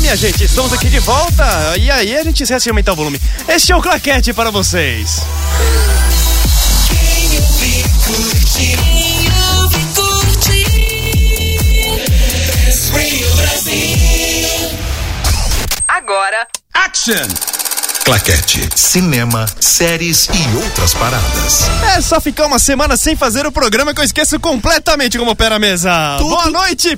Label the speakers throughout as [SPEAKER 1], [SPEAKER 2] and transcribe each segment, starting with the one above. [SPEAKER 1] minha gente, estamos aqui de volta. E aí a gente esquece de aumentar o volume. Este é o claquete para vocês.
[SPEAKER 2] Quem ouve, curte. Quem ouve, curte. Dance Rio Brasil.
[SPEAKER 3] Agora,
[SPEAKER 4] Action! Claquete, cinema, séries e outras paradas.
[SPEAKER 1] É só ficar uma semana sem fazer o programa que eu esqueço completamente como opera a mesa. Boa noite!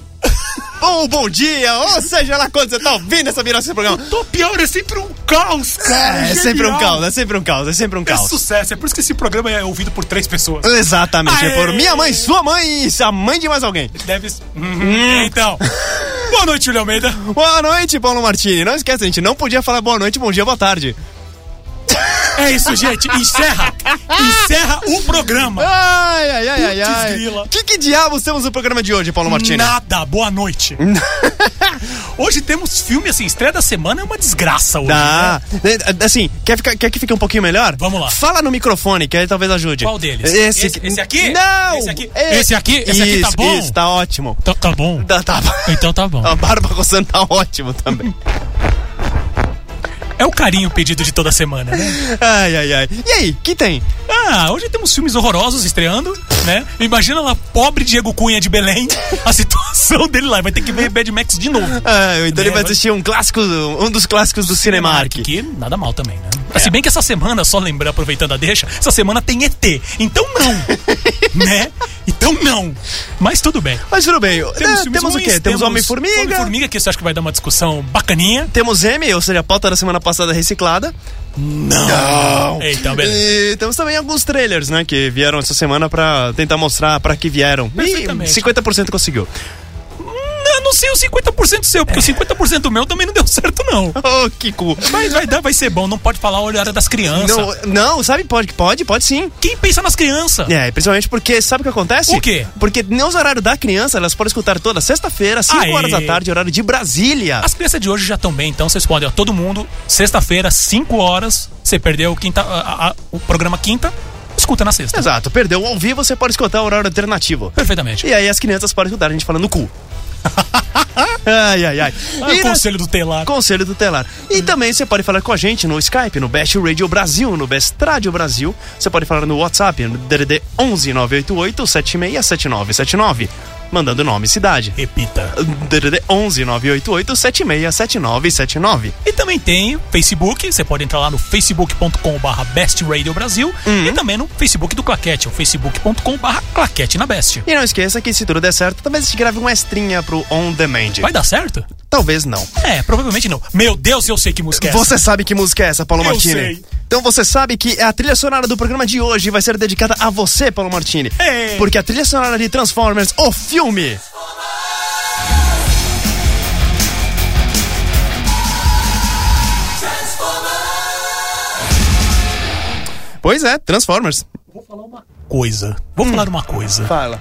[SPEAKER 1] Ou bom dia, ou seja lá quando você tá ouvindo essa virada desse programa.
[SPEAKER 5] Tô pior, é sempre um caos, cara.
[SPEAKER 1] É, sempre um
[SPEAKER 5] genial.
[SPEAKER 1] caos, é sempre um caos, é sempre um
[SPEAKER 5] É
[SPEAKER 1] caos.
[SPEAKER 5] sucesso, é por isso que esse programa é ouvido por três pessoas.
[SPEAKER 1] Exatamente, é por
[SPEAKER 5] Aê!
[SPEAKER 1] minha mãe, sua mãe e a mãe de mais alguém.
[SPEAKER 5] Deve. Uhum. Então. Boa noite, Julio Almeida.
[SPEAKER 1] Boa noite, Paulo Martini. Não esquece, a gente não podia falar boa noite, bom dia, boa tarde.
[SPEAKER 5] É isso, gente. Encerra. Encerra o programa.
[SPEAKER 1] Ai, ai, ai, ai,
[SPEAKER 5] Putz,
[SPEAKER 1] ai.
[SPEAKER 5] grila.
[SPEAKER 1] Que, que diabos temos no programa de hoje, Paulo Martini?
[SPEAKER 5] Nada. Boa noite. Hoje temos filme assim, estreia da semana é uma desgraça hoje.
[SPEAKER 1] Tá.
[SPEAKER 5] né?
[SPEAKER 1] Eh, Assim, quer, ficar, quer que fique um pouquinho melhor?
[SPEAKER 5] Vamos lá.
[SPEAKER 1] Fala no microfone, que aí talvez ajude.
[SPEAKER 5] Qual deles?
[SPEAKER 1] Esse,
[SPEAKER 5] Esse- esse aqui?
[SPEAKER 1] Não!
[SPEAKER 5] Esse aqui?
[SPEAKER 1] Eh,
[SPEAKER 5] Esse aqui? Esse aqui tá
[SPEAKER 1] isso,
[SPEAKER 5] bom?
[SPEAKER 1] Isso, tá ótimo.
[SPEAKER 5] Então tá bom.
[SPEAKER 1] Tá, tá.
[SPEAKER 5] Então tá bom.
[SPEAKER 1] A barba coçando tá ótimo também.
[SPEAKER 5] É o carinho pedido de toda semana, né?
[SPEAKER 1] Ai, ai, ai. E aí, que tem?
[SPEAKER 5] Ah, hoje temos filmes horrorosos estreando, né? Imagina lá, pobre Diego Cunha de Belém, a situação dele lá. Vai ter que ver Bad Max de novo.
[SPEAKER 1] Ah, então ele
[SPEAKER 5] Né,
[SPEAKER 1] vai
[SPEAKER 5] vai-
[SPEAKER 1] assistir um clássico, um dos clássicos do Cinemark. É.
[SPEAKER 5] Que nada mal também, né? Se bem que essa semana, só lembrando, aproveitando a deixa, essa semana tem ET. Então não. né? Então não. Mas tudo bem.
[SPEAKER 1] Mas tudo bem, né,
[SPEAKER 5] filmes
[SPEAKER 1] temos o
[SPEAKER 5] ruins,
[SPEAKER 1] quê? Temos Homem-Formiga,
[SPEAKER 5] Homem-Formiga, que você acha que vai dar uma discussão bacaninha?
[SPEAKER 1] temos M, ou seja, a pauta da semana passada reciclada.
[SPEAKER 5] Não. Eita, beleza.
[SPEAKER 1] E temos também alguns trailers, né, que vieram essa semana pra tentar mostrar pra que vieram. E
[SPEAKER 5] Perfeitamente.
[SPEAKER 1] 50% conseguiu.
[SPEAKER 5] Não, não sei o 50% seu, porque o 50% meu também não deu certo, não.
[SPEAKER 1] Oh, que cu.
[SPEAKER 5] Mas vai dar, vai ser bom. Não pode falar a hora das crianças.
[SPEAKER 1] Não, não, sabe? Pode, pode, pode sim.
[SPEAKER 5] Quem pensa nas crianças?
[SPEAKER 1] É, principalmente porque sabe o que acontece?
[SPEAKER 5] O quê?
[SPEAKER 1] Porque nos horários da criança, elas podem escutar toda sexta-feira, 5
[SPEAKER 5] Aê.
[SPEAKER 1] horas da tarde, horário de Brasília.
[SPEAKER 5] As crianças de hoje já estão bem, então vocês podem, ó, todo mundo, sexta-feira, 5 horas, você perdeu quinta, a- a- a- o programa quinta, escuta na sexta.
[SPEAKER 1] Exato, perdeu um ao vivo, você pode escutar o horário alternativo.
[SPEAKER 5] Perfeitamente.
[SPEAKER 1] E aí as crianças podem escutar a gente falando cu. ai, ai, ai.
[SPEAKER 5] Ah,
[SPEAKER 1] E
[SPEAKER 5] o
[SPEAKER 1] na-
[SPEAKER 5] conselho do telar.
[SPEAKER 1] Conselho Tutelar. E também você pode falar com a gente no Skype, no Best Radio Brasil, no Best Radio Brasil. Você pode falar no WhatsApp, no DDD 11 988 767979, mandando nome e cidade.
[SPEAKER 5] Repita.
[SPEAKER 1] DDD 11 988 767979.
[SPEAKER 5] E também tem o Facebook, você pode entrar lá no facebook.com/barra Best Radio Brasil
[SPEAKER 1] Uhum.
[SPEAKER 5] e também no Facebook do Claquete, o facebook.com/barra Claquete na Best.
[SPEAKER 1] E não esqueça que se tudo der certo, talvez a gente grave uma extrinha pro On Demand.
[SPEAKER 5] Vai dar certo?
[SPEAKER 1] Talvez não.
[SPEAKER 5] É, provavelmente não. Meu Deus, eu sei que música é essa.
[SPEAKER 1] Você sabe que música é essa, Paulo
[SPEAKER 5] Eu
[SPEAKER 1] Martini?
[SPEAKER 5] sei.
[SPEAKER 1] Então você sabe que a trilha sonora do programa de hoje vai ser dedicada a você, Paulo Martini.
[SPEAKER 5] Ei.
[SPEAKER 1] Porque a trilha sonora de Transformers, o filme. Pois é, Transformers.
[SPEAKER 5] Coisa. Vou
[SPEAKER 1] Hum.
[SPEAKER 5] falar uma coisa.
[SPEAKER 1] Fala.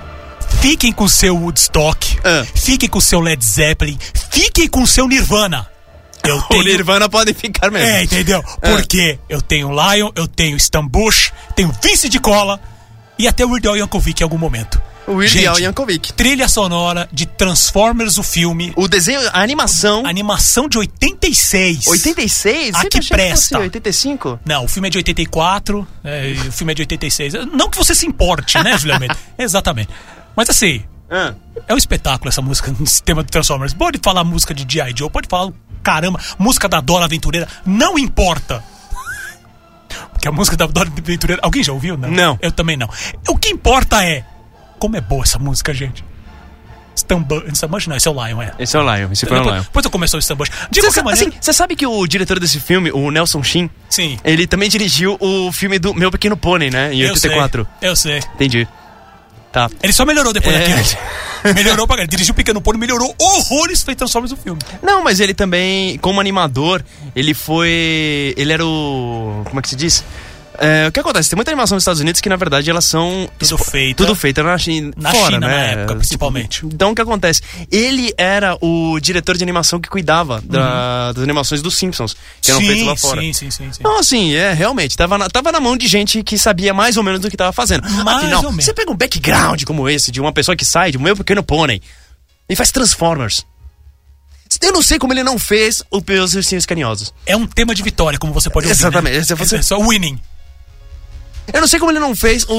[SPEAKER 5] Fiquem com o seu Woodstock,
[SPEAKER 1] Ah.
[SPEAKER 5] fiquem com o seu Led Zeppelin, fiquem com o seu Nirvana. Eu
[SPEAKER 1] O
[SPEAKER 5] tenho
[SPEAKER 1] Nirvana Ah. podem ficar mesmo.
[SPEAKER 5] É, entendeu? Porque eu tenho Lion, eu tenho Stan Bush, tenho Vince de Cola e até o Weird Al Yankovic em algum momento.
[SPEAKER 1] O Weird
[SPEAKER 5] Gente,
[SPEAKER 1] Al Yankovic.
[SPEAKER 5] Trilha sonora de Transformers, o filme,
[SPEAKER 1] O desenho, a animação,
[SPEAKER 5] animação de 86.
[SPEAKER 1] 86?
[SPEAKER 5] A
[SPEAKER 1] Sempre
[SPEAKER 5] que
[SPEAKER 1] achei fosse
[SPEAKER 5] presta.
[SPEAKER 1] 85?
[SPEAKER 5] Não, o filme é de 84, é, e o filme é de 86. Não que você se importe, né, Juliano? Mendes? Exatamente. Mas assim,
[SPEAKER 1] Ah.
[SPEAKER 5] é um espetáculo essa música no sistema do Transformers. Pode falar música de G.I. Joe, pode falar, caramba, música da Dora Aventureira, não importa. Porque a música da Dora Aventureira. Alguém já ouviu?
[SPEAKER 1] Não.
[SPEAKER 5] Eu também não. O que importa é. Como é boa essa música, gente. Stambush. Stambush não, esse é o Lion, é.
[SPEAKER 1] Esse é o Lion, esse foi o Lion.
[SPEAKER 5] Depois, depois eu começou o Stambush. De
[SPEAKER 1] Você
[SPEAKER 5] qualquer
[SPEAKER 1] sa-
[SPEAKER 5] maneira.
[SPEAKER 1] assim, você sabe assim, que o diretor desse filme, o Nelson Shin,
[SPEAKER 5] sim.
[SPEAKER 1] ele também dirigiu o filme do Meu Pequeno Pônei, né? Em
[SPEAKER 5] eu
[SPEAKER 1] 84.
[SPEAKER 5] sei, Eu sei.
[SPEAKER 1] Entendi. Tá.
[SPEAKER 5] Ele só melhorou depois
[SPEAKER 1] É.
[SPEAKER 5] daquilo. Melhorou pra caralho. Dirigiu Pequeno Pônei, melhorou horrores feito Transformers no filme.
[SPEAKER 1] Não, mas ele também, como animador, ele foi. Ele era o. Como é que se diz? É, o que acontece? Tem muita animação nos Estados Unidos que, na verdade, elas são.
[SPEAKER 5] Tudo feito.
[SPEAKER 1] Tudo feito na China.
[SPEAKER 5] Na
[SPEAKER 1] fora,
[SPEAKER 5] China,
[SPEAKER 1] né?
[SPEAKER 5] na época, principalmente.
[SPEAKER 1] Então, o que acontece? Ele era o diretor de animação que cuidava da- das animações dos Simpsons, que eram feitas lá fora.
[SPEAKER 5] Uhum. sim, sim, sim, sim.
[SPEAKER 1] Não, assim, é, realmente, tava na, tava na mão de gente que sabia mais ou menos do que tava fazendo.
[SPEAKER 5] Mais
[SPEAKER 1] Afinal,
[SPEAKER 5] ou menos.
[SPEAKER 1] você pega um background como esse de uma pessoa que sai de um meu pequeno pônei e faz Transformers. Eu não sei como ele não fez o Pelos Ursinhos Carinhosos.
[SPEAKER 5] É um tema de vitória, como você pode ouvir.
[SPEAKER 1] Exatamente,
[SPEAKER 5] né?
[SPEAKER 1] se você-
[SPEAKER 5] É só winning.
[SPEAKER 1] Eu não sei como ele não fez o,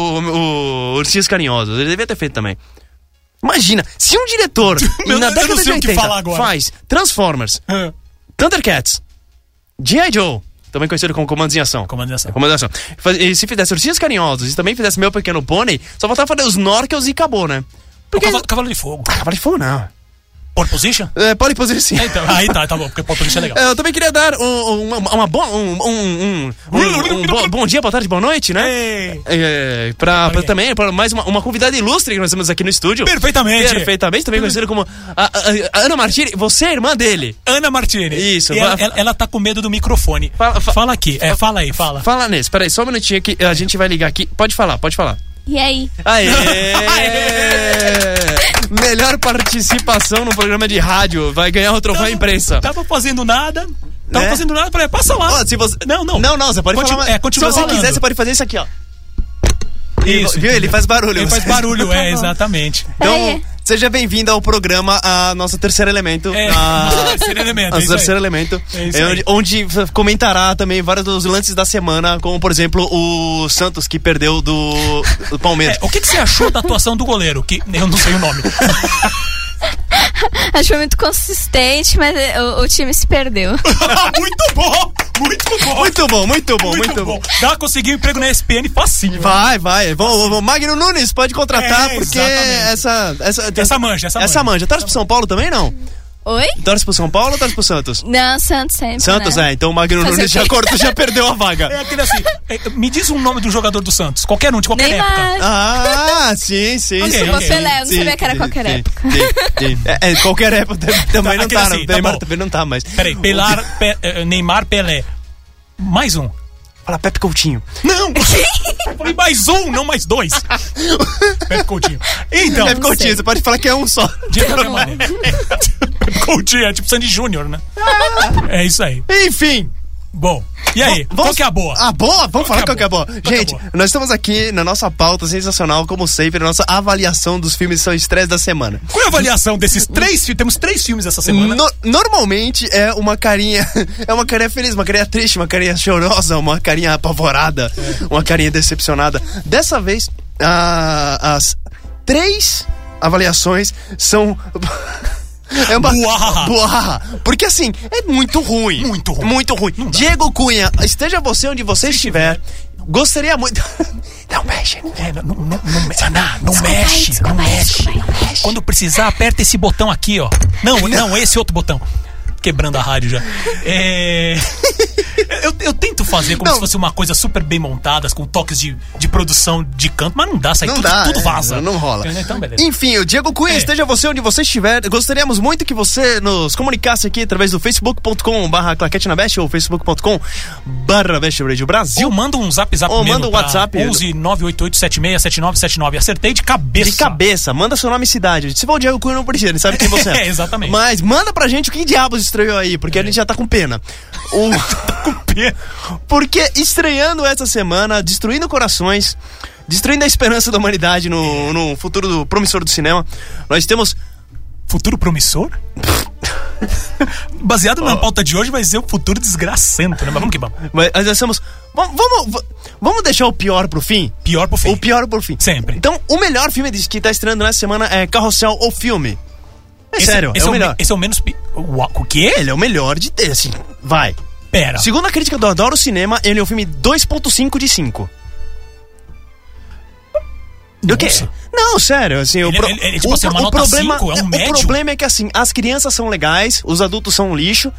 [SPEAKER 1] o Ursinhos Carinhosos. Ele devia ter feito também. Imagina, se um diretor
[SPEAKER 5] Meu
[SPEAKER 1] na
[SPEAKER 5] Deus, eu
[SPEAKER 1] década
[SPEAKER 5] não
[SPEAKER 1] de
[SPEAKER 5] sei o que
[SPEAKER 1] 80
[SPEAKER 5] falar agora.
[SPEAKER 1] faz Transformers,
[SPEAKER 5] Ah,
[SPEAKER 1] Thundercats, G.I. Joe, também conhecido como Comandos em Ação.
[SPEAKER 5] Comando de ação.
[SPEAKER 1] Recomendação. Faz- E se fizesse Ursinhos Carinhosos e também fizesse Meu Pequeno Pônei, só faltava fazer os Norkels e acabou, né?
[SPEAKER 5] O
[SPEAKER 1] Porque...
[SPEAKER 5] cavalo, cavalo de fogo.
[SPEAKER 1] Ah, cavalo de fogo não.
[SPEAKER 5] Pole position?
[SPEAKER 1] É, pode fazer sim.
[SPEAKER 5] É, então. Aí tá, tá bom, porque pole position é legal.
[SPEAKER 1] É, Eu também queria dar um- um- uma, uma boa. Um, um- um- um- um bo- bom dia, boa tarde, boa noite,
[SPEAKER 5] É.
[SPEAKER 1] né?
[SPEAKER 5] Ei.
[SPEAKER 1] É, pra, pra
[SPEAKER 5] Alguém.
[SPEAKER 1] também, pra mais uma, uma convidada ilustre que nós temos aqui no estúdio.
[SPEAKER 5] Perfeitamente.
[SPEAKER 1] Perfeitamente, também conhecida como a, a- a Ana Martini, você é irmã dele.
[SPEAKER 5] Ana Martini.
[SPEAKER 1] Isso,
[SPEAKER 5] E ela,
[SPEAKER 1] vai-
[SPEAKER 5] ela, ela tá com medo do microfone.
[SPEAKER 1] Fala-
[SPEAKER 5] Fala,
[SPEAKER 1] fa-
[SPEAKER 5] aqui. É, fala aí, fala.
[SPEAKER 1] Fala, Ness, peraí, só um minutinho que a gente vai ligar aqui. Pode falar, pode falar.
[SPEAKER 6] E aí?
[SPEAKER 1] Aê!
[SPEAKER 5] Aê!
[SPEAKER 1] Melhor participação no programa de rádio. Vai ganhar o
[SPEAKER 5] Tá
[SPEAKER 1] troféu imprensa.
[SPEAKER 5] Tava fazendo nada. Tava
[SPEAKER 1] Né?
[SPEAKER 5] fazendo nada. Falei, passa lá.
[SPEAKER 1] Ó, se você...
[SPEAKER 5] Não, não.
[SPEAKER 1] Não, não, você pode
[SPEAKER 5] Continu-
[SPEAKER 1] falar.
[SPEAKER 5] é, continua
[SPEAKER 1] se você
[SPEAKER 5] falando.
[SPEAKER 1] quiser, você pode fazer isso aqui, ó.
[SPEAKER 5] Isso.
[SPEAKER 1] Viu? Ele faz barulho.
[SPEAKER 5] Ele faz
[SPEAKER 1] Você-
[SPEAKER 5] barulho, é, exatamente.
[SPEAKER 1] Então,
[SPEAKER 6] É.
[SPEAKER 1] seja bem-vindo ao programa, a nosso terceiro elemento.
[SPEAKER 5] É,
[SPEAKER 1] a-
[SPEAKER 5] terceiro elemento, é
[SPEAKER 1] Nosso
[SPEAKER 5] isso aí.
[SPEAKER 1] terceiro elemento.
[SPEAKER 5] É isso
[SPEAKER 1] é
[SPEAKER 5] aí.
[SPEAKER 1] onde, onde comentará também vários dos lances da semana, como por exemplo o Santos que perdeu do, do Palmeiras.
[SPEAKER 5] É, o que, que você achou da atuação do goleiro? Que eu não sei o nome.
[SPEAKER 6] Acho que foi muito consistente, mas é, o, o time se perdeu.
[SPEAKER 5] muito bom! Muito bom!
[SPEAKER 1] Muito bom, muito bom, muito, bom.
[SPEAKER 5] Dá conseguir um emprego na SPN facinho.
[SPEAKER 1] Vai, vai. Vou, vou- Magno Nunes pode contratar,
[SPEAKER 5] É,
[SPEAKER 1] porque
[SPEAKER 5] exatamente.
[SPEAKER 1] essa, essa.
[SPEAKER 5] Essa manja, essa
[SPEAKER 1] Essa
[SPEAKER 5] manja.
[SPEAKER 1] manja. Torce pro São Paulo também, não?
[SPEAKER 6] Oi?
[SPEAKER 1] Torce pro São Paulo ou torce pro Santos?
[SPEAKER 6] Não, Santos sempre.
[SPEAKER 1] Santos,
[SPEAKER 6] né?
[SPEAKER 1] é. Então o Magno
[SPEAKER 6] Fazer
[SPEAKER 1] Nunes
[SPEAKER 6] o
[SPEAKER 1] já
[SPEAKER 6] quê?
[SPEAKER 1] cortou, já perdeu a
[SPEAKER 5] É
[SPEAKER 1] vaga.
[SPEAKER 5] aquele assim. é, me diz um nome do jogador do Santos. Qualquer um, de qualquer época.
[SPEAKER 6] Neymar.
[SPEAKER 1] é Ah, sim, sim,
[SPEAKER 5] Ok,
[SPEAKER 1] sim.
[SPEAKER 5] ok.
[SPEAKER 6] Pelé, eu não sabia que era qualquer época.
[SPEAKER 1] sim, sim. É, é, qualquer época também também não
[SPEAKER 5] aquele
[SPEAKER 1] tá,
[SPEAKER 5] assim,
[SPEAKER 1] não. Neymar
[SPEAKER 5] tá bom.
[SPEAKER 1] também não tá, mas.
[SPEAKER 5] Peraí, Pelar, Pe- eh, Neymar, Pelé. Mais um.
[SPEAKER 1] Fala Pepe Coutinho.
[SPEAKER 5] Não! Eu Falei mais um, não mais dois. Pepe Coutinho. Então,
[SPEAKER 1] Pepe Coutinho, você pode falar que é um só.
[SPEAKER 5] de qualquer maneira. Pepe Coutinho é tipo Sandy Júnior, né? É isso aí.
[SPEAKER 1] Enfim.
[SPEAKER 5] Bom, e aí?
[SPEAKER 1] Ah. Vamos- Ah.
[SPEAKER 5] Qual que é a boa?
[SPEAKER 1] A boa? Vamos falar
[SPEAKER 5] que
[SPEAKER 1] qual
[SPEAKER 5] é
[SPEAKER 1] que é a
[SPEAKER 5] a
[SPEAKER 1] boa.
[SPEAKER 5] boa? Qual que é a
[SPEAKER 1] Gente,
[SPEAKER 5] boa?
[SPEAKER 1] nós estamos aqui na nossa pauta sensacional, como sempre, na nossa avaliação dos filmes que são estresse da semana.
[SPEAKER 5] Qual é a avaliação desses três filmes? Temos três filmes essa semana.
[SPEAKER 1] No- normalmente é uma carinha. É uma carinha feliz, uma carinha triste, uma carinha chorosa, uma carinha apavorada,
[SPEAKER 5] É.
[SPEAKER 1] uma carinha decepcionada. Dessa vez, a- as três avaliações são. É uma.
[SPEAKER 5] Buarra.
[SPEAKER 1] Buarra. Porque assim, é muito ruim.
[SPEAKER 5] Muito ruim.
[SPEAKER 1] Muito ruim.
[SPEAKER 5] Não dá.
[SPEAKER 1] Diego Cunha, esteja você onde você estiver. Gostaria muito. Não mexe.
[SPEAKER 5] É, não, não, não, me- Ana, não mexe,
[SPEAKER 6] desculpa
[SPEAKER 5] não
[SPEAKER 6] aí,
[SPEAKER 5] mexe.
[SPEAKER 6] desculpa aí, não mexe.
[SPEAKER 5] Quando precisar, aperta esse botão aqui, ó. Não, não, esse outro botão. Quebrando a rádio já. É... Eu, eu tento fazer como
[SPEAKER 1] Não.
[SPEAKER 5] se fosse uma coisa super bem montada, com toques de, de produção de canto, mas não dá, sai
[SPEAKER 1] Não
[SPEAKER 5] tudo,
[SPEAKER 1] dá,
[SPEAKER 5] tudo
[SPEAKER 1] é,
[SPEAKER 5] vaza.
[SPEAKER 1] não rola.
[SPEAKER 5] Então, beleza.
[SPEAKER 1] Enfim, o Diego Cunha,
[SPEAKER 5] É.
[SPEAKER 1] esteja você onde você estiver. Gostaríamos muito que você nos comunicasse aqui através do facebook.com barra claquete na Best ou facebook.com barra Best Radio Brasil.
[SPEAKER 5] Ou manda um zap zap
[SPEAKER 1] Ou
[SPEAKER 5] mesmo
[SPEAKER 1] manda um
[SPEAKER 5] pra
[SPEAKER 1] WhatsApp.
[SPEAKER 5] 11 988 76 7979. Acertei de cabeça.
[SPEAKER 1] De cabeça, manda seu nome e cidade. Se for o Diego Cunha, não precisa, ele sabe quem você é.
[SPEAKER 5] É, exatamente. É.
[SPEAKER 1] Mas manda pra gente o que diabos estreou aí, porque a gente já tá com pena. O... Porque estreando essa semana, destruindo corações, destruindo a esperança da humanidade no, no futuro do promissor do cinema, nós temos
[SPEAKER 5] Futuro promissor? Baseado na pauta de hoje, vai ser o futuro desgracento, né? Mas vamos que vamos.
[SPEAKER 1] Mas nós achamos. Vamos, vamos, va- vamos deixar o pior pro fim?
[SPEAKER 5] Pior pro fim.
[SPEAKER 1] O pior por fim.
[SPEAKER 5] Sempre.
[SPEAKER 1] Então, o melhor filme desse- que tá estreando nessa semana é Carrossel ou Filme. É
[SPEAKER 5] Esse-
[SPEAKER 1] sério,
[SPEAKER 5] esse
[SPEAKER 1] é o
[SPEAKER 5] me-
[SPEAKER 1] melhor.
[SPEAKER 5] Esse é o menos. pi- Uau, O quê?
[SPEAKER 1] Ele é o melhor de. Assim, vai.
[SPEAKER 5] Pera.
[SPEAKER 1] Segundo a crítica do Adoro Cinema, ele é o filme 2.5 de 5. Eu que-
[SPEAKER 5] Nossa.
[SPEAKER 1] Não, sério, assim, o,
[SPEAKER 5] Ele-
[SPEAKER 1] pro-
[SPEAKER 5] ele- ele, tipo
[SPEAKER 1] o,
[SPEAKER 5] assim, é uma
[SPEAKER 1] o
[SPEAKER 5] nota
[SPEAKER 1] problema,
[SPEAKER 5] cinco, é um
[SPEAKER 1] o
[SPEAKER 5] médio.
[SPEAKER 1] problema é que assim, as crianças são legais, os adultos são um lixo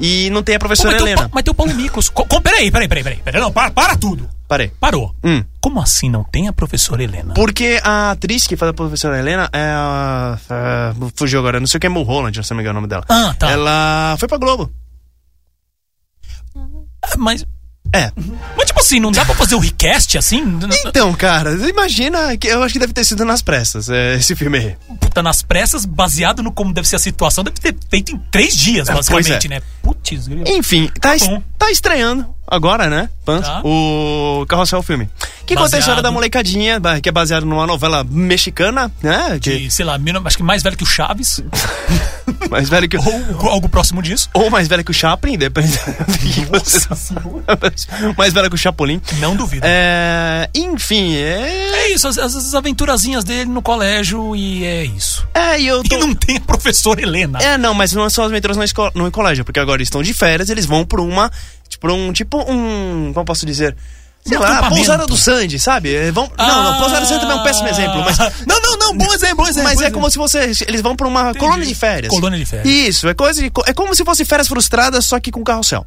[SPEAKER 1] e não tem a
[SPEAKER 5] Pô,
[SPEAKER 1] professora
[SPEAKER 5] mas, tem o,
[SPEAKER 1] Helena.
[SPEAKER 5] Pa- mas tem o Paulo Miklos. Co- co- Peraí, peraí, peraí, peraí. peraí. Não, para, para tudo.
[SPEAKER 1] Parei.
[SPEAKER 5] Parou.
[SPEAKER 1] Hum.
[SPEAKER 5] Como assim não tem a professora Helena?
[SPEAKER 1] Porque a atriz que faz a professora Helena é a. a- fugiu agora, não sei o que é Mulholland, se não me engano o nome dela.
[SPEAKER 5] Ah, tá.
[SPEAKER 1] Ela foi pra Globo.
[SPEAKER 5] Ah, Mas,
[SPEAKER 1] É.
[SPEAKER 5] mas tipo assim, não dá pra fazer o request assim? N- n-
[SPEAKER 1] Então, cara, imagina que eu acho que deve ter sido nas pressas é, esse filme aí.
[SPEAKER 5] Puta, nas pressas, baseado no como deve ser a situação, deve ter feito em três dias,
[SPEAKER 1] É, pois
[SPEAKER 5] basicamente,
[SPEAKER 1] é.
[SPEAKER 5] né? Putz, grilo.
[SPEAKER 1] Enfim, tá, es-
[SPEAKER 5] bom.
[SPEAKER 1] tá estreando agora, né? Pans,
[SPEAKER 5] Tá.
[SPEAKER 1] O Carrossel Filme. Que conta a história
[SPEAKER 5] Baseado.
[SPEAKER 1] da molecadinha, ba- que é baseado numa novela mexicana, né? Que,
[SPEAKER 5] De, sei lá, mil- acho que mais velho que o Chaves.
[SPEAKER 1] mais velho que.
[SPEAKER 5] ou algo próximo disso.
[SPEAKER 1] Ou mais velho que o Chaplin, depende. do que você- mais velho que o Chapolin.
[SPEAKER 5] Não duvido.
[SPEAKER 1] É, enfim, é.
[SPEAKER 5] É isso, as, as- as aventurazinhas dele no colégio e é isso.
[SPEAKER 1] É, e eu
[SPEAKER 5] E
[SPEAKER 1] tô.
[SPEAKER 5] não tem a professora Helena.
[SPEAKER 1] É, não, mas não são as aventuras no, esco- no colégio, porque agora eles estão de férias, eles vão pra uma. Tipo, um. Tipo, um. Como eu posso dizer? Sei
[SPEAKER 5] Um
[SPEAKER 1] lá,
[SPEAKER 5] acampamento.
[SPEAKER 1] Pousada do Sandy, sabe? É, Vão, Não, não, Pousada do Sandy também é um péssimo exemplo, mas.
[SPEAKER 5] Não, não, não, bom exemplo, bom exemplo.
[SPEAKER 1] Mas
[SPEAKER 5] bom
[SPEAKER 1] é
[SPEAKER 5] exemplo.
[SPEAKER 1] como se você. Eles vão pra uma colônia de férias.
[SPEAKER 5] Colônia de férias.
[SPEAKER 1] Isso, é coisa de, É como se fosse férias frustradas, só que com carrossel.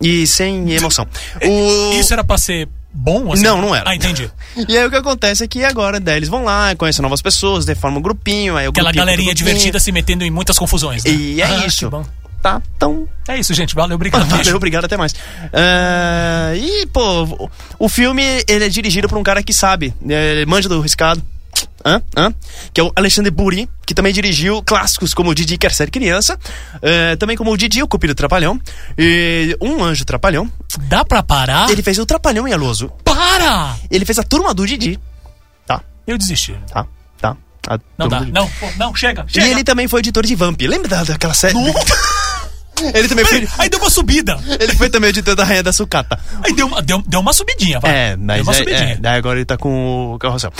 [SPEAKER 1] E sem emoção. O-
[SPEAKER 5] Isso era pra ser bom? Assim?
[SPEAKER 1] Não, não era.
[SPEAKER 5] Ah, entendi.
[SPEAKER 1] E aí o que acontece é que agora, daí eles vão lá, conhecem novas pessoas, daí formam um grupinho, aí o
[SPEAKER 5] Aquela
[SPEAKER 1] grupinho-
[SPEAKER 5] galerinha
[SPEAKER 1] grupinho,
[SPEAKER 5] divertida se metendo em muitas confusões. né?
[SPEAKER 1] E é
[SPEAKER 5] Ah, que
[SPEAKER 1] isso.
[SPEAKER 5] bom.
[SPEAKER 1] Tá tão
[SPEAKER 5] É isso, gente. Valeu, obrigado.
[SPEAKER 1] Valeu, obrigado, até mais. Ah, e, pô, o- o filme ele é dirigido por um cara que sabe, né, ele manja do riscado. Hã? Hã? Que é o Alexandre Buri, que também dirigiu clássicos como o Didi Quer Ser Criança, eh, também como o Didi, o Cupido Trapalhão, e Um Anjo Trapalhão.
[SPEAKER 5] Dá pra parar?
[SPEAKER 1] Ele fez o Trapalhão e Aloso.
[SPEAKER 5] Para!
[SPEAKER 1] Ele fez a turma do Didi. Tá,
[SPEAKER 5] Eu desisti.
[SPEAKER 1] tá, tá. A
[SPEAKER 5] Não
[SPEAKER 1] Turma
[SPEAKER 5] dá.
[SPEAKER 1] do Didi.
[SPEAKER 5] Não, pô, não, chega,
[SPEAKER 1] E
[SPEAKER 5] chega.
[SPEAKER 1] ele também foi editor de Vamp. Lembra da- daquela série? Ele também foi,
[SPEAKER 5] Peraí, Aí deu uma subida.
[SPEAKER 1] ele foi também editor da Rainha da Sucata.
[SPEAKER 5] Aí deu uma, deu, deu uma subidinha, vai.
[SPEAKER 1] É,
[SPEAKER 5] Deu
[SPEAKER 1] mas
[SPEAKER 5] uma
[SPEAKER 1] é-
[SPEAKER 5] subidinha.
[SPEAKER 1] é, daí agora ele tá com o carrossel.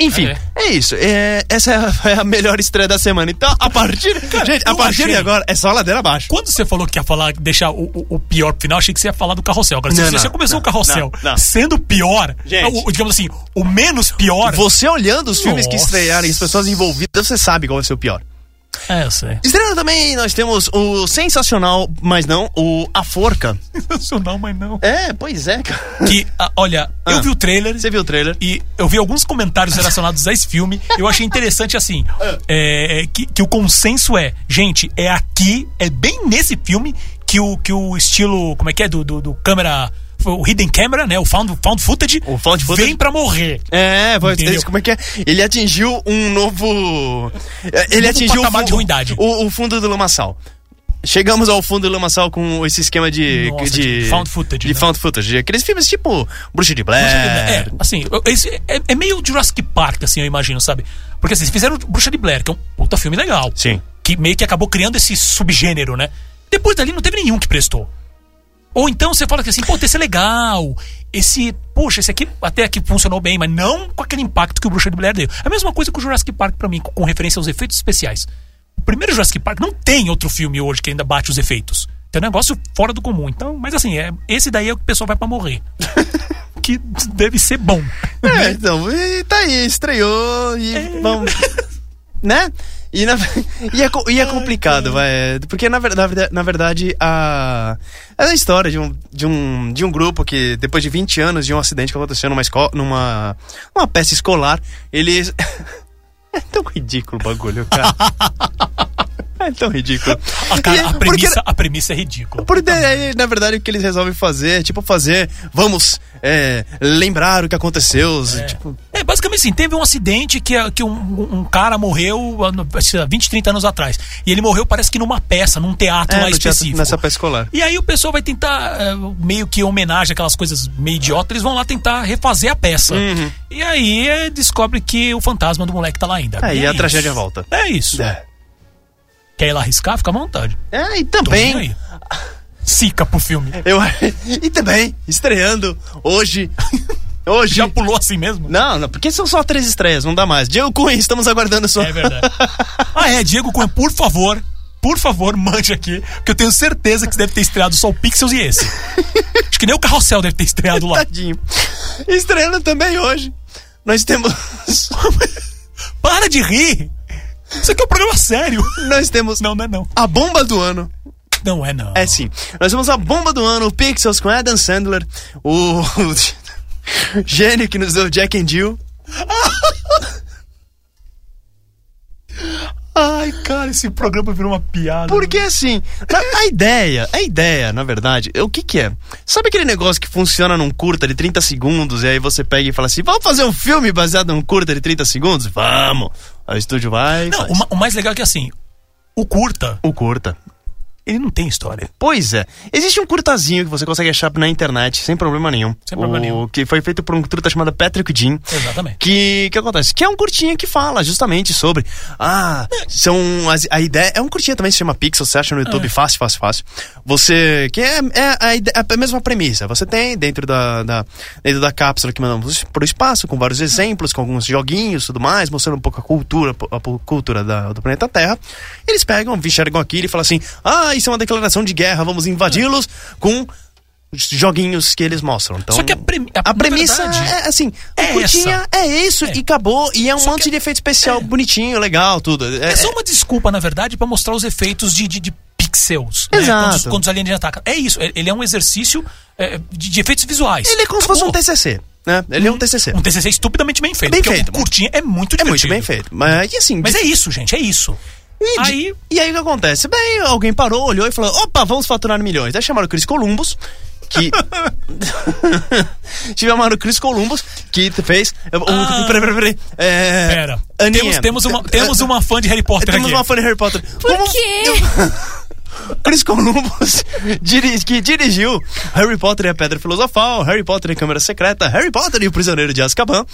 [SPEAKER 1] Enfim,
[SPEAKER 5] É.
[SPEAKER 1] é, isso. É, essa é a- é a melhor estreia da semana. Então, a partir. gente, a
[SPEAKER 5] eu
[SPEAKER 1] partir de
[SPEAKER 5] achei.
[SPEAKER 1] agora é só ladeira abaixo.
[SPEAKER 5] Quando você falou que ia falar, deixar o, o- o pior pro final, achei que você ia falar do carrossel. Agora, se
[SPEAKER 1] Não,
[SPEAKER 5] você
[SPEAKER 1] não,
[SPEAKER 5] já começou
[SPEAKER 1] não,
[SPEAKER 5] o carrossel
[SPEAKER 1] não, não.
[SPEAKER 5] sendo pior,
[SPEAKER 1] Gente.
[SPEAKER 5] é o- o- digamos assim, o menos pior.
[SPEAKER 1] Você olhando os filmes que
[SPEAKER 5] Nossa.
[SPEAKER 1] estrearam e as pessoas envolvidas, você sabe qual vai ser o pior.
[SPEAKER 5] É, eu sei.
[SPEAKER 1] Estreando também, nós temos o sensacional, mas não, o A Forca.
[SPEAKER 5] Sensacional, mas não.
[SPEAKER 1] É, pois é, cara.
[SPEAKER 5] Que, ah, olha,
[SPEAKER 1] Ah.
[SPEAKER 5] eu vi o trailer
[SPEAKER 1] Você viu o trailer?
[SPEAKER 5] e eu vi alguns comentários relacionados a esse filme. Eu achei interessante, assim,
[SPEAKER 1] Ah.
[SPEAKER 5] é, é, que, que o consenso é, gente, é aqui, é bem nesse filme que o, que o estilo, como é que é, do, do, do câmera, o hidden camera, né, o found, found footage,
[SPEAKER 1] O found footage.
[SPEAKER 5] vem pra morrer.
[SPEAKER 1] É, vai,
[SPEAKER 5] Entendeu?
[SPEAKER 1] esse- como é que é? Ele atingiu um novo. é, Ele
[SPEAKER 5] Novo
[SPEAKER 1] atingiu
[SPEAKER 5] patamar
[SPEAKER 1] fu-
[SPEAKER 5] de ruindade.
[SPEAKER 1] O, o fundo do lamaçal. Chegamos ao fundo do lamaçal com esse esquema de.
[SPEAKER 5] Nossa,
[SPEAKER 1] de,
[SPEAKER 5] de found footage,
[SPEAKER 1] De
[SPEAKER 5] né?
[SPEAKER 1] found footage. Aqueles filmes tipo Bruxa de Blair.
[SPEAKER 5] É, assim, eu- esse é, é meio Jurassic Park, assim, eu imagino, sabe? Porque assim, eles fizeram Bruxa de Blair, que é um puta filme legal.
[SPEAKER 1] Sim.
[SPEAKER 5] Que meio que acabou criando esse subgênero, né? Depois dali não teve nenhum que prestou. Ou então você fala que assim, pô, esse é legal. Esse, poxa, esse aqui até aqui funcionou bem, mas não com aquele impacto que o Bruxa de Blair deu. É a mesma coisa que o Jurassic Park pra mim, com, com referência aos efeitos especiais. O primeiro Jurassic Park não tem outro filme hoje que ainda bate os efeitos. Tem um negócio fora do comum. Então, mas assim, é, esse daí é o que o pessoal vai pra morrer. que deve ser bom. Uhum.
[SPEAKER 1] É, então, e tá aí, estreou e
[SPEAKER 5] É.
[SPEAKER 1] vamos. né? E, na- e é, co- e é complicado, vai. Porque na verdade, na verdade a, é a história de um, de, um, de um grupo que, depois de 20 anos de um acidente que aconteceu numa escola. numa. numa peça escolar, eles. é tão ridículo o bagulho, cara. é tão ridículo.
[SPEAKER 5] A, cara-
[SPEAKER 1] E é-
[SPEAKER 5] a
[SPEAKER 1] porque-
[SPEAKER 5] premissa, a premissa é ridícula.
[SPEAKER 1] por daí, na verdade, o que eles resolvem fazer é tipo fazer. Vamos é, lembrar o que aconteceu. Tipo,
[SPEAKER 5] É, basicamente assim, teve um acidente que, a- que um, um- um cara morreu há no- sei lá, 20, 30 anos atrás. E ele morreu, parece que numa peça, num teatro
[SPEAKER 1] É,
[SPEAKER 5] lá
[SPEAKER 1] no teatro-
[SPEAKER 5] específico.
[SPEAKER 1] nessa peça escolar.
[SPEAKER 5] E aí o pessoal vai tentar, é, meio que homenagem aquelas coisas meio idiota, eles vão lá tentar refazer a peça.
[SPEAKER 1] Uhum.
[SPEAKER 5] E aí é, descobre que o fantasma do moleque tá lá ainda.
[SPEAKER 1] Aí
[SPEAKER 5] E é
[SPEAKER 1] a
[SPEAKER 5] isso.
[SPEAKER 1] tragédia volta.
[SPEAKER 5] É isso.
[SPEAKER 1] É.
[SPEAKER 5] Quer ir lá arriscar? Fica à vontade.
[SPEAKER 1] É, e
[SPEAKER 5] Tô nem
[SPEAKER 1] também.
[SPEAKER 5] aí. Sica pro filme.
[SPEAKER 1] Eu, e também, estreando hoje. Hoje.
[SPEAKER 5] Já pulou assim mesmo?
[SPEAKER 1] Não, não, porque são só três estreias, não dá mais. Diego Cunha, estamos aguardando sua.
[SPEAKER 5] É verdade. Ah, é, Diego Cunha, por favor, por favor, mande aqui, porque eu tenho certeza que você deve ter estreado só o Pixels e esse. Acho que nem o Carrossel deve ter estreado lá.
[SPEAKER 1] Tadinho. Estreando também hoje. Nós temos.
[SPEAKER 5] Para de rir! Isso aqui é um programa sério.
[SPEAKER 1] Nós temos.
[SPEAKER 5] Não, não é não.
[SPEAKER 1] A bomba do ano.
[SPEAKER 5] Não é não.
[SPEAKER 1] É sim. Nós temos a bomba do ano, o Pixels com Adam Sandler, o. o Gênio que nos deu Jack and Jill.
[SPEAKER 5] Ai, cara, esse programa virou uma piada.
[SPEAKER 1] Porque assim, a, a ideia, a ideia, na verdade, é o que que é? Sabe aquele negócio que funciona num curta de 30 segundos e aí você pega e fala assim, vamos fazer um filme baseado num curta de 30 segundos? Vamos! Aí o estúdio vai e
[SPEAKER 5] Não,
[SPEAKER 1] faz.
[SPEAKER 5] o, ma- o mais legal é que assim, o curta
[SPEAKER 1] o curta.
[SPEAKER 5] Ele não tem história.
[SPEAKER 1] Pois é. Existe um curtazinho que você consegue achar na internet, sem problema nenhum.
[SPEAKER 5] Sem problema
[SPEAKER 1] O-
[SPEAKER 5] nenhum.
[SPEAKER 1] Que foi feito por um truta chamado Patrick Jean.
[SPEAKER 5] Exatamente.
[SPEAKER 1] É. Que que acontece? Que é um curtinha que fala justamente sobre. Ah, são. As, a ideia. É um curtinha também que se chama Pixel, você acha no
[SPEAKER 5] É.
[SPEAKER 1] YouTube fácil, fácil, fácil. Você. Que é, é a, ide- é a mesma premissa. Você tem dentro da, da- dentro da cápsula que mandamos pro espaço, com vários exemplos, com alguns joguinhos e tudo mais, mostrando um pouco a cultura, a pu- cultura da- do planeta Terra. Eles pegam, enxergam aquilo e falam assim: ah, isso é uma declaração de guerra, vamos invadi-los com. os Joguinhos que eles mostram. Então,
[SPEAKER 5] Só que a premi- a-
[SPEAKER 1] a
[SPEAKER 5] na
[SPEAKER 1] premissa
[SPEAKER 5] verdade,
[SPEAKER 1] é assim:
[SPEAKER 5] é
[SPEAKER 1] o curtinha é isso
[SPEAKER 5] É.
[SPEAKER 1] e acabou. E é um
[SPEAKER 5] Só
[SPEAKER 1] monte
[SPEAKER 5] que-
[SPEAKER 1] de efeito especial bonitinho, legal, tudo. É,
[SPEAKER 5] É só uma desculpa, na verdade, pra mostrar os efeitos de, de, de pixels.
[SPEAKER 1] Exato.
[SPEAKER 5] Né? Quando, os- quando os alienígenas atacam. É isso. é- Ele é um exercício é, de, de efeitos visuais.
[SPEAKER 1] Ele é como se fosse um
[SPEAKER 5] Acabou.
[SPEAKER 1] TCC, né? Ele é um TCC.
[SPEAKER 5] Um TCC estupidamente bem feito.
[SPEAKER 1] Bem
[SPEAKER 5] porque
[SPEAKER 1] feito.
[SPEAKER 5] o curtinha é
[SPEAKER 1] É
[SPEAKER 5] muito
[SPEAKER 1] muito
[SPEAKER 5] divertido.
[SPEAKER 1] bem feito. Mas, e assim,
[SPEAKER 5] Mas
[SPEAKER 1] de-
[SPEAKER 5] é isso, gente. É isso.
[SPEAKER 1] e de-
[SPEAKER 5] aí-
[SPEAKER 1] E aí o que acontece? Bem, alguém parou, olhou e falou: opa, vamos faturar milhões. Aí chamaram o Chris Columbus. Que. chamaram o Chris Columbus, que fez.
[SPEAKER 5] Ah.
[SPEAKER 1] O, peraí, peraí, peraí. É,
[SPEAKER 5] Pera.
[SPEAKER 1] Aninha. é,
[SPEAKER 5] Temos, temos, uma, temos uma fã de Harry Potter
[SPEAKER 1] Temos
[SPEAKER 5] aqui.
[SPEAKER 1] uma fã de Harry Potter. Por
[SPEAKER 6] quê?
[SPEAKER 1] Chris Columbus, diri- que dirigiu Harry Potter e a Pedra Filosofal, Harry Potter e a Câmara Secreta, Harry Potter e o Prisioneiro de Azkaban.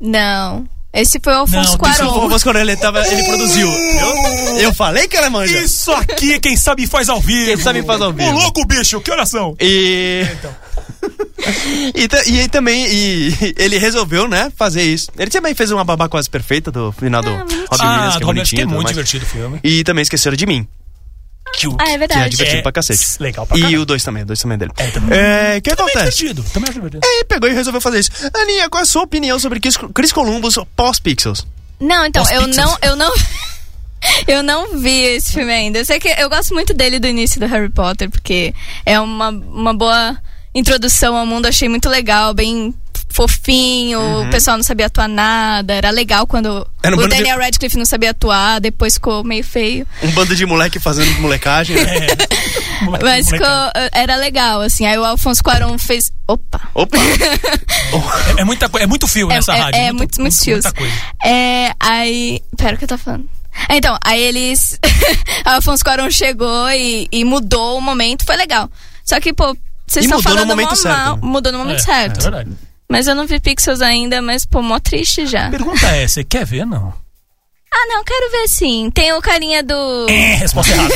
[SPEAKER 6] Não. Esse foi o Alfonso
[SPEAKER 5] Não,
[SPEAKER 1] O
[SPEAKER 6] Cuarón.
[SPEAKER 1] Rufus Coronel, ele, tava- ele produziu. Eu, eu falei que ela é manja.
[SPEAKER 5] Isso aqui, é quem sabe faz ao vivo.
[SPEAKER 1] Quem sabe faz ao vivo.
[SPEAKER 5] Ô, louco, bicho. Que oração.
[SPEAKER 1] E... e, ta- e aí também e- e ele resolveu, né, fazer isso. Ele também fez uma babá quase perfeita do final do Robin Williams,
[SPEAKER 5] Ah,
[SPEAKER 1] que é
[SPEAKER 5] do Robert, que
[SPEAKER 1] bonitinho e
[SPEAKER 5] é
[SPEAKER 1] tudo
[SPEAKER 5] muito
[SPEAKER 1] mais.
[SPEAKER 5] divertido o filme.
[SPEAKER 1] E também esqueceram de mim.
[SPEAKER 5] Que o-
[SPEAKER 6] Ah, é
[SPEAKER 1] Que é
[SPEAKER 6] verdade.
[SPEAKER 1] divertido
[SPEAKER 5] É
[SPEAKER 1] pra cacete.
[SPEAKER 5] legal pra
[SPEAKER 1] E
[SPEAKER 5] caralho.
[SPEAKER 1] o 2 também, o 2 também é dele.
[SPEAKER 5] É, também.
[SPEAKER 1] É, o que
[SPEAKER 5] Também é
[SPEAKER 1] acontece?
[SPEAKER 5] divertido. Também é divertido.
[SPEAKER 1] Ele pegou e resolveu fazer isso. Aninha, qual é a sua opinião sobre Chris, Chris Columbus pós-Pixels?
[SPEAKER 6] Não, então,
[SPEAKER 5] Os
[SPEAKER 6] eu
[SPEAKER 5] Pixels.
[SPEAKER 6] não, eu não. Eu não vi esse filme ainda. Eu sei que eu gosto muito dele do início do Harry Potter, porque é uma, uma boa introdução ao mundo, achei muito legal, bem fofinho, o pessoal não sabia atuar nada, era legal quando
[SPEAKER 1] Uhum. Era um
[SPEAKER 6] o
[SPEAKER 1] bando de-
[SPEAKER 6] Daniel Radcliffe não sabia atuar, depois ficou meio feio.
[SPEAKER 1] Um bando de moleque fazendo molecagem, né?
[SPEAKER 5] Moleque-
[SPEAKER 6] Mas
[SPEAKER 5] moleque-
[SPEAKER 6] ficou, era legal, assim. Aí o Alfonso Cuarón fez. Opa!
[SPEAKER 1] Opa!
[SPEAKER 5] É, muita, co- é muito fio nessa
[SPEAKER 6] é,
[SPEAKER 5] rádio.
[SPEAKER 6] é, muito, muitos fios.
[SPEAKER 5] Muita coisa.
[SPEAKER 6] É, aí. Pera, o que eu tô falando? É, Então, aí eles. aí o Alfonso Cuarón chegou e, e mudou o momento, foi legal. Só que, pô, vocês
[SPEAKER 1] E
[SPEAKER 6] estão
[SPEAKER 1] mudou no
[SPEAKER 6] falando
[SPEAKER 1] momento
[SPEAKER 6] mó
[SPEAKER 1] certo,
[SPEAKER 6] mal.
[SPEAKER 1] né?
[SPEAKER 6] Mudou no momento
[SPEAKER 5] É,
[SPEAKER 6] Tá certo.
[SPEAKER 5] É verdade.
[SPEAKER 6] mas eu não vi Pixels ainda, mas, pô, mó triste já.
[SPEAKER 5] Pergunta é, você quer ver, não?
[SPEAKER 6] Ah, não, quero ver sim. Tem o carinha do.
[SPEAKER 5] É, resposta errada.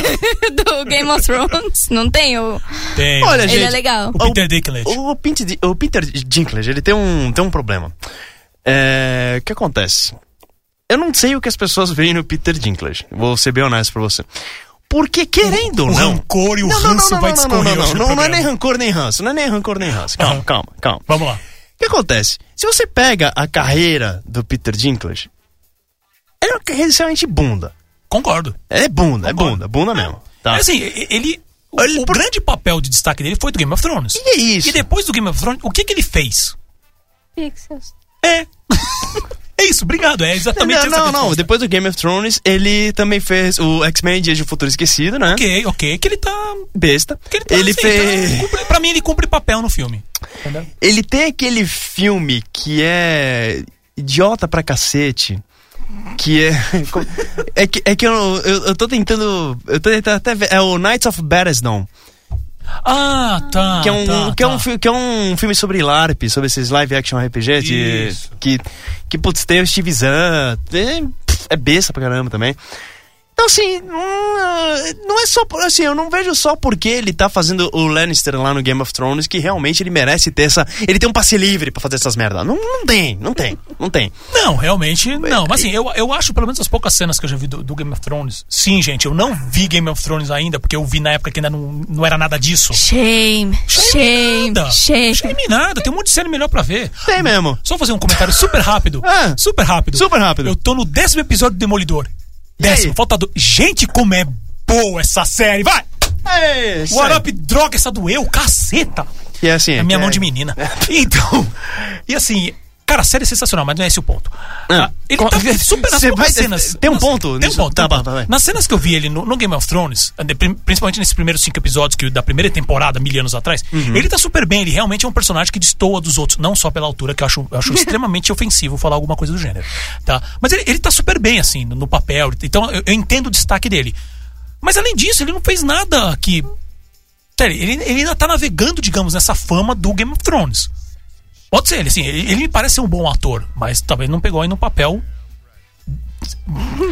[SPEAKER 6] do Game of Thrones. Não tem o.
[SPEAKER 5] Tem.
[SPEAKER 1] Olha,
[SPEAKER 6] Ele
[SPEAKER 1] gente.
[SPEAKER 6] é legal.
[SPEAKER 5] o Peter Dinklage.
[SPEAKER 1] O Peter, Di- o Peter Dinklage, ele tem um, tem um problema. É, o que acontece? Eu não sei o que as pessoas veem no Peter Dinklage. Vou ser bem honesto pra você. Porque, querendo ou
[SPEAKER 5] o
[SPEAKER 1] não...
[SPEAKER 5] rancor e o
[SPEAKER 1] não, não,
[SPEAKER 5] ranço
[SPEAKER 1] não,
[SPEAKER 5] vai
[SPEAKER 1] não, não,
[SPEAKER 5] discorrer
[SPEAKER 1] não, não,
[SPEAKER 5] hoje no
[SPEAKER 1] não, não é
[SPEAKER 5] programa.
[SPEAKER 1] nem rancor nem ranço. Não é nem rancor nem ranço. Calma,
[SPEAKER 5] Aham.
[SPEAKER 1] calma, calma.
[SPEAKER 5] Vamos lá.
[SPEAKER 1] O que acontece? Se você pega a carreira do Peter Dinklage, ele é uma carreira extremamente bunda.
[SPEAKER 5] Concordo.
[SPEAKER 1] É bunda, é
[SPEAKER 5] Concordo.
[SPEAKER 1] bunda, bunda mesmo. Tá.
[SPEAKER 5] Mas assim, e- ele. O,
[SPEAKER 1] Ele-
[SPEAKER 5] o grande papel de destaque dele foi do Game of Thrones.
[SPEAKER 1] E é isso.
[SPEAKER 5] E depois do Game of Thrones, o que, que ele fez?
[SPEAKER 6] Pixels.
[SPEAKER 5] É. é isso, obrigado. É exatamente
[SPEAKER 1] Não,
[SPEAKER 5] essa
[SPEAKER 1] não,
[SPEAKER 5] questão.
[SPEAKER 1] não. Depois do Game of Thrones, ele também fez o X-Men Dias de Futuro Esquecido, né?
[SPEAKER 5] Ok, ok. Que ele tá.
[SPEAKER 1] Besta.
[SPEAKER 5] Que ele tá
[SPEAKER 1] Ele
[SPEAKER 5] assim,
[SPEAKER 1] fez.
[SPEAKER 5] tá- cumpre- pra mim, ele cumpre papel no filme. Entendeu?
[SPEAKER 1] Ele tem aquele filme que é idiota pra cacete. Que é. é, que, é que eu, eu, eu tô tentando. Eu tô tentando até ver. É o Knights of Battlesdown.
[SPEAKER 5] Ah, tá.
[SPEAKER 1] que é um,
[SPEAKER 5] tá,
[SPEAKER 1] que é
[SPEAKER 5] tá.
[SPEAKER 1] um, fi- que é um filme sobre LARP, sobre esses live action RPG de,
[SPEAKER 5] Isso.
[SPEAKER 1] que, que, putz, tem o Steve Zahn, tem- pff, é besta pra caramba também. Então, assim, não, ah, não é só, por- assim, eu não vejo só porque ele tá fazendo o Lannister lá no Game of Thrones, que realmente ele merece ter essa, ele tem um passe livre pra fazer essas merdas. Não, não tem, não tem, não tem.
[SPEAKER 5] Não, realmente não. Mas assim, eu, eu acho pelo menos as poucas cenas que eu já vi do, do Game of Thrones. Sim, gente, eu não vi Game of Thrones ainda, porque eu vi na época que ainda não, não era nada disso.
[SPEAKER 6] Shame. Shame.
[SPEAKER 5] nada.
[SPEAKER 6] Shame.
[SPEAKER 5] Shame nada, tem um monte de cena melhor pra ver.
[SPEAKER 1] Tem mesmo.
[SPEAKER 5] Só fazer um comentário super rápido.
[SPEAKER 1] Ah,
[SPEAKER 5] super rápido.
[SPEAKER 1] super rápido.
[SPEAKER 5] Eu tô no décimo episódio do Demolidor.
[SPEAKER 1] E aí?
[SPEAKER 5] Décimo, falta do. Gente, como é boa essa série! Vai!
[SPEAKER 1] É, isso
[SPEAKER 5] What
[SPEAKER 1] aí.
[SPEAKER 5] up, droga, essa doeu, caceta!
[SPEAKER 1] E é assim,
[SPEAKER 5] É minha
[SPEAKER 1] é-
[SPEAKER 5] mão de menina. Então, e assim, cara, a série é sensacional, mas não é esse o ponto.
[SPEAKER 1] Ah.
[SPEAKER 5] Ah, ele tá super nas
[SPEAKER 1] Cê
[SPEAKER 5] poucas
[SPEAKER 1] vai-
[SPEAKER 5] cenas.
[SPEAKER 1] tem um
[SPEAKER 5] nas-
[SPEAKER 1] ponto
[SPEAKER 5] Tem um
[SPEAKER 1] nisso?
[SPEAKER 5] ponto.
[SPEAKER 1] Tá
[SPEAKER 5] tem um
[SPEAKER 1] bom,
[SPEAKER 5] ponto.
[SPEAKER 1] vai, vai.
[SPEAKER 5] Nas cenas que eu vi ele no, no Game of Thrones, eh, prim- principalmente nesses primeiros cinco episódios que, da primeira temporada, mil anos atrás,
[SPEAKER 1] Uhum.
[SPEAKER 5] ele tá super bem. Ele realmente é um personagem que destoa dos outros, não só pela altura, que eu acho, eu acho extremamente ofensivo falar alguma coisa do gênero. Tá? Mas ele, ele tá super bem, assim, no, no papel. Então eu, eu entendo o destaque dele. Mas além disso, ele não fez nada que. Sério, ele, ele ainda tá navegando, digamos, nessa fama do Game of Thrones. Pode ser, ele, assim, ele, ele me parece ser um bom ator, mas talvez não pegou ainda um papel.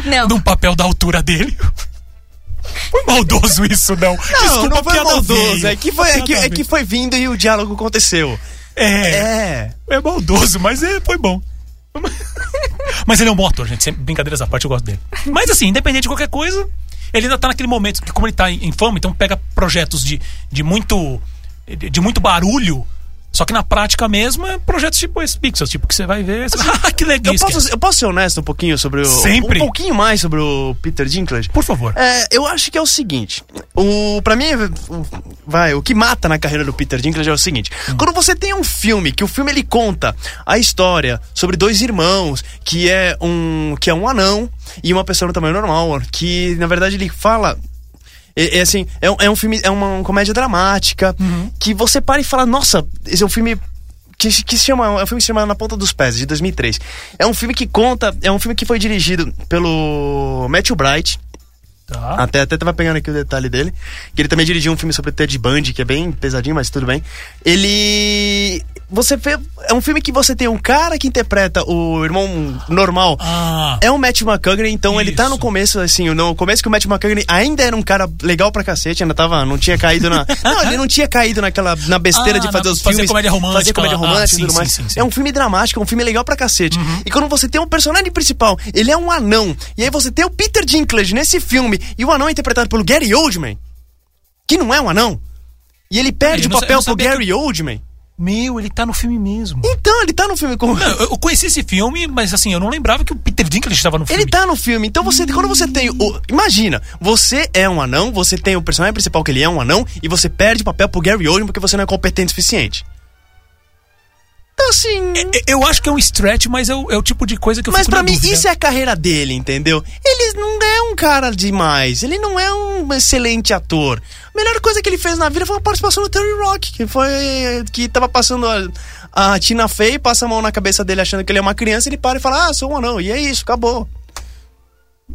[SPEAKER 6] Não.
[SPEAKER 5] de um papel da altura dele. Foi maldoso isso, não.
[SPEAKER 1] Não, não
[SPEAKER 5] a
[SPEAKER 1] foi
[SPEAKER 5] piada
[SPEAKER 1] maldoso.
[SPEAKER 5] veio.
[SPEAKER 1] É que foi, é
[SPEAKER 5] A
[SPEAKER 1] que,
[SPEAKER 5] piada
[SPEAKER 1] é que
[SPEAKER 5] veio.
[SPEAKER 1] foi vindo e o diálogo aconteceu.
[SPEAKER 5] É,
[SPEAKER 1] É.
[SPEAKER 5] é maldoso, mas é, foi bom. Mas ele é um bom ator, gente. Sempre, brincadeiras à parte, eu gosto dele. Mas assim, independente de qualquer coisa, ele ainda tá naquele momento que, como ele tá em, em fama, então pega projetos de, de muito. de de muito barulho. Só que na prática mesmo é projetos tipo esse Pixels, tipo, que você vai ver. Você... Ah, que legal!
[SPEAKER 1] Assim, Eu
[SPEAKER 5] esquece.
[SPEAKER 1] posso, eu posso ser honesto um pouquinho sobre o.
[SPEAKER 5] Sempre.
[SPEAKER 1] Um pouquinho mais sobre o Peter Dinklage?
[SPEAKER 5] Por favor.
[SPEAKER 1] É, eu acho que é o seguinte. O, pra mim, o- vai, o que mata na carreira do Peter Dinklage é o seguinte. Quando você tem um filme, que o filme ele conta a história sobre dois irmãos, que é um, que é um anão e uma pessoa no tamanho normal, que na verdade ele fala... É, é assim, é, um- é um filme, é uma, comédia dramática, que você para e fala, nossa, esse é um filme que, se- que se chama, é um filme que se chama Na Ponta dos Pés, de 2003. É um filme que conta, é um filme que foi dirigido pelo Matthew Bright,
[SPEAKER 5] Tá.
[SPEAKER 1] até, até tava pegando aqui o detalhe dele. Que ele também dirigiu um filme sobre Ted Bundy, que é bem pesadinho, mas tudo bem. Ele. Você vê. É um filme que você tem um cara que interpreta o irmão normal.
[SPEAKER 5] Ah.
[SPEAKER 1] É o Matt McCugnan, então ele tá no
[SPEAKER 5] Isso.
[SPEAKER 1] começo, assim, no começo que o Matt McCugnan ainda era um cara legal pra cacete, ainda tava, não tinha caído na. não, ele não tinha caído naquela, na besteira
[SPEAKER 5] Ah,
[SPEAKER 1] de fazer
[SPEAKER 5] na-
[SPEAKER 1] os
[SPEAKER 5] fazer
[SPEAKER 1] filmes.
[SPEAKER 5] comédia romântica
[SPEAKER 1] Fazer comédia
[SPEAKER 5] lá. Ah,
[SPEAKER 1] romântica e
[SPEAKER 5] sim,
[SPEAKER 1] tudo
[SPEAKER 5] sim,
[SPEAKER 1] mais.
[SPEAKER 5] sim, Uhum. sim.
[SPEAKER 1] É um filme dramático, é um filme legal pra cacete. E quando você tem um personagem principal, ele é um anão, e aí você tem o Peter Dinklage nesse filme, e o anão é interpretado pelo Gary Oldman, que não é um anão. E ele perde
[SPEAKER 5] eu
[SPEAKER 1] o
[SPEAKER 5] não sa- eu
[SPEAKER 1] papel
[SPEAKER 5] não
[SPEAKER 1] pro
[SPEAKER 5] sabia
[SPEAKER 1] Gary Oldman.
[SPEAKER 5] Meu, ele tá no filme mesmo.
[SPEAKER 1] Então, ele tá no filme com.
[SPEAKER 5] Não, eu conheci esse filme, mas assim, eu não lembrava que o Peter Dinklage estava no filme.
[SPEAKER 1] Ele tá no filme. Então você, quando você tem o, imagina, você é um anão, você tem o personagem principal que ele é um anão e você perde o papel pro Gary Oldman porque você não é competente o suficiente. Então assim,
[SPEAKER 5] E- Eu acho que é um stretch, mas é o, é né? o tipo de coisa que eu
[SPEAKER 1] mas
[SPEAKER 5] fico
[SPEAKER 1] pra
[SPEAKER 5] na
[SPEAKER 1] mim
[SPEAKER 5] dúvida.
[SPEAKER 1] isso é a carreira dele, entendeu? Ele não é um cara demais, ele não é um excelente ator. A melhor coisa que ele fez na vida foi uma participação no Terry Rock, que foi que tava passando a, a Tina Fey, passa a mão na cabeça dele achando que ele é uma criança, ele para e fala: "Ah, sou um anão". E é isso, acabou.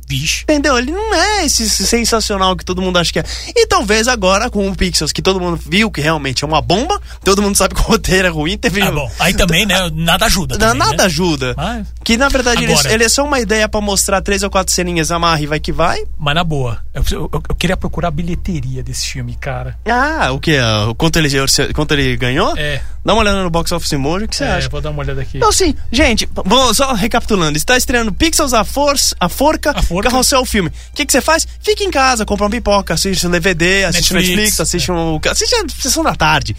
[SPEAKER 5] Vixe.
[SPEAKER 1] Entendeu? Ele não é esse sensacional que todo mundo acha que é. E talvez agora, com o Pixels, que todo mundo viu que realmente é uma bomba, todo mundo sabe que o roteiro é ruim, teve.
[SPEAKER 5] Ah, bom. Aí também, né? Nada ajuda.
[SPEAKER 1] Na-
[SPEAKER 5] também,
[SPEAKER 1] nada
[SPEAKER 5] né?
[SPEAKER 1] ajuda.
[SPEAKER 5] Mas-
[SPEAKER 1] Que na verdade ele,
[SPEAKER 5] Agora-
[SPEAKER 1] ele é só uma ideia pra mostrar três ou quatro ceninhas, amarra e vai que vai.
[SPEAKER 5] Mas na boa. Eu, eu- eu queria procurar a bilheteria desse filme, cara.
[SPEAKER 1] Ah, o que? Quanto ele, quanto ele ganhou?
[SPEAKER 5] É.
[SPEAKER 1] Dá uma olhada no box office emoji, o que você
[SPEAKER 5] é,
[SPEAKER 1] acha?
[SPEAKER 5] vou dar uma olhada aqui.
[SPEAKER 1] Então, assim, gente, vou só recapitulando. Está estreando Pixels, a, força, a Forca,
[SPEAKER 5] A Forca.
[SPEAKER 1] Carrossel, o filme. O que, que você faz? Fica em casa, compra uma pipoca, assiste um DVD, assiste Netflix,
[SPEAKER 5] Netflix, é.
[SPEAKER 1] assiste, um, assiste a Sessão da Tarde.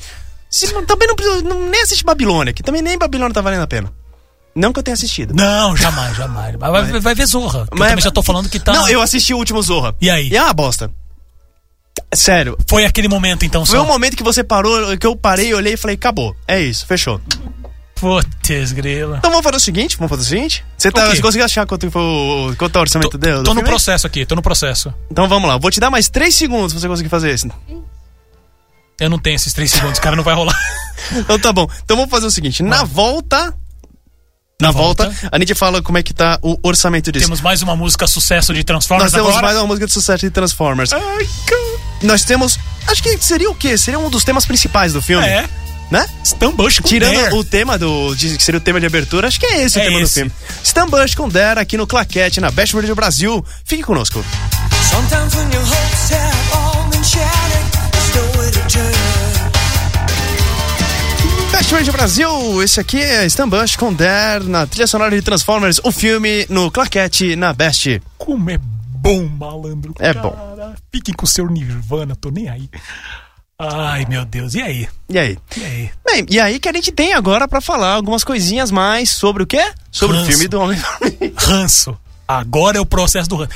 [SPEAKER 1] Se- também não precisa, não- nem assiste Babilônia, que também nem Babilônia tá valendo a pena. Não que eu tenha assistido.
[SPEAKER 5] Não, jamais, jamais. Mas vai, vai ver Zorra. que eu também já tô falando que tá.
[SPEAKER 1] é Não, eu assisti o último Zorra.
[SPEAKER 5] E aí?
[SPEAKER 1] E é uma bosta. Sério.
[SPEAKER 5] Foi aquele momento, então,
[SPEAKER 1] Foi
[SPEAKER 5] só.
[SPEAKER 1] um momento que você parou, que eu parei, olhei e falei, acabou. É isso, fechou.
[SPEAKER 5] Putz, grila.
[SPEAKER 1] Então vamos fazer o seguinte, vamos fazer o seguinte. Você, tá,
[SPEAKER 5] O quê?
[SPEAKER 1] você conseguiu achar quanto foi o, quanto é o orçamento
[SPEAKER 5] Tô,
[SPEAKER 1] dele? do
[SPEAKER 5] tô no
[SPEAKER 1] filme?
[SPEAKER 5] processo aqui, tô no processo.
[SPEAKER 1] Então vamos lá, eu vou te dar mais 3 segundos pra você conseguir fazer isso.
[SPEAKER 5] Eu não tenho esses três segundos, cara, não vai rolar.
[SPEAKER 1] Então tá bom. Então vamos fazer o seguinte, na volta... Na volta,
[SPEAKER 5] volta.
[SPEAKER 1] a gente fala como é que tá o orçamento disso.
[SPEAKER 5] Temos mais uma música sucesso de Transformers
[SPEAKER 1] Nós temos
[SPEAKER 5] agora.
[SPEAKER 1] mais uma música de sucesso de Transformers.
[SPEAKER 5] Ai, cara.
[SPEAKER 1] Nós temos... Acho que seria o quê? Seria um dos temas principais do filme,
[SPEAKER 5] É.
[SPEAKER 1] né?
[SPEAKER 5] Stambush com
[SPEAKER 1] Tirando
[SPEAKER 5] Dare.
[SPEAKER 1] o tema do. de- que seria o tema de abertura, acho que é esse o
[SPEAKER 5] É
[SPEAKER 1] tema do
[SPEAKER 5] esse.
[SPEAKER 1] filme. Stambush com Dare aqui no Claquete, na Best Radio Brasil. Fique conosco.
[SPEAKER 2] Sometimes when your hopes have all been shattered, there's nowhere to turn.
[SPEAKER 1] Best Radio Brasil, esse aqui é Stambush com Dare na trilha sonora de Transformers, o filme no Claquete, na Best.
[SPEAKER 5] Como é bom, malandro.
[SPEAKER 1] É
[SPEAKER 5] cara. Fiquem com o seu Nirvana, tô nem aí. Ai, meu Deus. E aí?
[SPEAKER 1] E aí?
[SPEAKER 5] E aí?
[SPEAKER 1] Bem, e aí que a gente tem agora pra falar algumas coisinhas mais sobre o quê? Sobre o
[SPEAKER 5] Ranço.
[SPEAKER 1] filme do homem
[SPEAKER 5] Ranço. Agora é o processo do ranço.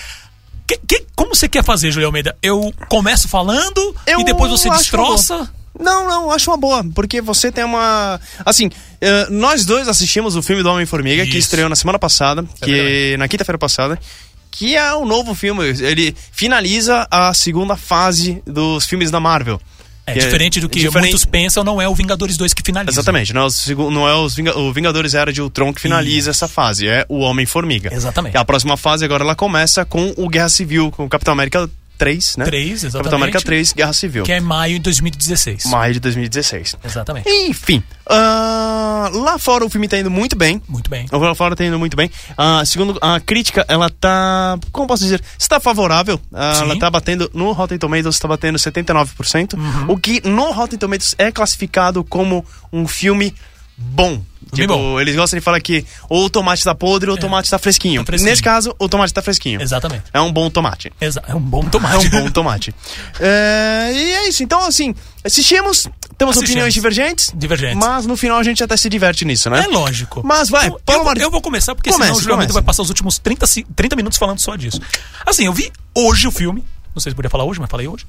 [SPEAKER 5] Que- que- como você quer fazer, Julia Almeida? Eu começo falando e depois você
[SPEAKER 1] acho uma
[SPEAKER 5] destroça?
[SPEAKER 1] boa. Não, não, acho uma boa, porque você tem uma. Assim, eh, nós dois assistimos o filme do Homem-Formiga, que
[SPEAKER 5] Isso. É
[SPEAKER 1] estreou na semana passada, que
[SPEAKER 5] verdade.
[SPEAKER 1] na quinta-feira passada, que é um novo filme. Ele finaliza a segunda fase dos filmes da Marvel.
[SPEAKER 5] É,
[SPEAKER 1] Que é
[SPEAKER 5] diferente do que
[SPEAKER 1] diferente-
[SPEAKER 5] muitos pensam, não é o Vingadores 2 que finaliza.
[SPEAKER 1] Exatamente, não é, o, segu- não é os Vinga- o Vingadores Era de Ultron que finaliza essa fase, é o Homem-Formiga.
[SPEAKER 5] Exatamente.
[SPEAKER 1] A próxima fase agora ela começa com o Guerra Civil, com o Capitão América 3, né?
[SPEAKER 5] 3, exatamente.
[SPEAKER 1] Capitão América 3, Guerra Civil.
[SPEAKER 5] Que é maio de 2016.
[SPEAKER 1] Maio de 2016.
[SPEAKER 5] Exatamente.
[SPEAKER 1] Enfim, ah, lá fora o filme tá indo muito bem.
[SPEAKER 5] Muito bem.
[SPEAKER 1] O Lá fora tá indo muito bem. Ah, segundo a crítica, ela tá. Como posso dizer? Está favorável. Ah,
[SPEAKER 5] Sim.
[SPEAKER 1] ela tá batendo. No Rotten Tomatoes, tá batendo 79%.
[SPEAKER 5] Uhum.
[SPEAKER 1] O que no Rotten Tomatoes é classificado como um filme bom. Tipo,
[SPEAKER 5] Filme bom.
[SPEAKER 1] eles gostam de falar que ou o tomate tá podre ou o tomate tá fresquinho.
[SPEAKER 5] Tá fresquinho.
[SPEAKER 1] Nesse caso, o tomate tá fresquinho.
[SPEAKER 5] Exatamente.
[SPEAKER 1] É um bom tomate.
[SPEAKER 5] Exa- é um bom
[SPEAKER 1] É
[SPEAKER 5] tomate.
[SPEAKER 1] um bom tomate. É, e é isso. Então, assim, assistimos, temos
[SPEAKER 5] Assistimos.
[SPEAKER 1] opiniões divergentes.
[SPEAKER 5] Divergentes.
[SPEAKER 1] Mas no final a gente até se diverte nisso, né?
[SPEAKER 5] É lógico.
[SPEAKER 1] Mas vai,
[SPEAKER 5] Eu-
[SPEAKER 1] Paulo
[SPEAKER 5] eu,
[SPEAKER 1] Mar-
[SPEAKER 5] eu vou começar, porque
[SPEAKER 1] Comece,
[SPEAKER 5] senão o julgamento
[SPEAKER 1] comece.
[SPEAKER 5] vai passar os últimos 30, se- 30 minutos falando só disso. Assim, eu vi hoje o filme. Não sei se podia falar hoje, mas falei hoje.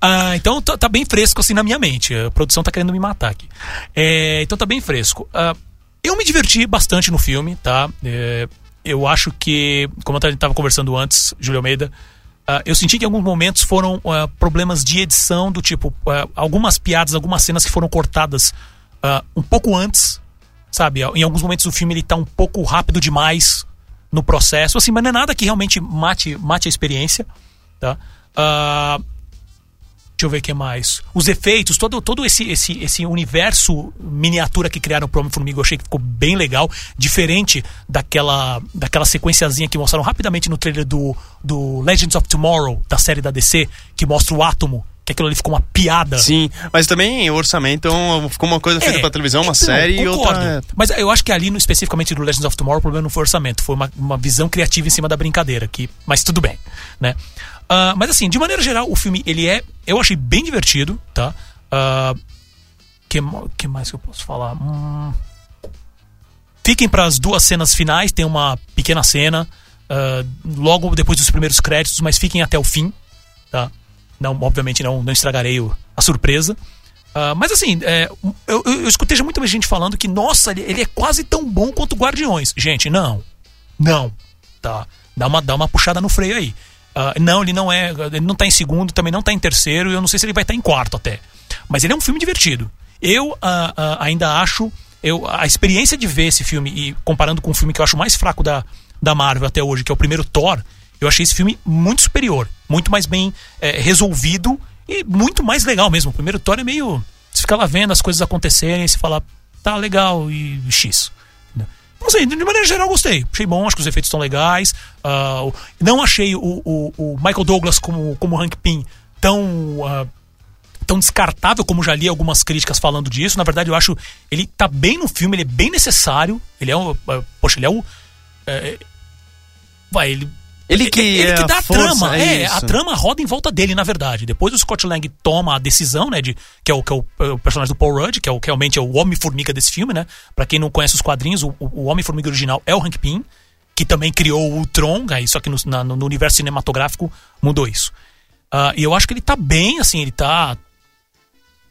[SPEAKER 5] Ah, então tá, tá bem fresco assim na minha mente. A produção tá querendo me matar aqui. É, então tá bem fresco. Ah, eu me diverti bastante no filme, tá? É, eu acho que, como eu tava conversando antes, Júlio Almeida, ah, eu senti que em alguns momentos foram ah, problemas de edição, do tipo, ah, algumas piadas, algumas cenas que foram cortadas ah, um pouco antes sabe? Em alguns momentos o filme ele tá um pouco rápido demais no processo, assim, mas não é nada que realmente mate, mate a experiência, tá? Ah, deixa eu ver o que mais. Os efeitos, todo, todo esse, esse, esse universo miniatura que criaram pro Homem-Formiga, eu achei que ficou bem legal, diferente daquela, daquela sequenciazinha que mostraram rapidamente no trailer do, do Legends of Tomorrow, da série da DC, que mostra o átomo, que aquilo ali ficou uma piada.
[SPEAKER 1] Sim, mas também o orçamento é um, ficou uma coisa feita
[SPEAKER 5] É,
[SPEAKER 1] pra televisão, uma
[SPEAKER 5] então,
[SPEAKER 1] série e
[SPEAKER 5] concordo.
[SPEAKER 1] outra. é-
[SPEAKER 5] Mas eu acho que ali, no, especificamente do Legends of Tomorrow, o problema não foi o orçamento, foi uma, uma visão criativa em cima da brincadeira, que, mas tudo bem, né? Ah, mas assim, de maneira geral, o filme, ele é, eu achei bem divertido, tá? Ah, que, mo- que mais que eu posso falar? Hum. Fiquem para as duas cenas finais, tem uma pequena cena ah, logo depois dos primeiros créditos, mas fiquem até o fim, tá? Não, obviamente não, não estragarei o- a surpresa. Ah, mas assim, é, eu, eu- eu escutei já muita gente falando que, nossa, ele, ele é quase tão bom quanto Guardiões. Gente, não. Não. Tá. Dá uma, dá uma puxada no freio aí. Ah, não, ele não é. Ele não tá em segundo, também não tá em terceiro, e eu não sei se ele vai estar em quarto até. Mas ele é um filme divertido. Eu ah, ah, ainda acho. Eu, a experiência de ver esse filme, e comparando com o filme que eu acho mais fraco da, da Marvel até hoje, que é o primeiro Thor, eu achei esse filme muito superior, muito mais bem eh, resolvido e muito mais legal mesmo. O primeiro Thor é meio. Você fica lá vendo as coisas acontecerem, você fala, tá legal e X. Não sei, de maneira geral eu gostei. Achei bom, acho que os efeitos estão legais. Ah, o- não achei o, o- o Michael Douglas como, como Hank Pym tão. ah, tão descartável como já li algumas críticas falando disso. Na verdade, eu acho ele tá bem no filme, ele é bem necessário. Ele é o. ah, Poxa, ele é o. é, vai, ele.
[SPEAKER 1] Ele que,
[SPEAKER 5] ele
[SPEAKER 1] é
[SPEAKER 5] que dá a
[SPEAKER 1] força,
[SPEAKER 5] trama, é,
[SPEAKER 1] é
[SPEAKER 5] a
[SPEAKER 1] isso.
[SPEAKER 5] trama roda em volta dele, na verdade. Depois o Scott Lang toma a decisão, né, de que é o, que é o, é o personagem do Paul Rudd, que é o que realmente é o Homem-Formiga desse filme, né? Pra quem não conhece os quadrinhos, o, o- o Homem-Formiga original é o Hank Pym, que também criou o Ultron, aí só que no, na- no universo cinematográfico mudou isso. Ah, e eu acho que ele tá bem, assim, ele tá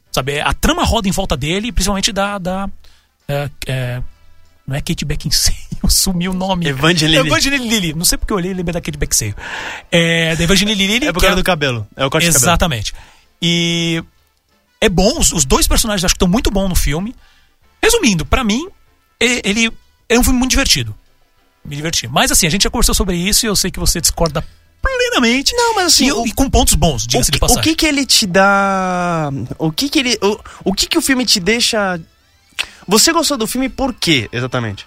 [SPEAKER 5] sabe, é, a trama roda em volta dele, principalmente da, da é, é, não é Kate Beckinsale, eu sumi o nome.
[SPEAKER 1] é Evangeline Lilly.
[SPEAKER 5] Evangeline Lilly. Não sei porque eu olhei e lembrei da Kate Beckinsale. É, da Evangeline Lilly.
[SPEAKER 1] É por
[SPEAKER 5] que
[SPEAKER 1] causa do cabelo. É o corte de cabelo.
[SPEAKER 5] Exatamente. E é bom, os, os dois personagens acho que estão muito bons no filme. Resumindo, pra mim, e- ele é um filme muito divertido. Me diverti. Mas assim, a gente já conversou sobre isso e eu sei que você discorda plenamente.
[SPEAKER 1] Não, mas assim,
[SPEAKER 5] E, eu-
[SPEAKER 1] o-
[SPEAKER 5] e com pontos bons, diga-se
[SPEAKER 1] O que,
[SPEAKER 5] de
[SPEAKER 1] o
[SPEAKER 5] passagem.
[SPEAKER 1] que que ele te dá. O que que ele. O, o que que o filme te deixa. Você gostou do filme por quê, exatamente?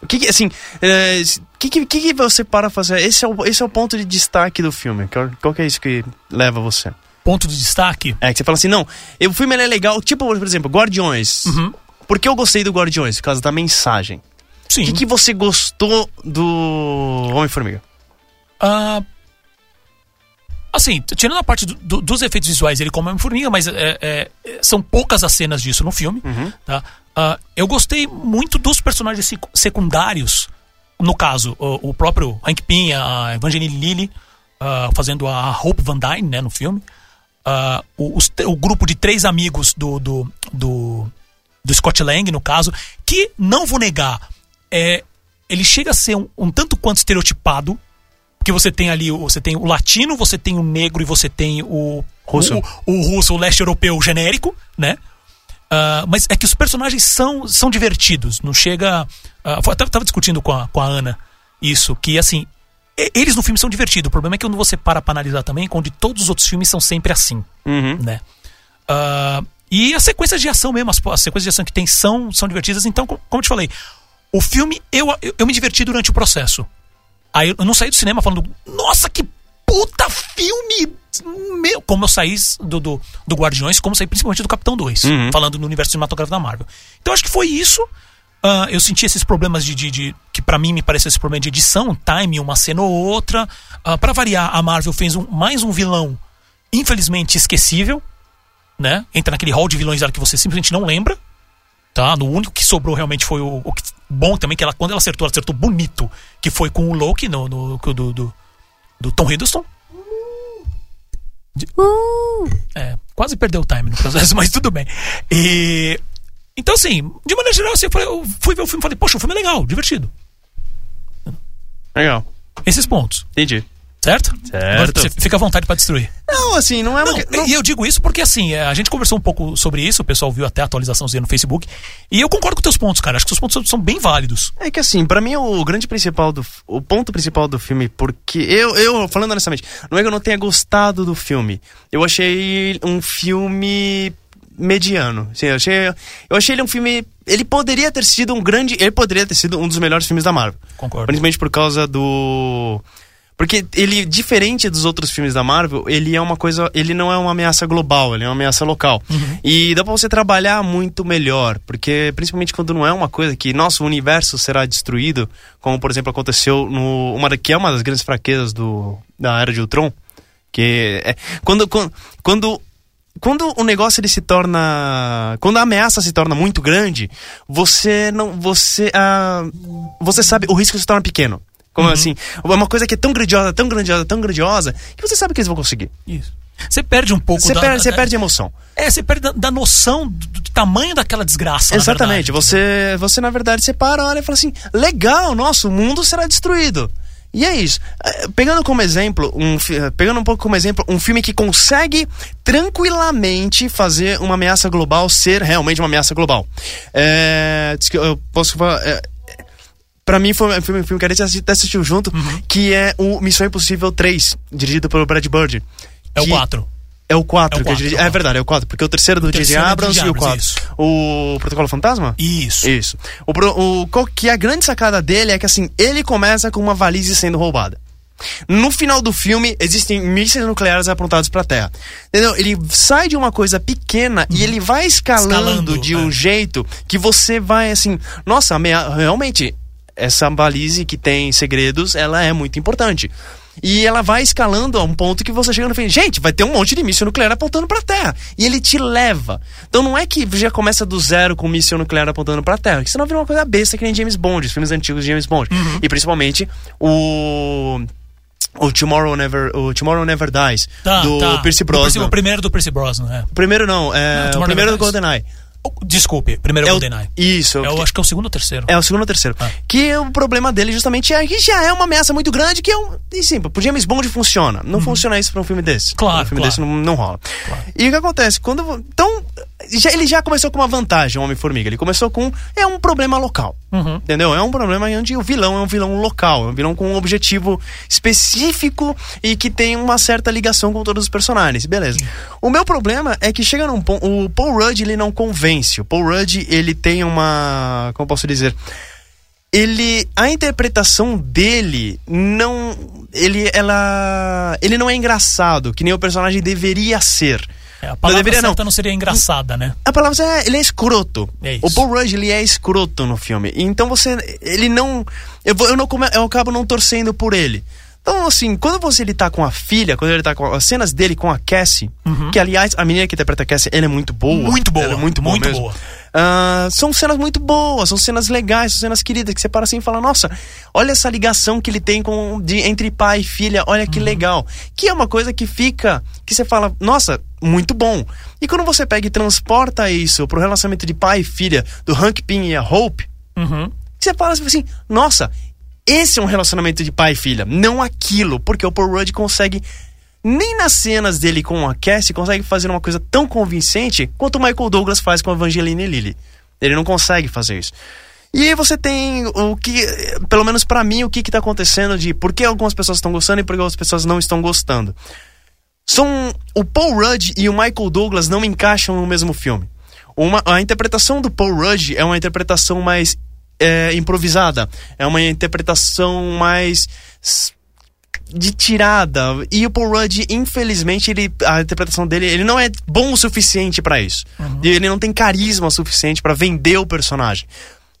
[SPEAKER 1] O que que, assim. é, s- O que que, que que você para fazer? Esse é, o, esse é o ponto de destaque do filme. Qual, qual que é isso que leva você?
[SPEAKER 5] Ponto de destaque.
[SPEAKER 1] É, que você fala assim, não, e o filme ele é legal, tipo, por exemplo, Guardiões. Por que eu gostei do Guardiões? Por causa da mensagem.
[SPEAKER 5] Sim.
[SPEAKER 1] O que, que você gostou do Homem-Formiga?
[SPEAKER 5] Ah, assim, t- tirando a parte do- do- dos efeitos visuais, ele como é uma formiga, mas é, é, é, são poucas as cenas disso no filme. Tá? Ah, eu gostei muito dos personagens secu- secundários. No caso, o, o próprio Hank Pym, a Evangeline Lilly, ah, fazendo a Hope Van Dyne né, no filme. Ah, o, os t- o grupo de três amigos do- do, do, do Scott Lang, no caso, que não vou negar, é, ele chega a ser um, um tanto quanto estereotipado, porque você tem ali, o- você tem o latino, você tem o negro e você tem o
[SPEAKER 1] Russo.
[SPEAKER 5] o, o russo, o leste europeu genérico, né? Ah, mas é que os personagens são, são divertidos, não chega. ah, foi- até tava discutindo com a, com a Ana isso, que assim, e- eles no filme são divertidos. O problema é que quando você para pra analisar também, é onde todos os outros filmes são sempre assim, né? Ah, e as sequências de ação mesmo, as, as sequências de ação que tem são, são divertidas. Então, co- como eu te falei, o filme, eu, eu, eu me diverti durante o processo. Aí eu eu não saí do cinema falando, nossa, que puta filme! Meu, como eu saí do, do, do Guardiões, como eu saí principalmente do Capitão 2, falando no universo cinematográfico da Marvel. Então acho que foi isso. Ah, eu senti esses problemas de. de- de- que pra mim me pareceu esse problema de edição, time, uma cena ou outra. Ah, Pra variar, a Marvel fez um- mais um vilão, infelizmente esquecível, né? Entra naquele hall de vilões lá que você simplesmente não lembra tá? No único que sobrou realmente foi o, o que- bom também, que ela, quando ela acertou, ela acertou bonito, que foi com o Loki no, no- com o do, do, do Tom Hiddleston. De- É, quase perdeu o time no processo, mas tudo bem. E. Então, assim, de maneira geral, assim, eu falei- eu fui ver o filme e falei, poxa, o filme é legal, divertido.
[SPEAKER 1] Legal.
[SPEAKER 5] Esses pontos,
[SPEAKER 1] Entendi.
[SPEAKER 5] certo? Agora
[SPEAKER 1] Certo.
[SPEAKER 5] você fica à vontade pra destruir.
[SPEAKER 1] Não, assim, não é uma.
[SPEAKER 5] Não,
[SPEAKER 1] que- não-
[SPEAKER 5] e eu digo isso porque assim, é, a gente conversou um pouco sobre isso, o pessoal viu até a atualizaçãozinha no Facebook. E eu concordo com teus pontos, cara. Acho que os pontos são- são bem válidos.
[SPEAKER 1] É que assim, pra mim o grande principal do. f- O ponto principal do filme, porque. Eu, eu, falando honestamente, não é que eu não tenha gostado do filme. Eu achei um filme mediano. Assim, eu, achei, eu achei ele um filme. Ele poderia ter sido um grande. Ele poderia ter sido um dos melhores filmes da Marvel.
[SPEAKER 5] Concordo.
[SPEAKER 1] Principalmente por causa do. Porque ele, diferente dos outros filmes da Marvel, ele é uma coisa. Ele não é uma ameaça global, ele é uma ameaça local. E dá pra você trabalhar muito melhor. Porque, principalmente quando não é uma coisa que nosso universo será destruído, como por exemplo aconteceu no. Uma, da- que é uma das grandes fraquezas do, da Era de Ultron. Que é. Quando. Quando. quando quando o negócio ele se torna, quando a ameaça se torna muito grande, você não, você, ah, você sabe o risco se torna pequeno. Como assim, é uma coisa que é tão grandiosa, tão grandiosa, tão grandiosa que você sabe que eles vão conseguir.
[SPEAKER 5] Isso. Você perde um pouco
[SPEAKER 1] Você
[SPEAKER 5] da,
[SPEAKER 1] perde, você
[SPEAKER 5] da-
[SPEAKER 1] perde a emoção.
[SPEAKER 5] É, você perde da, da noção do, do tamanho daquela desgraça. na
[SPEAKER 1] Exatamente.
[SPEAKER 5] verdade.
[SPEAKER 1] Você, você, na verdade, você para, olha e fala assim: legal, nosso mundo será destruído. E é isso. Eh, Pegando como exemplo, um, fi- eh, pegando um pouco como exemplo, um filme que consegue tranquilamente fazer uma ameaça global ser realmente uma ameaça global. É, diz que eu posso falar. eh, Pra mim foi um filme, um filme que a gente assi- até assistiu junto,
[SPEAKER 5] Uhum.
[SPEAKER 1] que é o Missão Impossível 3, dirigido pelo Brad Bird.
[SPEAKER 5] É o
[SPEAKER 1] que-
[SPEAKER 5] 4.
[SPEAKER 1] É o 4
[SPEAKER 5] É o
[SPEAKER 1] que eu
[SPEAKER 5] quatro,
[SPEAKER 1] dirigi.
[SPEAKER 5] é o
[SPEAKER 1] É
[SPEAKER 5] quatro.
[SPEAKER 1] verdade, é o 4, porque o terceiro do J.J.
[SPEAKER 5] terceiro é do
[SPEAKER 1] Abrams e o
[SPEAKER 5] Abrams,
[SPEAKER 1] 4.
[SPEAKER 5] isso.
[SPEAKER 1] O Protocolo Fantasma?
[SPEAKER 5] Isso.
[SPEAKER 1] Isso. O, pro- o, qual que é a grande sacada dele é que assim, ele começa com uma valise sendo roubada. No final do filme, existem mísseis nucleares apontados pra Terra. Entendeu? Ele sai de uma coisa pequena e ele vai escalando,
[SPEAKER 5] Uhum. Escalando,
[SPEAKER 1] de um
[SPEAKER 5] é.
[SPEAKER 1] jeito que você vai assim, nossa, amea- realmente essa valise que tem segredos, ela é muito importante. E ela vai escalando a um ponto que você chega no fim, gente, vai ter um monte de míssil nuclear apontando pra Terra. E ele te leva. Então não é que já começa do zero com míssil nuclear apontando pra Terra, que senão vira uma coisa besta que nem James Bond, os filmes antigos de James Bond.
[SPEAKER 5] Uhum.
[SPEAKER 1] E principalmente o o Tomorrow Never, o Tomorrow Never Dies
[SPEAKER 5] Tá,
[SPEAKER 1] do
[SPEAKER 5] tá.
[SPEAKER 1] Percy
[SPEAKER 5] Do Percy-
[SPEAKER 1] Brosnan.
[SPEAKER 5] o primeiro do Percy Brosnan, é.
[SPEAKER 1] primeiro não, é
[SPEAKER 5] Não, Tomorrow
[SPEAKER 1] o primeiro do
[SPEAKER 5] Never Dies.
[SPEAKER 1] GoldenEye.
[SPEAKER 5] O- Desculpe, primeiro é o GoldenEye.
[SPEAKER 1] Isso,
[SPEAKER 5] É, o- acho que é o segundo ou terceiro.
[SPEAKER 1] é o segundo ou terceiro.
[SPEAKER 5] Ah.
[SPEAKER 1] Que é o problema dele justamente é que já é uma ameaça muito grande, que é um. E sim, pro James Bond funciona.
[SPEAKER 5] Uhum.
[SPEAKER 1] Não funciona isso pra um filme desse.
[SPEAKER 5] Claro,
[SPEAKER 1] Um filme
[SPEAKER 5] claro.
[SPEAKER 1] desse não, não rola. E o que acontece? Quando. vo- Então, já- ele já começou com uma vantagem, o Homem-Formiga. Ele começou com. É um problema local.
[SPEAKER 5] Uhum.
[SPEAKER 1] Entendeu? É um problema onde o vilão é um vilão local. É um vilão com um objetivo específico e que tem uma certa ligação com todos os personagens. Beleza. O meu problema é que chega num ponto. O Paul Rudd, ele não convence. O Paul Rudd, ele tem uma. Como eu posso dizer? ele a interpretação dele não ele ela ele não é engraçado que nem o personagem deveria ser
[SPEAKER 5] É, a palavra
[SPEAKER 1] deveria, não.
[SPEAKER 5] certa não. seria engraçada, né?
[SPEAKER 1] a palavra é ele é escroto
[SPEAKER 5] É isso.
[SPEAKER 1] o Paul Rudd ele é escroto no filme então você ele não eu vou- eu não come- eu acabo não torcendo por ele então, assim, quando você ele tá com a filha, quando ele tá com as cenas dele com a Cassie,
[SPEAKER 5] Uhum.
[SPEAKER 1] que aliás, a menina que interpreta a Cassie, ela é muito boa.
[SPEAKER 5] Muito boa,
[SPEAKER 1] Ela é muito boa.
[SPEAKER 5] muito
[SPEAKER 1] mesmo.
[SPEAKER 5] boa.
[SPEAKER 1] Ah, são cenas muito boas, são cenas legais, são cenas queridas, que você para assim e fala, nossa, olha essa ligação que ele tem com, de- entre pai e filha, olha
[SPEAKER 5] Uhum.
[SPEAKER 1] que legal. Que é uma coisa que fica, que você fala, nossa, muito bom. E quando você pega e transporta isso pro relacionamento de pai e filha do Hank Pym e a Hope, você fala assim, nossa, esse é um relacionamento de pai e filha, não aquilo, porque o Paul Rudd consegue nem nas cenas dele com a Cassie consegue fazer uma coisa tão convincente quanto o Michael Douglas faz com a Evangeline Lilly. Ele não consegue fazer isso. E aí você tem o que, pelo menos pra mim, o que que tá acontecendo de por que algumas pessoas estão gostando e por que algumas pessoas não estão gostando. São o Paul Rudd e o Michael Douglas não encaixam no mesmo filme. Uma, a interpretação do Paul Rudd é uma interpretação mais é, improvisada, é uma interpretação mais s- de tirada. E o Paul Rudd, infelizmente, ele, a interpretação dele, ele não é bom o suficiente pra isso.
[SPEAKER 5] Uhum.
[SPEAKER 1] E ele não tem carisma o suficiente pra vender o personagem.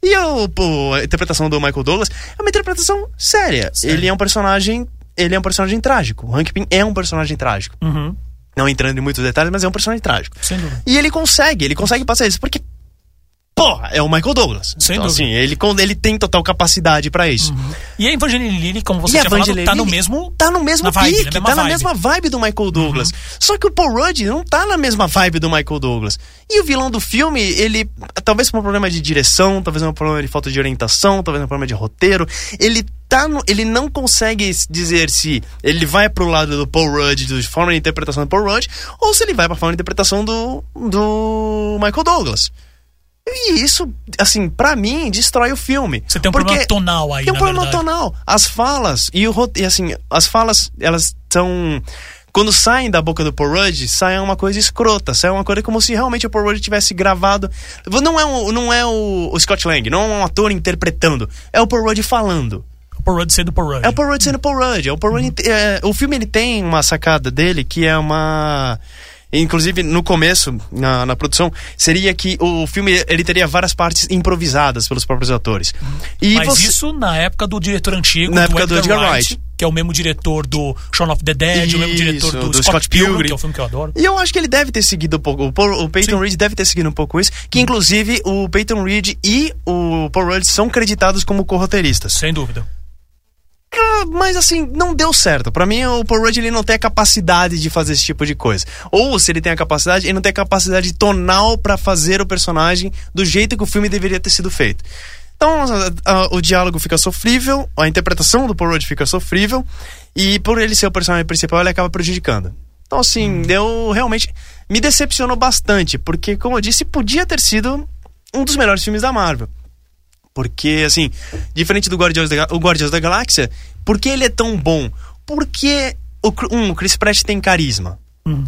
[SPEAKER 1] E o- pô, a interpretação do Michael Douglas é uma interpretação séria. Ele é um personagem, ele é um personagem trágico. O Hank Pym é um personagem trágico.
[SPEAKER 5] Uhum.
[SPEAKER 1] Não entrando em muitos detalhes, mas é um personagem trágico.
[SPEAKER 5] Sem dúvida.
[SPEAKER 1] E ele consegue, ele consegue passar isso, porque. Porra, é o Michael Douglas.
[SPEAKER 5] Sem
[SPEAKER 1] então,
[SPEAKER 5] dúvida. Uhum.
[SPEAKER 1] assim, ele, con- ele tem total capacidade pra isso.
[SPEAKER 5] E a Evangeline Lilly, como você
[SPEAKER 1] e a
[SPEAKER 5] tinha falado,
[SPEAKER 1] Evangeline
[SPEAKER 5] tá no mesmo.
[SPEAKER 1] Tá no mesmo
[SPEAKER 5] na vibe,
[SPEAKER 1] pique,
[SPEAKER 5] na
[SPEAKER 1] tá na
[SPEAKER 5] mesma vibe. Uhum.
[SPEAKER 1] mesma vibe do Michael Douglas. Só que o Paul Rudd não tá na mesma vibe do Michael Douglas. E o vilão do filme, ele. Talvez por um problema de direção, talvez um problema de falta de orientação, talvez um problema de roteiro. Ele tá no, ele não consegue s- dizer se ele vai pro lado do Paul Rudd, do- de forma de interpretação do Paul Rudd, ou se ele vai pra forma de interpretação do, do Michael Douglas. E isso, assim, pra mim, destrói o filme.
[SPEAKER 5] Você tem um
[SPEAKER 1] Porque-
[SPEAKER 5] problema tonal aí,
[SPEAKER 1] tem um
[SPEAKER 5] na
[SPEAKER 1] problema
[SPEAKER 5] verdade.
[SPEAKER 1] tonal. As falas e o rote- e assim, as falas, elas são quando saem da boca do Paul Rudd, sai uma coisa escrota, sai uma coisa como se realmente o Paul Rudd tivesse gravado. Não é o, não é o, o Scott Lang, não é um ator interpretando, é o Paul Rudd falando.
[SPEAKER 5] O Paul Rudd sendo Paul Rudd.
[SPEAKER 1] É o Paul Rudd sendo Paul Rudd. É o, Paul Rudd, inte-
[SPEAKER 5] Uhum.
[SPEAKER 1] é, o filme ele tem uma sacada dele que é uma. Inclusive, no começo, na, na produção, seria que o filme ele teria várias partes improvisadas pelos próprios atores. E
[SPEAKER 5] Uhum. Mas
[SPEAKER 1] você-
[SPEAKER 5] isso na época do diretor antigo,
[SPEAKER 1] Na época do Edgar Wright.
[SPEAKER 5] que é o mesmo diretor do Shaun of the Dead, o mesmo diretor
[SPEAKER 1] Isso,
[SPEAKER 5] do,
[SPEAKER 1] do
[SPEAKER 5] Scott,
[SPEAKER 1] Scott
[SPEAKER 5] Pilgrim,
[SPEAKER 1] Pilgrim.
[SPEAKER 5] que é um filme que eu adoro.
[SPEAKER 1] E eu acho que ele deve ter seguido um pouco. O, Paul, o Peyton Reed deve ter seguido um pouco isso. Que inclusive o Peyton Reed e o Paul Rudd são creditados como corroteiristas.
[SPEAKER 5] Sem dúvida.
[SPEAKER 1] Ah, Mas assim, não deu certo. Pra mim, o Paul Rudd ele não tem a capacidade de fazer esse tipo de coisa. Ou se ele tem a capacidade, ele não tem a capacidade tonal pra fazer o personagem do jeito que o filme deveria ter sido feito. Então, a- a- o diálogo fica sofrível, a interpretação do Paul Rudd fica sofrível, e por ele ser o personagem principal, ele acaba prejudicando. Então, assim, eu realmente me decepcionou bastante, porque, como eu disse, podia ter sido um dos melhores filmes da Marvel. Porque, assim, diferente do Guardiões da, Ga- o Guardiões da Galáxia, por que ele é tão bom? Porque, o, Cr- um, o Chris Pratt tem carisma.
[SPEAKER 5] Uhum.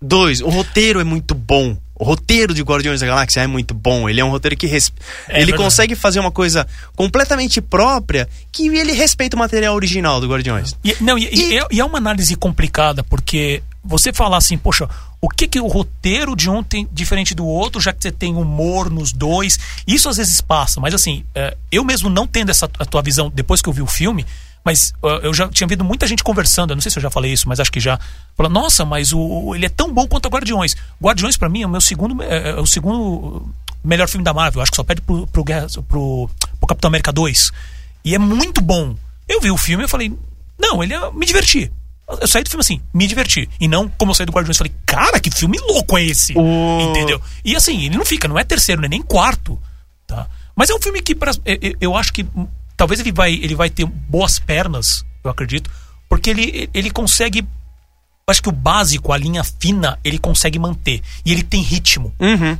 [SPEAKER 1] Dois, o roteiro é muito bom. O roteiro de Guardiões da Galáxia é muito bom. Ele é um roteiro que res-
[SPEAKER 5] É
[SPEAKER 1] ele
[SPEAKER 5] verdade.
[SPEAKER 1] consegue fazer uma coisa completamente própria que ele respeita o material original do Guardiões.
[SPEAKER 5] E, não, e, e-
[SPEAKER 1] E-
[SPEAKER 5] é- e é uma análise complicada, porque você falar assim, poxa, o que que o roteiro de um tem diferente do outro, já que você tem humor nos dois, isso às vezes passa, mas assim, é, eu mesmo não tendo essa a tua visão depois que eu vi o filme, mas é, eu já tinha visto muita gente conversando, eu não sei se eu já falei isso, mas acho que já. Falando, nossa, mas o, o- ele é tão bom quanto a Guardiões. Guardiões, pra mim, é o meu segundo. é- é o segundo melhor filme da Marvel. Acho que só perde pro, pro, Guerra- pro- pro Capitão América 2. E é muito bom. Eu vi o filme e falei, não, ele é, me diverti. Eu saí do filme assim, me diverti. E não como eu saí do Guardiões e falei, cara, que filme louco é esse?
[SPEAKER 1] O-
[SPEAKER 5] Entendeu? E assim, ele não fica, não é terceiro, não é nem quarto. Tá? Mas é um filme que pra- eu- eu- eu acho que hum, talvez ele vai, ele vai ter boas pernas, eu acredito, porque ele, ele consegue. Eu acho que o básico, a linha fina, ele consegue manter. E ele tem ritmo.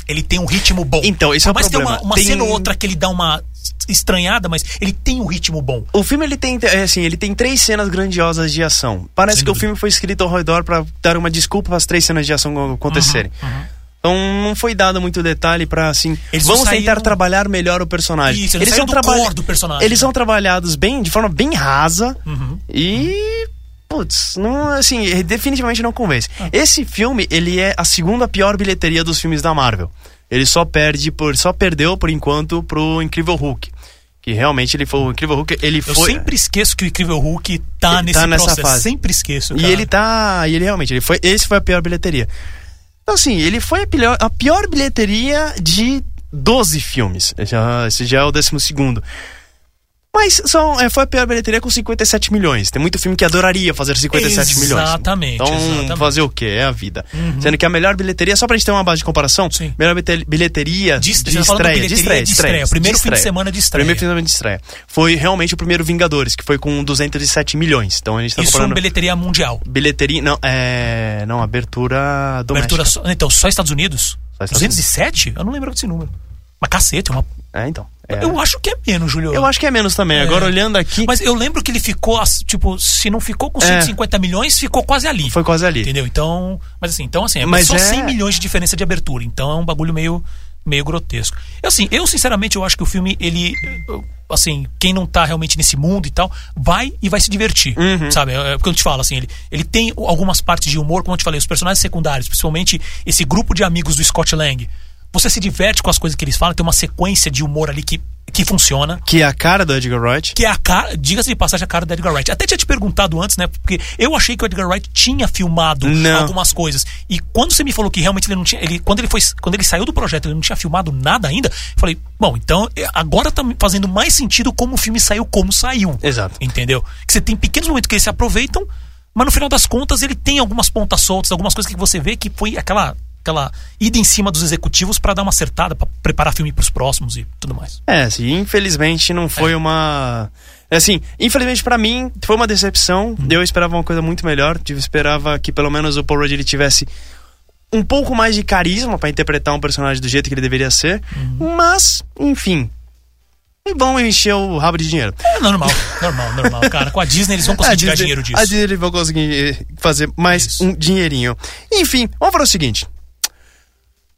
[SPEAKER 5] Ele tem um ritmo bom.
[SPEAKER 1] Uhum. Então, esse é o
[SPEAKER 5] Mas tem
[SPEAKER 1] problema.
[SPEAKER 5] uma, uma
[SPEAKER 1] Tem-
[SPEAKER 5] cena ou outra que ele dá uma estranhada, mas ele tem um ritmo bom.
[SPEAKER 1] O filme ele tem é, assim, ele tem três cenas grandiosas de ação. Parece
[SPEAKER 5] Sem
[SPEAKER 1] que o
[SPEAKER 5] dúvida.
[SPEAKER 1] filme foi escrito ao redor pra dar uma desculpa para as três cenas de ação acontecerem. Então não foi dado muito detalhe pra assim,
[SPEAKER 5] Eles não
[SPEAKER 1] vamos tentar
[SPEAKER 5] saíram-
[SPEAKER 1] trabalhar melhor o personagem.
[SPEAKER 5] Isso, eles saíram do
[SPEAKER 1] trabalha-
[SPEAKER 5] core do personagem,
[SPEAKER 1] Eles
[SPEAKER 5] né?
[SPEAKER 1] são trabalhados bem, de forma bem rasa
[SPEAKER 5] Uhum.
[SPEAKER 1] e putz, não assim, eh, definitivamente não convence.
[SPEAKER 5] Ah.
[SPEAKER 1] Esse filme, ele é a segunda pior bilheteria dos filmes da Marvel. Ele só perde por só perdeu por enquanto pro Incrível Hulk. Que realmente ele foi o Incrível Hulk, ele
[SPEAKER 5] Eu
[SPEAKER 1] foi
[SPEAKER 5] sempre esqueço que o Incrível Hulk tá
[SPEAKER 1] Ele
[SPEAKER 5] nesse
[SPEAKER 1] tá nessa
[SPEAKER 5] processo.
[SPEAKER 1] fase.
[SPEAKER 5] Sempre esqueço.
[SPEAKER 1] E
[SPEAKER 5] cara.
[SPEAKER 1] ele tá. E ele realmente, ele foi. Esse foi a pior bilheteria. Então, assim, ele foi a pior, a pior bilheteria de 12 filmes. Já, esse já é o 12 segundo. Mas são, é, foi a pior bilheteria com 57 milhões. Tem muito filme que adoraria fazer 57 milhões.
[SPEAKER 5] Exatamente,
[SPEAKER 1] Então,
[SPEAKER 5] exatamente. Uhum.
[SPEAKER 1] fazer o quê? É a vida. Sendo que a melhor bilheteria, só pra gente ter uma base de comparação,
[SPEAKER 5] Sim.
[SPEAKER 1] melhor bete- bilheteria
[SPEAKER 5] De-
[SPEAKER 1] de,
[SPEAKER 5] você tá falando
[SPEAKER 1] estreia,
[SPEAKER 5] bilheteria
[SPEAKER 1] de estreia.
[SPEAKER 5] de estreia, primeiro fim de semana de estreia.
[SPEAKER 1] Primeiro fim de semana de estreia. Foi realmente o primeiro Vingadores, que foi com 207 milhões. Então a gente tá
[SPEAKER 5] Isso é uma
[SPEAKER 1] comparando
[SPEAKER 5] bilheteria mundial.
[SPEAKER 1] bilheteria. Não, é. Não, abertura doméstica.
[SPEAKER 5] Abertura só- então, só Estados Unidos?
[SPEAKER 1] Só Estados
[SPEAKER 5] 207? Eu não lembro desse número. Mas cacete, é uma.
[SPEAKER 1] É, então. É.
[SPEAKER 5] Eu acho que é menos, Julio.
[SPEAKER 1] Eu acho que é menos também. Agora, olhando aqui,
[SPEAKER 5] Mas eu lembro que ele ficou, as- tipo, se não ficou com
[SPEAKER 1] É.
[SPEAKER 5] 150 milhões, ficou quase ali.
[SPEAKER 1] foi quase ali.
[SPEAKER 5] Entendeu? Então. Mas assim, então assim, é
[SPEAKER 1] Mas
[SPEAKER 5] só
[SPEAKER 1] é-
[SPEAKER 5] 100 milhões de diferença de abertura. Então é um bagulho meio, meio grotesco. Eu, assim, eu sinceramente eu acho que o filme, ele. eu- Assim, quem não tá realmente nesse mundo e tal, vai e vai se divertir.
[SPEAKER 1] Uhum.
[SPEAKER 5] Sabe? É é porque eu te falo, assim, ele, ele tem o- algumas partes de humor, como eu te falei, os personagens secundários, principalmente esse grupo de amigos do Scott Lang. Você se diverte com as coisas que eles falam, tem uma sequência de humor ali que, que funciona
[SPEAKER 1] Que é a cara do Edgar Wright.
[SPEAKER 5] que é a cara, diga-se de passagem, a cara do Edgar Wright. Até tinha te perguntado antes, né? Porque eu achei que o Edgar Wright tinha filmado
[SPEAKER 1] Não.
[SPEAKER 5] algumas coisas. E quando você me falou que realmente ele não tinha, ele quando ele foi, quando ele saiu do projeto, ele não tinha filmado nada ainda, eu falei, bom, então é, agora tá me fazendo mais sentido como o filme saiu como saiu.
[SPEAKER 1] Exato.
[SPEAKER 5] Entendeu? Que você tem pequenos momentos que eles se aproveitam, mas no final das contas ele tem algumas pontas soltas, algumas coisas que você vê que foi aquela aquela ida em cima dos executivos pra dar uma acertada, pra preparar filme pros próximos e tudo mais.
[SPEAKER 1] É, assim, infelizmente não foi uma. Assim, infelizmente pra mim foi uma decepção. Eu esperava uma coisa muito melhor. Eu esperava que pelo menos o Paul Rudd ele tivesse um pouco mais de carisma pra interpretar um personagem do jeito que ele deveria ser. Mas, enfim. Vão encher o rabo de dinheiro.
[SPEAKER 5] É normal, normal, normal, cara. Com a Disney eles vão conseguir tirar dinheiro disso.
[SPEAKER 1] É, A Disney ele vai conseguir eh, fazer mais
[SPEAKER 5] Isso.
[SPEAKER 1] um dinheirinho. Enfim, vamos falar o seguinte.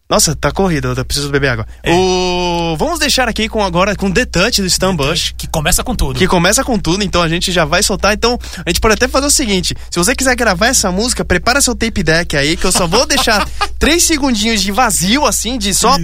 [SPEAKER 1] Nossa, tá corrida, eu preciso beber água.
[SPEAKER 5] É.
[SPEAKER 1] O... Vamos deixar aqui com agora com The Touch do Stan Bush.
[SPEAKER 5] Que começa com tudo.
[SPEAKER 1] Que começa com tudo, então a gente já vai soltar. Então, a gente pode até fazer o seguinte: se você quiser gravar essa música, prepara seu tape deck aí, que eu só vou deixar três segundinhos de vazio, assim, de só.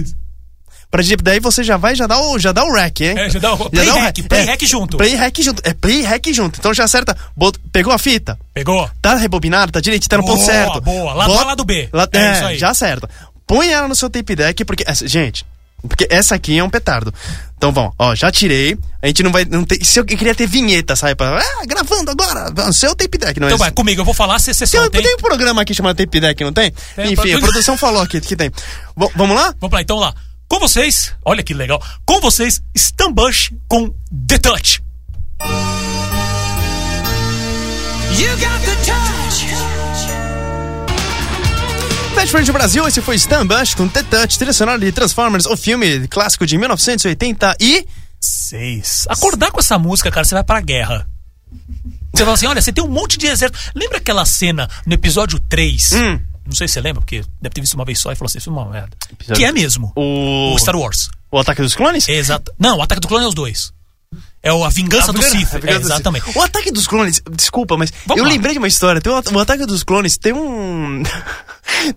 [SPEAKER 1] Pra gente- daí você já vai já dá o, já dá o rec, hein?
[SPEAKER 5] É, já dá o- play
[SPEAKER 1] dá um
[SPEAKER 5] rec, play rec junto.
[SPEAKER 1] Play rec junto. É play rec junto. Então já acerta. bot- pegou a fita?
[SPEAKER 5] Pegou?
[SPEAKER 1] Tá rebobinado, tá direito, tá no
[SPEAKER 5] Boa,
[SPEAKER 1] ponto certo.
[SPEAKER 5] boa. Lá- lá do B.
[SPEAKER 1] Lá,
[SPEAKER 5] É
[SPEAKER 1] é,
[SPEAKER 5] isso aí.
[SPEAKER 1] já acerta. Põe ela no seu tape deck, porque. essa- gente, porque essa aqui é um petardo. Então vamos, ó, já tirei. A gente não vai. Não tem, se eu, eu queria ter vinheta, sabe? Pra, ah, gravando agora, no seu tape deck, não
[SPEAKER 5] Então
[SPEAKER 1] é
[SPEAKER 5] vai, comigo, eu vou falar, você
[SPEAKER 1] Tem,
[SPEAKER 5] solta,
[SPEAKER 1] tem,
[SPEAKER 5] hein?
[SPEAKER 1] um programa aqui chamado Tape Deck, não tem?
[SPEAKER 5] Tem,
[SPEAKER 1] Enfim,
[SPEAKER 5] pra-
[SPEAKER 1] a produção falou aqui que tem. Vo- vamos lá?
[SPEAKER 5] Vamos lá, então lá. Com vocês, olha que legal. Com vocês, Stan Bush com The Touch.
[SPEAKER 2] You got the touch.
[SPEAKER 1] Bad Friends Brasil, esse foi Stan Bush com The Touch, trilha sonora de Transformers, o filme clássico de 1980 e.
[SPEAKER 5] Seis. Acordar com essa música, cara, você vai pra guerra. Você fala assim, olha, você tem um monte de exército. Lembra aquela cena no episódio 3?
[SPEAKER 1] Hum.
[SPEAKER 5] Não sei se você lembra, porque deve ter visto uma vez só e falou assim, isso é uma merda. Que é mesmo.
[SPEAKER 1] O.
[SPEAKER 5] o Star Wars.
[SPEAKER 1] O Ataque dos Clones?
[SPEAKER 5] Exato. Não, o Ataque do Clone é os dois. É o A Vingança do
[SPEAKER 1] Vingança-
[SPEAKER 5] Sith.
[SPEAKER 1] a
[SPEAKER 5] É,
[SPEAKER 1] Vingança do Sith.
[SPEAKER 5] exatamente.
[SPEAKER 1] O ataque dos clones, desculpa, mas
[SPEAKER 5] Vamos
[SPEAKER 1] eu
[SPEAKER 5] lá.
[SPEAKER 1] lembrei de uma história. Tem um o, o ataque dos clones tem um.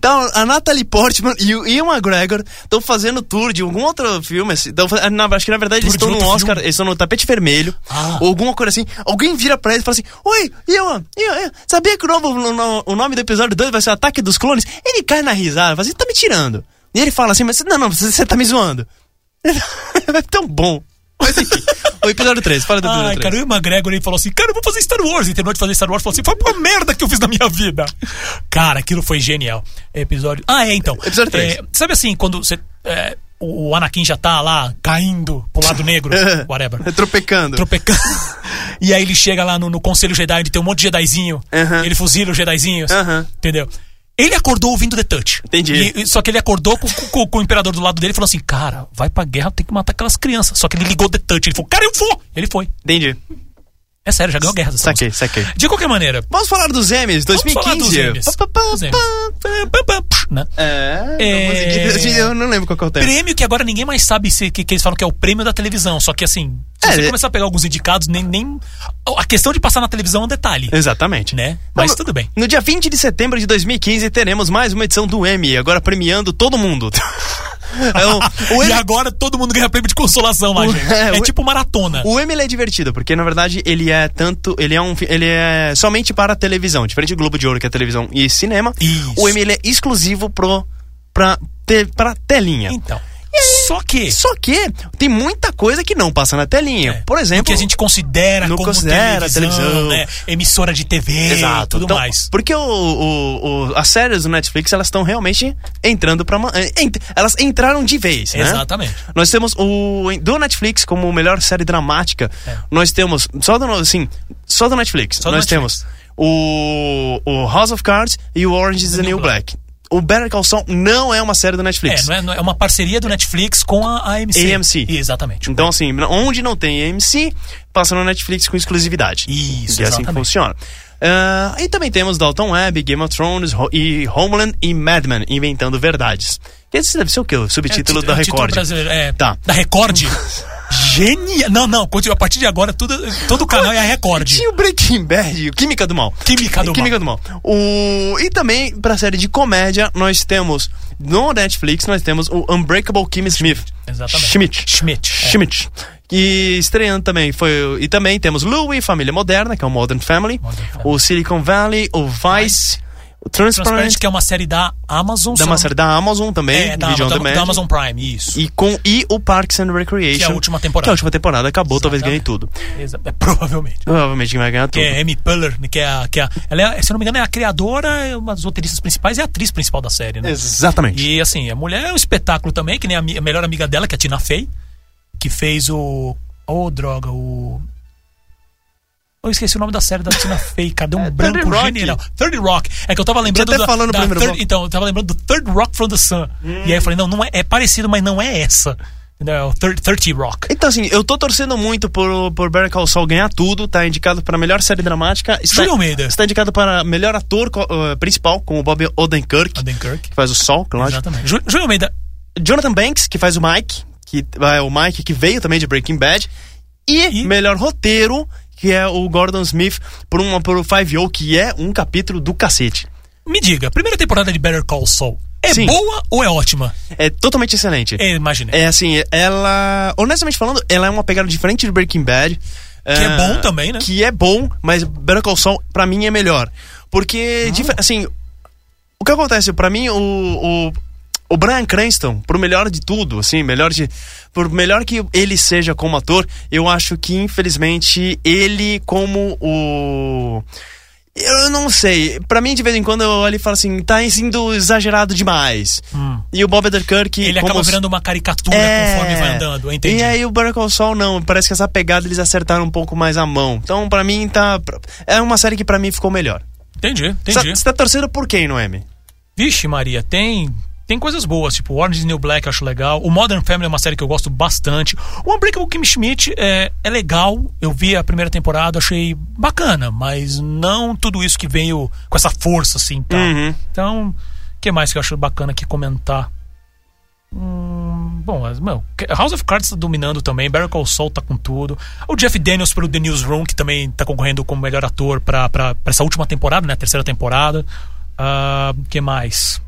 [SPEAKER 1] Tá, a Natalie Portman e o Ian McGregor estão fazendo tour de algum outro filme. Assim, tão fa- na- acho que na verdade eles
[SPEAKER 5] Tour
[SPEAKER 1] estão
[SPEAKER 5] de
[SPEAKER 1] no
[SPEAKER 5] outro
[SPEAKER 1] Oscar,
[SPEAKER 5] filme?
[SPEAKER 1] eles estão no tapete vermelho,
[SPEAKER 5] Ah.
[SPEAKER 1] ou alguma coisa assim. Alguém vira pra eles e fala assim: Oi, Ian, Ian, Ian, sabia que o, novo, no- no- o nome do episódio 2 vai ser o Ataque dos Clones? Ele cai na risada, fala assim: Tá me tirando. E ele fala assim: Mas não, não, você, você tá me zoando. é tão bom. Mas enfim, o episódio 3, fala do episódio
[SPEAKER 5] Ai,
[SPEAKER 1] 3.
[SPEAKER 5] cara, o Ian McGregor ele falou assim: Cara, eu vou fazer Star Wars. E terminou de fazer Star Wars falou assim: Foi uma merda que eu fiz na minha vida. Cara, aquilo foi genial. Episódio. Ah, é, então.
[SPEAKER 1] Episódio três.
[SPEAKER 5] É, sabe assim, quando você. é, o Anakin já tá lá caindo pro lado negro, whatever.
[SPEAKER 1] É, Tropecando.
[SPEAKER 5] Tropecando. E aí ele chega lá no, no Conselho Jedi, ele tem um monte de Jedizinho.
[SPEAKER 1] Aham.
[SPEAKER 5] Ele fuzila os Jedizinhos.
[SPEAKER 1] Aham.
[SPEAKER 5] Entendeu? Ele acordou ouvindo The Touch.
[SPEAKER 1] Entendi.
[SPEAKER 5] E- e- só que ele acordou com, com- com o imperador do lado dele e falou assim: Cara, vai pra guerra, tem que matar aquelas crianças. Só que ele ligou The Touch. Ele falou: Cara, eu vou! Ele foi.
[SPEAKER 1] Entendi.
[SPEAKER 5] É sério, já ganhou guerra dessa
[SPEAKER 1] Saquei,
[SPEAKER 5] música.
[SPEAKER 1] saquei.
[SPEAKER 5] De qualquer maneira.
[SPEAKER 1] Vamos falar dos M's,
[SPEAKER 5] Vamos
[SPEAKER 1] 2015.
[SPEAKER 5] falar dos Emmys.
[SPEAKER 1] Pá, pá, pá,
[SPEAKER 5] Dos Emmys.
[SPEAKER 1] pá.
[SPEAKER 5] Né?
[SPEAKER 1] É,
[SPEAKER 5] É.
[SPEAKER 1] não consegui- eu não lembro qual que é o tema.
[SPEAKER 5] Prêmio que agora ninguém mais sabe se, que, que eles falam que é o prêmio da televisão. Só que assim, se
[SPEAKER 1] É,
[SPEAKER 5] você
[SPEAKER 1] é-
[SPEAKER 5] começar a pegar alguns indicados, nem, nem. A questão de passar na televisão é um detalhe.
[SPEAKER 1] Exatamente.
[SPEAKER 5] Né? Mas
[SPEAKER 1] Então,
[SPEAKER 5] tudo bem.
[SPEAKER 1] No dia 20 de setembro de 2015 teremos mais uma edição do Emmy, agora premiando todo mundo. É um- o,
[SPEAKER 5] e
[SPEAKER 1] Emmy,
[SPEAKER 5] agora todo mundo ganha prêmio de consolação lá,
[SPEAKER 1] O-
[SPEAKER 5] gente.
[SPEAKER 1] é,
[SPEAKER 5] É,
[SPEAKER 1] o-
[SPEAKER 5] tipo maratona.
[SPEAKER 1] o Emmy ele é divertido, porque na verdade ele é tanto, ele é um, fi- ele é somente para a televisão, diferente do Globo de Ouro que é televisão e cinema.
[SPEAKER 5] Isso.
[SPEAKER 1] O Emmy ele é exclusivo pro pra, te, pra telinha.
[SPEAKER 5] Então. Só que.
[SPEAKER 1] Só que tem muita coisa que não passa na telinha.
[SPEAKER 5] é,
[SPEAKER 1] Por exemplo,
[SPEAKER 5] o que a gente considera
[SPEAKER 1] não
[SPEAKER 5] como
[SPEAKER 1] considera
[SPEAKER 5] televisão,
[SPEAKER 1] televisão.
[SPEAKER 5] né, emissora de TV e tudo
[SPEAKER 1] Então,
[SPEAKER 5] mais.
[SPEAKER 1] Porque o, o- o- as séries do Netflix, elas estão realmente entrando pra... ma- eh, ent- elas entraram de vez, né?
[SPEAKER 5] Exatamente. É,
[SPEAKER 1] Nós temos o do Netflix como melhor série dramática. Nós temos só do assim, só do Netflix.
[SPEAKER 5] É. Só do
[SPEAKER 1] nós
[SPEAKER 5] Netflix.
[SPEAKER 1] temos o, o House of Cards e o Orange is the, New Black. o Better Call Saul não é uma série do Netflix.
[SPEAKER 5] É, não é, não é- é uma parceria do Netflix com a AMC.
[SPEAKER 1] AMC.
[SPEAKER 5] Exatamente.
[SPEAKER 1] Então, assim, onde não tem AMC, passa no Netflix com exclusividade.
[SPEAKER 5] Isso,
[SPEAKER 1] Que é assim que
[SPEAKER 5] exatamente.
[SPEAKER 1] funciona. Ah, e também temos Dalton Web, Game of Thrones Ho- e Homeland e Mad Men inventando verdades. Esse deve ser o quê? O
[SPEAKER 5] É o
[SPEAKER 1] subtítulo
[SPEAKER 5] tit-
[SPEAKER 1] da
[SPEAKER 5] é o título
[SPEAKER 1] Record.
[SPEAKER 5] brasileiro, é,
[SPEAKER 1] Tá.
[SPEAKER 5] Da Record? Genial! Não, não, continua. a partir de agora tudo, todo o canal é a Record.
[SPEAKER 1] Tinha o Breaking Bad, o Química do Mal.
[SPEAKER 5] Química Tá do
[SPEAKER 1] Química do Mal. O... E também, pra série de comédia, nós temos no Netflix, nós temos o Unbreakable Kim Smith.
[SPEAKER 5] Exatamente.
[SPEAKER 1] Schmidt.
[SPEAKER 5] Schmidt, é.
[SPEAKER 1] Schmidt. E estreando também foi. o- E também temos Louie, Família Moderna, que é o Modern Family,
[SPEAKER 5] Modern Family.
[SPEAKER 1] o Silicon Valley, o Vice, o Transparent,
[SPEAKER 5] Transparente, que é uma série da Amazon.
[SPEAKER 1] da
[SPEAKER 5] se
[SPEAKER 1] uma
[SPEAKER 5] não-
[SPEAKER 1] série da Amazon também,
[SPEAKER 5] é, da,
[SPEAKER 1] Video on
[SPEAKER 5] Amazon,
[SPEAKER 1] Demand.
[SPEAKER 5] da Amazon Prime, isso.
[SPEAKER 1] E, com, e o Parks and Recreation.
[SPEAKER 5] Que é a última temporada.
[SPEAKER 1] Que a última temporada acabou, talvez ganhe tudo.
[SPEAKER 5] Exa- é, provavelmente.
[SPEAKER 1] Provavelmente vai ganhar
[SPEAKER 5] Que
[SPEAKER 1] tudo.
[SPEAKER 5] é Amy Puller, que é a, que é a- ela é, se eu não me engano, é a criadora, é uma das roteiristas principais e a atriz principal da série, né?
[SPEAKER 1] Exatamente.
[SPEAKER 5] E assim, a mulher é um espetáculo também, que nem a, mi- a melhor amiga dela, que é a Tina Fey, que fez o. Ô, droga, o. Eu esqueci o nome da série da Tina Fey, cadê um branco
[SPEAKER 1] 30 É, Rock.
[SPEAKER 5] genial? Third Rock. É que eu tava lembrando
[SPEAKER 1] até
[SPEAKER 5] da,
[SPEAKER 1] falou no
[SPEAKER 5] da
[SPEAKER 1] primeiro Hum.
[SPEAKER 5] Third-
[SPEAKER 1] bloco.
[SPEAKER 5] Então, eu tava lembrando do Third Rock from the Sun. E aí eu falei, não, não é, é parecido, mas não é essa. Entendeu? É o Third, 30 Rock.
[SPEAKER 1] Então, assim, eu tô torcendo muito por, por Better Call Saul ganhar tudo. Tá indicado pra melhor série dramática. Está,
[SPEAKER 5] Júlio Almeida.
[SPEAKER 1] está indicado para melhor ator co- eh, principal, com o Bob Odenkirk,
[SPEAKER 5] Odenkirk.
[SPEAKER 1] que faz o Sol, lógico.
[SPEAKER 5] Exatamente. Ju- Júlio Almeida,
[SPEAKER 1] Jonathan Banks, que faz o Mike, que é o Mike que veio também de Breaking Bad. E,
[SPEAKER 5] E-
[SPEAKER 1] melhor roteiro, que é o Gordon Smith por, uma, por o 5 que é um capítulo do cacete.
[SPEAKER 5] me diga, primeira temporada de Better Call Saul é
[SPEAKER 1] Sim.
[SPEAKER 5] boa ou é ótima?
[SPEAKER 1] É totalmente excelente.
[SPEAKER 5] É, imaginei.
[SPEAKER 1] É assim, ela. Honestamente falando, ela é uma pegada diferente de Breaking Bad. Que
[SPEAKER 5] é bom também, né?
[SPEAKER 1] Que é bom, mas Better Call Saul, pra mim, é melhor. Porque,
[SPEAKER 5] Ah.
[SPEAKER 1] dife- assim. O que acontece? Pra mim, o. o o Brian Cranston, por melhor de tudo, assim, melhor de. Por melhor que ele seja como ator, eu acho que, infelizmente, ele, como o. Eu não sei. Pra mim, de vez em quando, eu olho e falo assim, tá sendo exagerado demais. E o Bob Odenkirk...
[SPEAKER 5] Hum. Ele
[SPEAKER 1] como É.
[SPEAKER 5] acaba virando uma caricatura conforme vai andando, eu entendi.
[SPEAKER 1] e aí o Better Call Saul não, parece que essa pegada eles acertaram um pouco mais a mão. Então pra mim tá é uma série que pra mim ficou melhor.
[SPEAKER 5] Entendi, entendi.
[SPEAKER 1] Você tá torcendo por quem, Noemi?
[SPEAKER 5] Vixe, Maria, tem. Tem coisas boas, tipo Orange is the New Black eu acho legal. O Modern Family é uma série que eu gosto bastante. O Unbreakable Kim Schmidt é, é legal. Eu vi a primeira temporada, achei bacana, mas não tudo isso que veio com essa força, assim, tá?
[SPEAKER 1] Uhum.
[SPEAKER 5] Então, o que mais que eu acho bacana aqui comentar? Hum, bom, mas, meu, House of Cards tá dominando também, Better Call Saul tá com tudo. O Jeff Daniels pelo The Newsroom, que também tá concorrendo como melhor ator pra, pra, pra essa última temporada, né? Terceira temporada. Ah, que mais?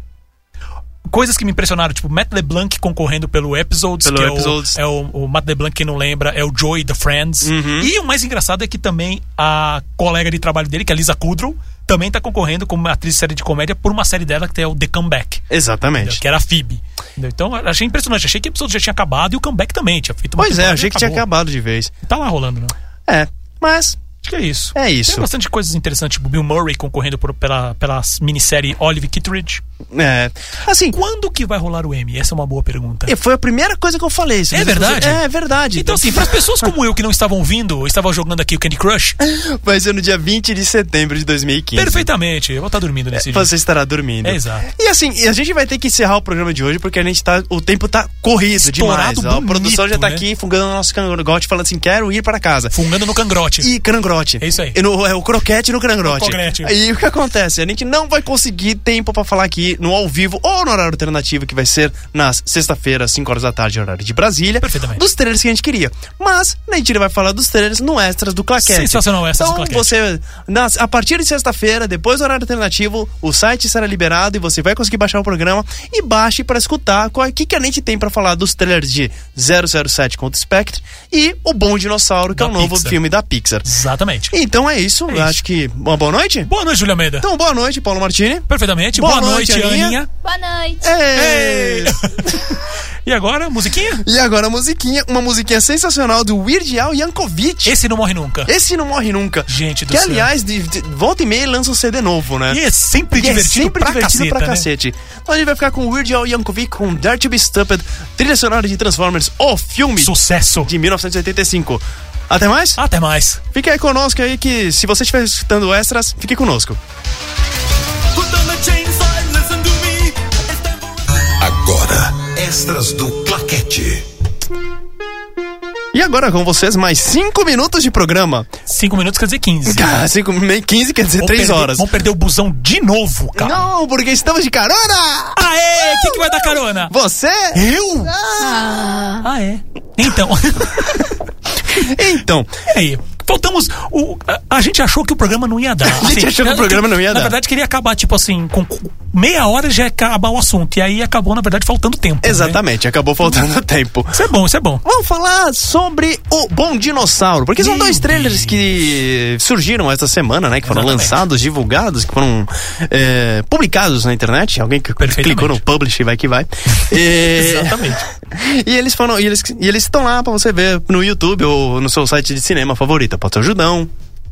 [SPEAKER 5] Coisas que me impressionaram, tipo Matt LeBlanc concorrendo pelo Episodes,
[SPEAKER 1] Pelo
[SPEAKER 5] que
[SPEAKER 1] Episodes.
[SPEAKER 5] É, o, é o, o Matt LeBlanc, quem não lembra, é o Joey da Friends.
[SPEAKER 1] Uhum.
[SPEAKER 5] E o mais engraçado é que também a colega de trabalho dele, que é a Lisa Kudrow, também tá concorrendo como atriz de série de comédia por uma série dela que é o The Comeback
[SPEAKER 1] Exatamente.
[SPEAKER 5] que era a Phoebe. Entendeu? Então, eu achei impressionante. Achei que o episódio já tinha acabado e o comeback também tinha feito uma
[SPEAKER 1] Pois é,
[SPEAKER 5] temporada
[SPEAKER 1] achei
[SPEAKER 5] e
[SPEAKER 1] que tinha acabado de vez.
[SPEAKER 5] Tá lá rolando, né?
[SPEAKER 1] É, mas
[SPEAKER 5] Acho que é isso.
[SPEAKER 1] É isso.
[SPEAKER 5] Tem bastante coisas interessantes. Tipo, Bill Murray concorrendo por, pela, pela minissérie Olive Kittredge.
[SPEAKER 1] é, assim,
[SPEAKER 5] Quando que vai rolar o M? Essa é uma boa pergunta.
[SPEAKER 1] e foi a primeira coisa que eu falei. se
[SPEAKER 5] É
[SPEAKER 1] você-
[SPEAKER 5] verdade?
[SPEAKER 1] É, é verdade.
[SPEAKER 5] Então, assim, para as pessoas como eu que não estavam ouvindo, eu estava jogando aqui o Candy Crush,
[SPEAKER 1] É vai ser no dia 20 de setembro de 2015.
[SPEAKER 5] perfeitamente. Eu vou estar dormindo nesse dia.
[SPEAKER 1] Você estará dormindo.
[SPEAKER 5] É, exato.
[SPEAKER 1] E assim, e a gente vai ter que encerrar o programa de hoje porque a gente tá. O tempo tá corrido
[SPEAKER 5] Estourado
[SPEAKER 1] demais. ó. a
[SPEAKER 5] bonito,
[SPEAKER 1] produção já tá
[SPEAKER 5] né?
[SPEAKER 1] aqui fungando no nosso cangote falando assim: quero ir para casa.
[SPEAKER 5] Fungando no cangrote.
[SPEAKER 1] E crangrote.
[SPEAKER 5] É isso aí.
[SPEAKER 1] E no- é o croquete no crangrote.
[SPEAKER 5] O croquete.
[SPEAKER 1] E o que acontece? A gente não vai conseguir tempo pra falar aqui no ao vivo ou no horário alternativo, que vai ser nas sexta-feira, 5 horas da tarde, horário de Brasília.
[SPEAKER 5] Perfeitamente.
[SPEAKER 1] Dos trailers que a gente queria. Mas a gente vai falar dos trailers no Extras do Claquete.
[SPEAKER 5] Sensacional, Extras do
[SPEAKER 1] então,
[SPEAKER 5] Claquete.
[SPEAKER 1] você, nas- a partir de sexta-feira, depois do horário alternativo, o site será liberado e você vai conseguir baixar o programa e baixe pra escutar qual- o que, que a gente tem pra falar dos trailers de 007 contra o Spectre e O Bom Dinossauro, que é o
[SPEAKER 5] Da
[SPEAKER 1] novo
[SPEAKER 5] Pixar.
[SPEAKER 1] filme da Pixar.
[SPEAKER 5] Exatamente.
[SPEAKER 1] Então é isso.
[SPEAKER 5] isso.
[SPEAKER 1] Acho que uma boa noite.
[SPEAKER 5] Boa noite, Julia Almeida.
[SPEAKER 1] Então, boa noite, Paulo Martini.
[SPEAKER 5] Perfeitamente.
[SPEAKER 1] boa
[SPEAKER 5] Boa,
[SPEAKER 1] noite,
[SPEAKER 5] noite,
[SPEAKER 1] Aninha.
[SPEAKER 5] Aninha.
[SPEAKER 6] Boa noite.
[SPEAKER 1] Ei!
[SPEAKER 5] E agora, musiquinha?
[SPEAKER 1] É. E agora a musiquinha, uma musiquinha sensacional do Weird Al Yankovic.
[SPEAKER 5] Esse não morre nunca.
[SPEAKER 1] Esse não morre nunca.
[SPEAKER 5] Gente do
[SPEAKER 1] que,
[SPEAKER 5] céu.
[SPEAKER 1] aliás, de, de- volta e meia ele lança um CD novo, né?
[SPEAKER 5] E é
[SPEAKER 1] E
[SPEAKER 5] sempre
[SPEAKER 1] é
[SPEAKER 5] divertido
[SPEAKER 1] sempre
[SPEAKER 5] pra
[SPEAKER 1] divertido
[SPEAKER 5] caceta,
[SPEAKER 1] pra
[SPEAKER 5] né?
[SPEAKER 1] cacete. Então a gente vai ficar com o Weird Al Yankovic com Dare to Be Stupid, trilha sonora de Transformers, o filme
[SPEAKER 5] Sucesso.
[SPEAKER 1] de 1985. Até mais?
[SPEAKER 5] Até mais.
[SPEAKER 1] Fique aí conosco aí que se você estiver escutando extras, fique conosco.
[SPEAKER 2] Put down the chainsaw and listen to me.
[SPEAKER 4] Extras do Claquete.
[SPEAKER 1] E agora com vocês mais 5 minutos de programa.
[SPEAKER 5] 5 minutos quer dizer 15.
[SPEAKER 1] Cara, 5, 15 quer dizer
[SPEAKER 5] Vão
[SPEAKER 1] 3
[SPEAKER 5] perder- um
[SPEAKER 1] horas.
[SPEAKER 5] Vão perder o busão de novo, cara.
[SPEAKER 1] Não, porque estamos de carona!
[SPEAKER 5] Aê! Quem que vai dar carona?
[SPEAKER 1] Você?
[SPEAKER 5] Eu?
[SPEAKER 6] Ah.
[SPEAKER 5] Ah, é. Então.
[SPEAKER 1] Então,
[SPEAKER 5] E aí, faltamos. O, a, a gente achou que o programa não ia dar. Assim,
[SPEAKER 1] A gente achou que o programa não ia
[SPEAKER 5] na
[SPEAKER 1] dar.
[SPEAKER 5] Na verdade, queria acabar, tipo assim, com com meia hora já ia acabar o assunto. E aí acabou, na verdade, faltando tempo. né?
[SPEAKER 1] exatamente, acabou faltando tempo.
[SPEAKER 5] Isso é bom, isso é bom.
[SPEAKER 1] Vamos falar sobre o Bom Dinossauro, porque são
[SPEAKER 5] Meu
[SPEAKER 1] dois trailers que surgiram esta semana, né? Que foram
[SPEAKER 5] Exatamente.
[SPEAKER 1] lançados, divulgados, que foram é, publicados na internet. Alguém que
[SPEAKER 5] Perfeitamente.
[SPEAKER 1] clicou no publish, vai que vai. É,
[SPEAKER 5] Exatamente.
[SPEAKER 1] E eles foram, e eles e eles estão lá pra você ver no YouTube ou no seu site de cinema favorito. Pode ser o Judão.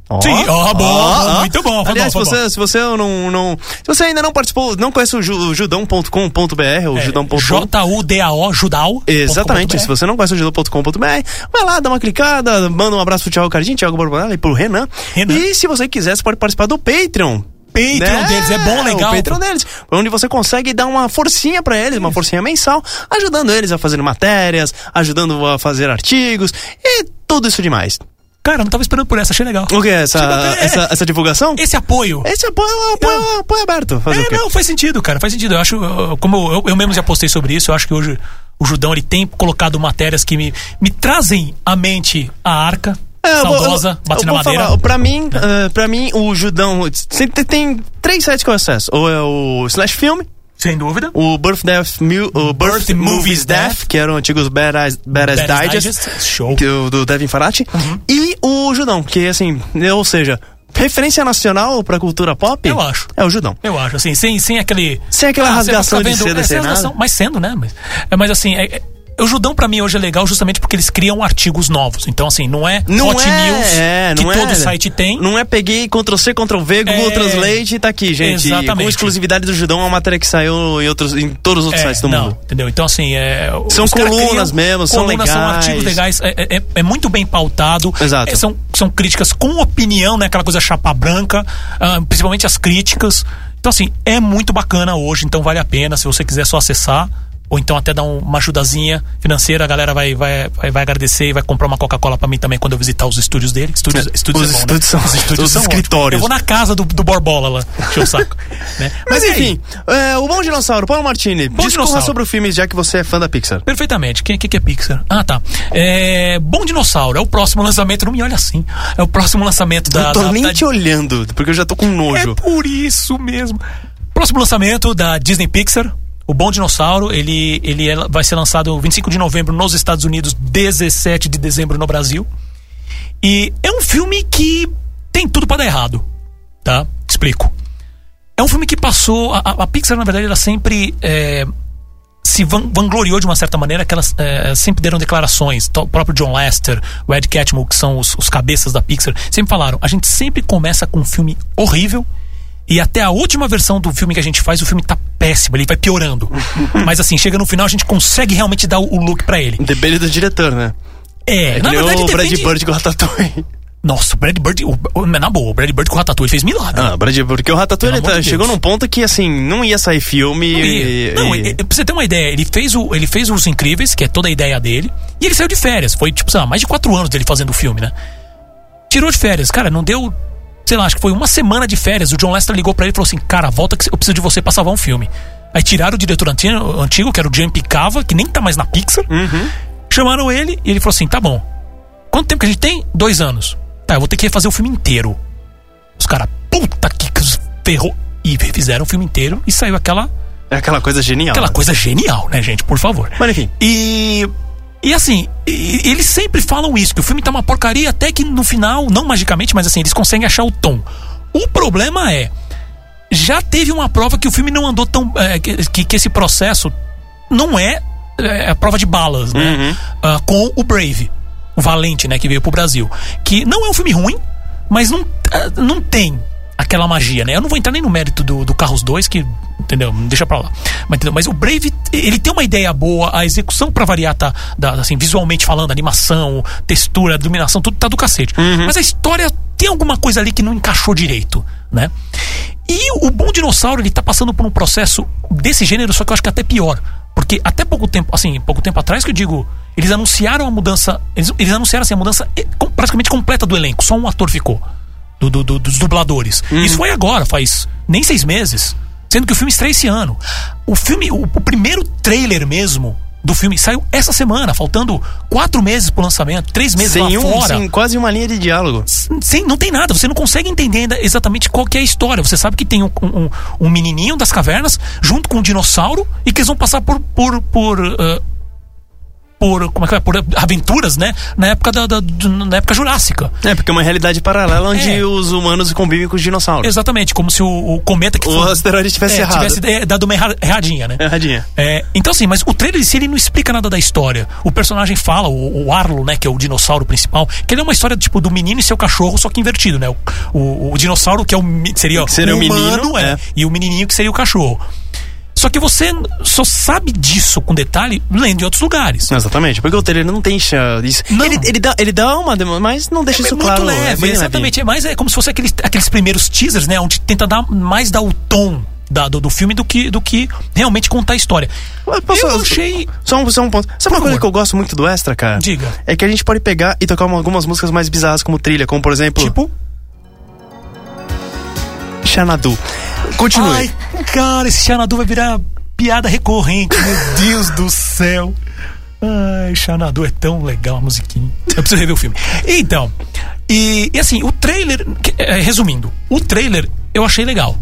[SPEAKER 1] Ó,
[SPEAKER 5] Sim, ó, bom, bom, muito bom, foi
[SPEAKER 1] Aliás,
[SPEAKER 5] bom, foi
[SPEAKER 1] você, se você não, não- se você ainda não participou, não conhece o, ju, o judão.com.br
[SPEAKER 5] É,
[SPEAKER 1] ou judão.com.
[SPEAKER 5] J-U-D-A-O, Judal.
[SPEAKER 1] Exatamente, se você não conhece o judão.com.br, vai lá, dá uma clicada, manda um abraço pro Thiago Cardinho, Thiago Borboleta e pro Renan.
[SPEAKER 5] Renan.
[SPEAKER 1] E se você quiser, você pode participar do Patreon. Né?
[SPEAKER 5] Patreon deles, é bom, legal.
[SPEAKER 1] O Patreon deles, onde você consegue dar uma forcinha pra eles, uma forcinha mensal, ajudando eles a fazer matérias, ajudando a fazer artigos e tudo isso demais.
[SPEAKER 5] Cara, eu não tava esperando por essa, achei legal.
[SPEAKER 1] O É. que é essa,
[SPEAKER 5] Tipo, é-
[SPEAKER 1] essa, essa divulgação?
[SPEAKER 5] Esse apoio.
[SPEAKER 1] Esse apoio, apoio, apoio aberto. Fazer o
[SPEAKER 5] É,
[SPEAKER 1] quê?
[SPEAKER 5] não, faz sentido, cara, faz sentido. Eu acho, eu- como eu, eu mesmo já postei sobre isso, eu acho que hoje o Judão ele tem colocado matérias que me, me trazem à mente a arca,
[SPEAKER 1] É, eu vou-
[SPEAKER 5] saudosa,
[SPEAKER 1] eu-
[SPEAKER 5] bate
[SPEAKER 1] eu
[SPEAKER 5] na
[SPEAKER 1] vou
[SPEAKER 5] madeira. É.
[SPEAKER 1] falar, pra mim, ah, pra mim, o Judão. Tem, tem três sites que eu acesso. Ou é o Slash Film,
[SPEAKER 5] Sem dúvida.
[SPEAKER 1] o Birth Death Mu- o Birth, Movies Death, que eram antigos Badass, Badass,
[SPEAKER 5] Badass
[SPEAKER 1] Digest,
[SPEAKER 5] Digest, show. Uhum.
[SPEAKER 1] que o- do Devin Farati, e o Judão, que assim, ou seja, referência nacional pra cultura pop.
[SPEAKER 5] Eu acho.
[SPEAKER 1] É o Judão.
[SPEAKER 5] Eu acho, assim, sem, sem aquele.
[SPEAKER 1] Sem aquela
[SPEAKER 5] você
[SPEAKER 1] rasgação
[SPEAKER 5] fica
[SPEAKER 1] de seda,
[SPEAKER 5] é,
[SPEAKER 1] sem nada.
[SPEAKER 5] rasgação, Mas sendo, né? Mas, é, mas assim, é- é- o Judão pra mim hoje é legal justamente porque eles criam artigos novos. Então, assim, não é
[SPEAKER 1] Não
[SPEAKER 5] Hot
[SPEAKER 1] é,
[SPEAKER 5] News
[SPEAKER 1] é,
[SPEAKER 5] que
[SPEAKER 1] não
[SPEAKER 5] todo
[SPEAKER 1] é,
[SPEAKER 5] site tem.
[SPEAKER 1] Não é peguei Ctrl C, Ctrl V, Google
[SPEAKER 5] É,
[SPEAKER 1] Translate e tá aqui, gente. Com
[SPEAKER 5] exatamente.
[SPEAKER 1] exclusividade do Judão, é uma matéria que saiu em, outros, em todos os outros
[SPEAKER 5] É,
[SPEAKER 1] sites do
[SPEAKER 5] não,
[SPEAKER 1] mundo.
[SPEAKER 5] Entendeu? Então, assim, é.
[SPEAKER 1] São
[SPEAKER 5] os caras
[SPEAKER 1] colunas
[SPEAKER 5] criam
[SPEAKER 1] mesmo, são
[SPEAKER 5] colunas, São
[SPEAKER 1] legais.
[SPEAKER 5] artigos legais, é, é- é- é muito bem pautado.
[SPEAKER 1] Exato.
[SPEAKER 5] É, são, são críticas com opinião, né? Aquela coisa chapa branca, ah, principalmente as críticas. Então, assim, é muito bacana hoje, então vale a pena. Se você quiser só acessar, ou então até dar um- uma ajudazinha financeira, a galera vai, vai, vai, vai agradecer e vai comprar uma Coca-Cola pra mim também quando eu visitar os estúdios dele. Estúdios, estúdios
[SPEAKER 1] os
[SPEAKER 5] é bom, né?
[SPEAKER 1] estúdios são- os estúdios são
[SPEAKER 5] ótimos.
[SPEAKER 1] escritórios.
[SPEAKER 5] Eu vou na casa do, do Borbola lá, deixa o saco. né?
[SPEAKER 1] Mas
[SPEAKER 5] e aí?
[SPEAKER 1] enfim, é, o Bom Dinossauro, Paulo Martini, discorra
[SPEAKER 5] Dinossauro.
[SPEAKER 1] sobre o filme, já que você é fã da Pixar.
[SPEAKER 5] Perfeitamente. Quem que, que é Pixar? Ah, tá. É, Bom Dinossauro é o próximo lançamento. Não me olha assim. É o próximo lançamento da.
[SPEAKER 1] Não tô
[SPEAKER 5] da-
[SPEAKER 1] nem
[SPEAKER 5] da-
[SPEAKER 1] te olhando, porque eu já tô com nojo.
[SPEAKER 5] É por isso mesmo. Próximo lançamento da Disney Pixar. O Bom Dinossauro, ele, ele é- vai ser lançado 25 de novembro nos Estados Unidos, 17 de dezembro no Brasil. E é um filme que tem tudo pra dar errado, tá? Explico. É um filme que passou. A, a- a Pixar, na verdade, ela sempre é, se van- vangloriou de uma certa maneira que elas é, sempre deram declarações. Tó- O próprio John Lester, o Ed Catmull, que são os, os cabeças da Pixar, sempre falaram: a gente sempre começa com um filme horrível. E até a última versão do filme que a gente faz, o filme tá péssimo, ele vai piorando. Mas assim, chega no final, a gente consegue realmente dar o, o look pra ele.
[SPEAKER 1] Depende do diretor, né?
[SPEAKER 5] É,
[SPEAKER 1] É que
[SPEAKER 5] na
[SPEAKER 1] nem
[SPEAKER 5] verdade,
[SPEAKER 1] o Brad
[SPEAKER 5] depende-
[SPEAKER 1] Bird com o Ratatouille.
[SPEAKER 5] Nossa, o Brad Bird, o- o- na boa, o Brad Bird com o Ratatouille fez milagre.
[SPEAKER 1] Ah, Brad Bird, porque o Ratatouille
[SPEAKER 5] Pelo
[SPEAKER 1] ele
[SPEAKER 5] amor
[SPEAKER 1] tá-
[SPEAKER 5] de
[SPEAKER 1] chegou
[SPEAKER 5] Deus.
[SPEAKER 1] num ponto que, assim, não ia sair filme. e-
[SPEAKER 5] Não,
[SPEAKER 1] e-
[SPEAKER 5] e- e- pra você ter uma ideia, ele fez, o, ele fez Os Incríveis, que é toda a ideia dele, e ele saiu de férias. Foi, tipo, sei lá, mais de quatro anos dele fazendo o filme, né? Tirou de férias, cara, não deu. Sei lá, acho que foi uma semana de férias. O John Lester ligou pra ele e falou assim: Cara, volta que eu preciso de você pra salvar um filme. Aí tiraram o diretor antigo, antigo, que era o Jim Picava, que nem tá mais na Pixar. Chamaram ele e ele falou assim: Tá bom. Quanto tempo que a gente tem? Dois anos. Tá, eu vou ter que refazer o filme inteiro. Os caras, puta que ferrou. E fizeram o filme inteiro e saiu aquela
[SPEAKER 1] é aquela coisa genial.
[SPEAKER 5] Aquela coisa genial, né, gente? Por favor.
[SPEAKER 1] Mas enfim.
[SPEAKER 5] E. E assim, e- eles sempre falam isso, que o filme tá uma porcaria, até que no final, não magicamente, mas assim, eles conseguem achar o tom. O problema é. Já teve uma prova que o filme não andou tão. eh, que- que, que esse processo não é, é, a prova de balas, né? Ah, com o Brave, o Valente, né, que veio pro Brasil. Que não é um filme ruim, mas não, ah, não tem aquela magia, né? Eu não vou entrar nem no mérito do, do Carros 2, que, entendeu? Deixa pra lá. Mas, entendeu? Mas o Brave, ele tem uma ideia boa, a execução pra variar tá, da- assim, visualmente falando, animação, textura, iluminação, tudo tá do cacete. Mas a história tem alguma coisa ali que não encaixou direito, né? E o Bom Dinossauro, ele tá passando por um processo desse gênero, só que eu acho que até pior. Porque Porque até pouco tempo, assim, pouco tempo atrás que eu digo, eles anunciaram a mudança. Eles, eles anunciaram assim, a mudança e- com- praticamente completa do elenco. Só um ator ficou. do- do- do- dos dubladores.
[SPEAKER 1] Uhum.
[SPEAKER 5] Isso foi agora, faz nem seis meses. Sendo que o filme estreia esse ano. O filme, o, o primeiro trailer mesmo do filme saiu essa semana, faltando quatro meses pro lançamento, três meses
[SPEAKER 1] Sem
[SPEAKER 5] lá
[SPEAKER 1] um,
[SPEAKER 5] fora
[SPEAKER 1] sem quase uma linha de diálogo.
[SPEAKER 5] sem, não tem nada, você não consegue entender ainda exatamente qual que é a história. Você sabe que tem um, um- um menininho das cavernas junto com um dinossauro e que eles vão passar por. por, por ah, por, como é que é? por aventuras, né? Na época, da, da- do- na época Jurássica.
[SPEAKER 1] É, porque é uma realidade paralela onde
[SPEAKER 5] É.
[SPEAKER 1] os humanos convivem com os dinossauros.
[SPEAKER 5] Exatamente, como se o, o cometa que
[SPEAKER 1] O
[SPEAKER 5] foi-
[SPEAKER 1] asteroide tivesse
[SPEAKER 5] é,
[SPEAKER 1] errado.
[SPEAKER 5] tivesse é, dado uma erra- erradinha, né?
[SPEAKER 1] Erradinha.
[SPEAKER 5] É, então, assim, mas o trailer em si ele não explica nada da história. O personagem fala, o, o Arlo, né, que é o dinossauro principal, que ele é uma história tipo do menino e seu cachorro, só que invertido, né? O, o- o dinossauro que é o, mi- seria,
[SPEAKER 1] Que seria o menino,
[SPEAKER 5] é,
[SPEAKER 1] é.
[SPEAKER 5] e o menininho que seria o cachorro. Só que você só sabe disso com detalhe lendo em outros lugares.
[SPEAKER 1] Exatamente, porque o trailer não tem chance. isso-
[SPEAKER 5] Não.
[SPEAKER 1] Ele, ele dá, ele dá uma demo, mas não deixa isso
[SPEAKER 5] muito
[SPEAKER 1] claro.
[SPEAKER 5] leve,
[SPEAKER 1] é bem levinho.
[SPEAKER 5] exatamente. É mais é como se fosse aqueles, aqueles primeiros teasers, né? Onde tenta dar mais dar o tom da- do, do filme do que, do que realmente contar a história.
[SPEAKER 1] Mas posso-
[SPEAKER 5] Eu achei.
[SPEAKER 1] Só um, só um ponto. Sabe uma coisa
[SPEAKER 5] favor.
[SPEAKER 1] que eu gosto muito do Extra, cara?
[SPEAKER 5] Diga.
[SPEAKER 1] É que a gente pode pegar e tocar uma- algumas músicas mais bizarras como trilha, como por exemplo.
[SPEAKER 5] Tipo.
[SPEAKER 1] Xanadu. Continue.
[SPEAKER 5] Ai, cara, esse Xanadu vai virar piada recorrente. Meu Deus do céu. Ai, Xanadu é tão legal a musiquinha. Eu preciso rever o filme. Então, e, e assim, o trailer. que- eh, Resumindo, o trailer eu achei legal.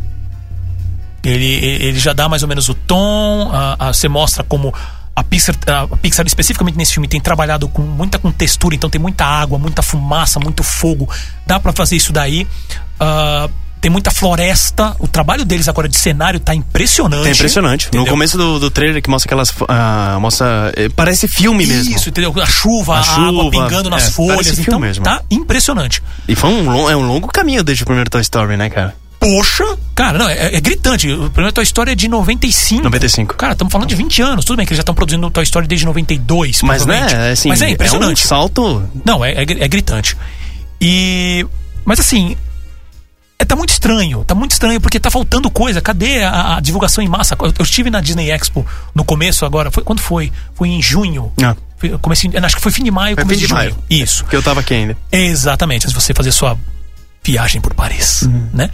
[SPEAKER 5] Ele, ele já dá mais ou menos o tom, a, a- você mostra como a Pixar, a Pixar, especificamente nesse filme, tem trabalhado com muita com textura, então tem muita água, muita fumaça, muito fogo. Dá pra fazer isso daí. Ah, tem muita floresta. O trabalho deles agora de cenário tá impressionante.
[SPEAKER 1] É impressionante. No
[SPEAKER 5] entendeu?
[SPEAKER 1] começo do, do trailer que mostra aquelas. fo- ah, mostra. eh, Parece filme mesmo.
[SPEAKER 5] Isso, entendeu? A chuva, a,
[SPEAKER 1] A
[SPEAKER 5] água
[SPEAKER 1] chuva,
[SPEAKER 5] pingando nas
[SPEAKER 1] é,
[SPEAKER 5] folhas.
[SPEAKER 1] parece
[SPEAKER 5] Então,
[SPEAKER 1] filme mesmo.
[SPEAKER 5] tá impressionante.
[SPEAKER 1] E foi um, lon- é um longo caminho desde o primeiro Toy Story, né, cara?
[SPEAKER 5] Poxa, cara, não, é, é gritante. O primeiro Toy Story é de 95.
[SPEAKER 1] 95.
[SPEAKER 5] Cara, estamos falando de 20 anos. Tudo bem que eles já estão produzindo Toy Story desde 92.
[SPEAKER 1] Mas, né,
[SPEAKER 5] provavelmente.
[SPEAKER 1] assim,
[SPEAKER 5] Mas é impressionante.
[SPEAKER 1] um salto.
[SPEAKER 5] Não, é, é, gri- é gritante. E. Mas assim. É, tá muito estranho, tá muito estranho, porque tá faltando coisa. Cadê a, a divulgação em massa? Eu, eu estive na Disney Expo no começo agora. Foi, quando foi? Foi em junho.
[SPEAKER 1] Ah,
[SPEAKER 5] Foi- Comecei, acho que foi fim de maio,
[SPEAKER 1] Foi
[SPEAKER 5] começo
[SPEAKER 1] fim
[SPEAKER 5] de,
[SPEAKER 1] de maio.
[SPEAKER 5] junho. Isso.
[SPEAKER 1] que eu tava aqui ainda.
[SPEAKER 5] Exatamente, antes de você fazer sua viagem por Paris, né?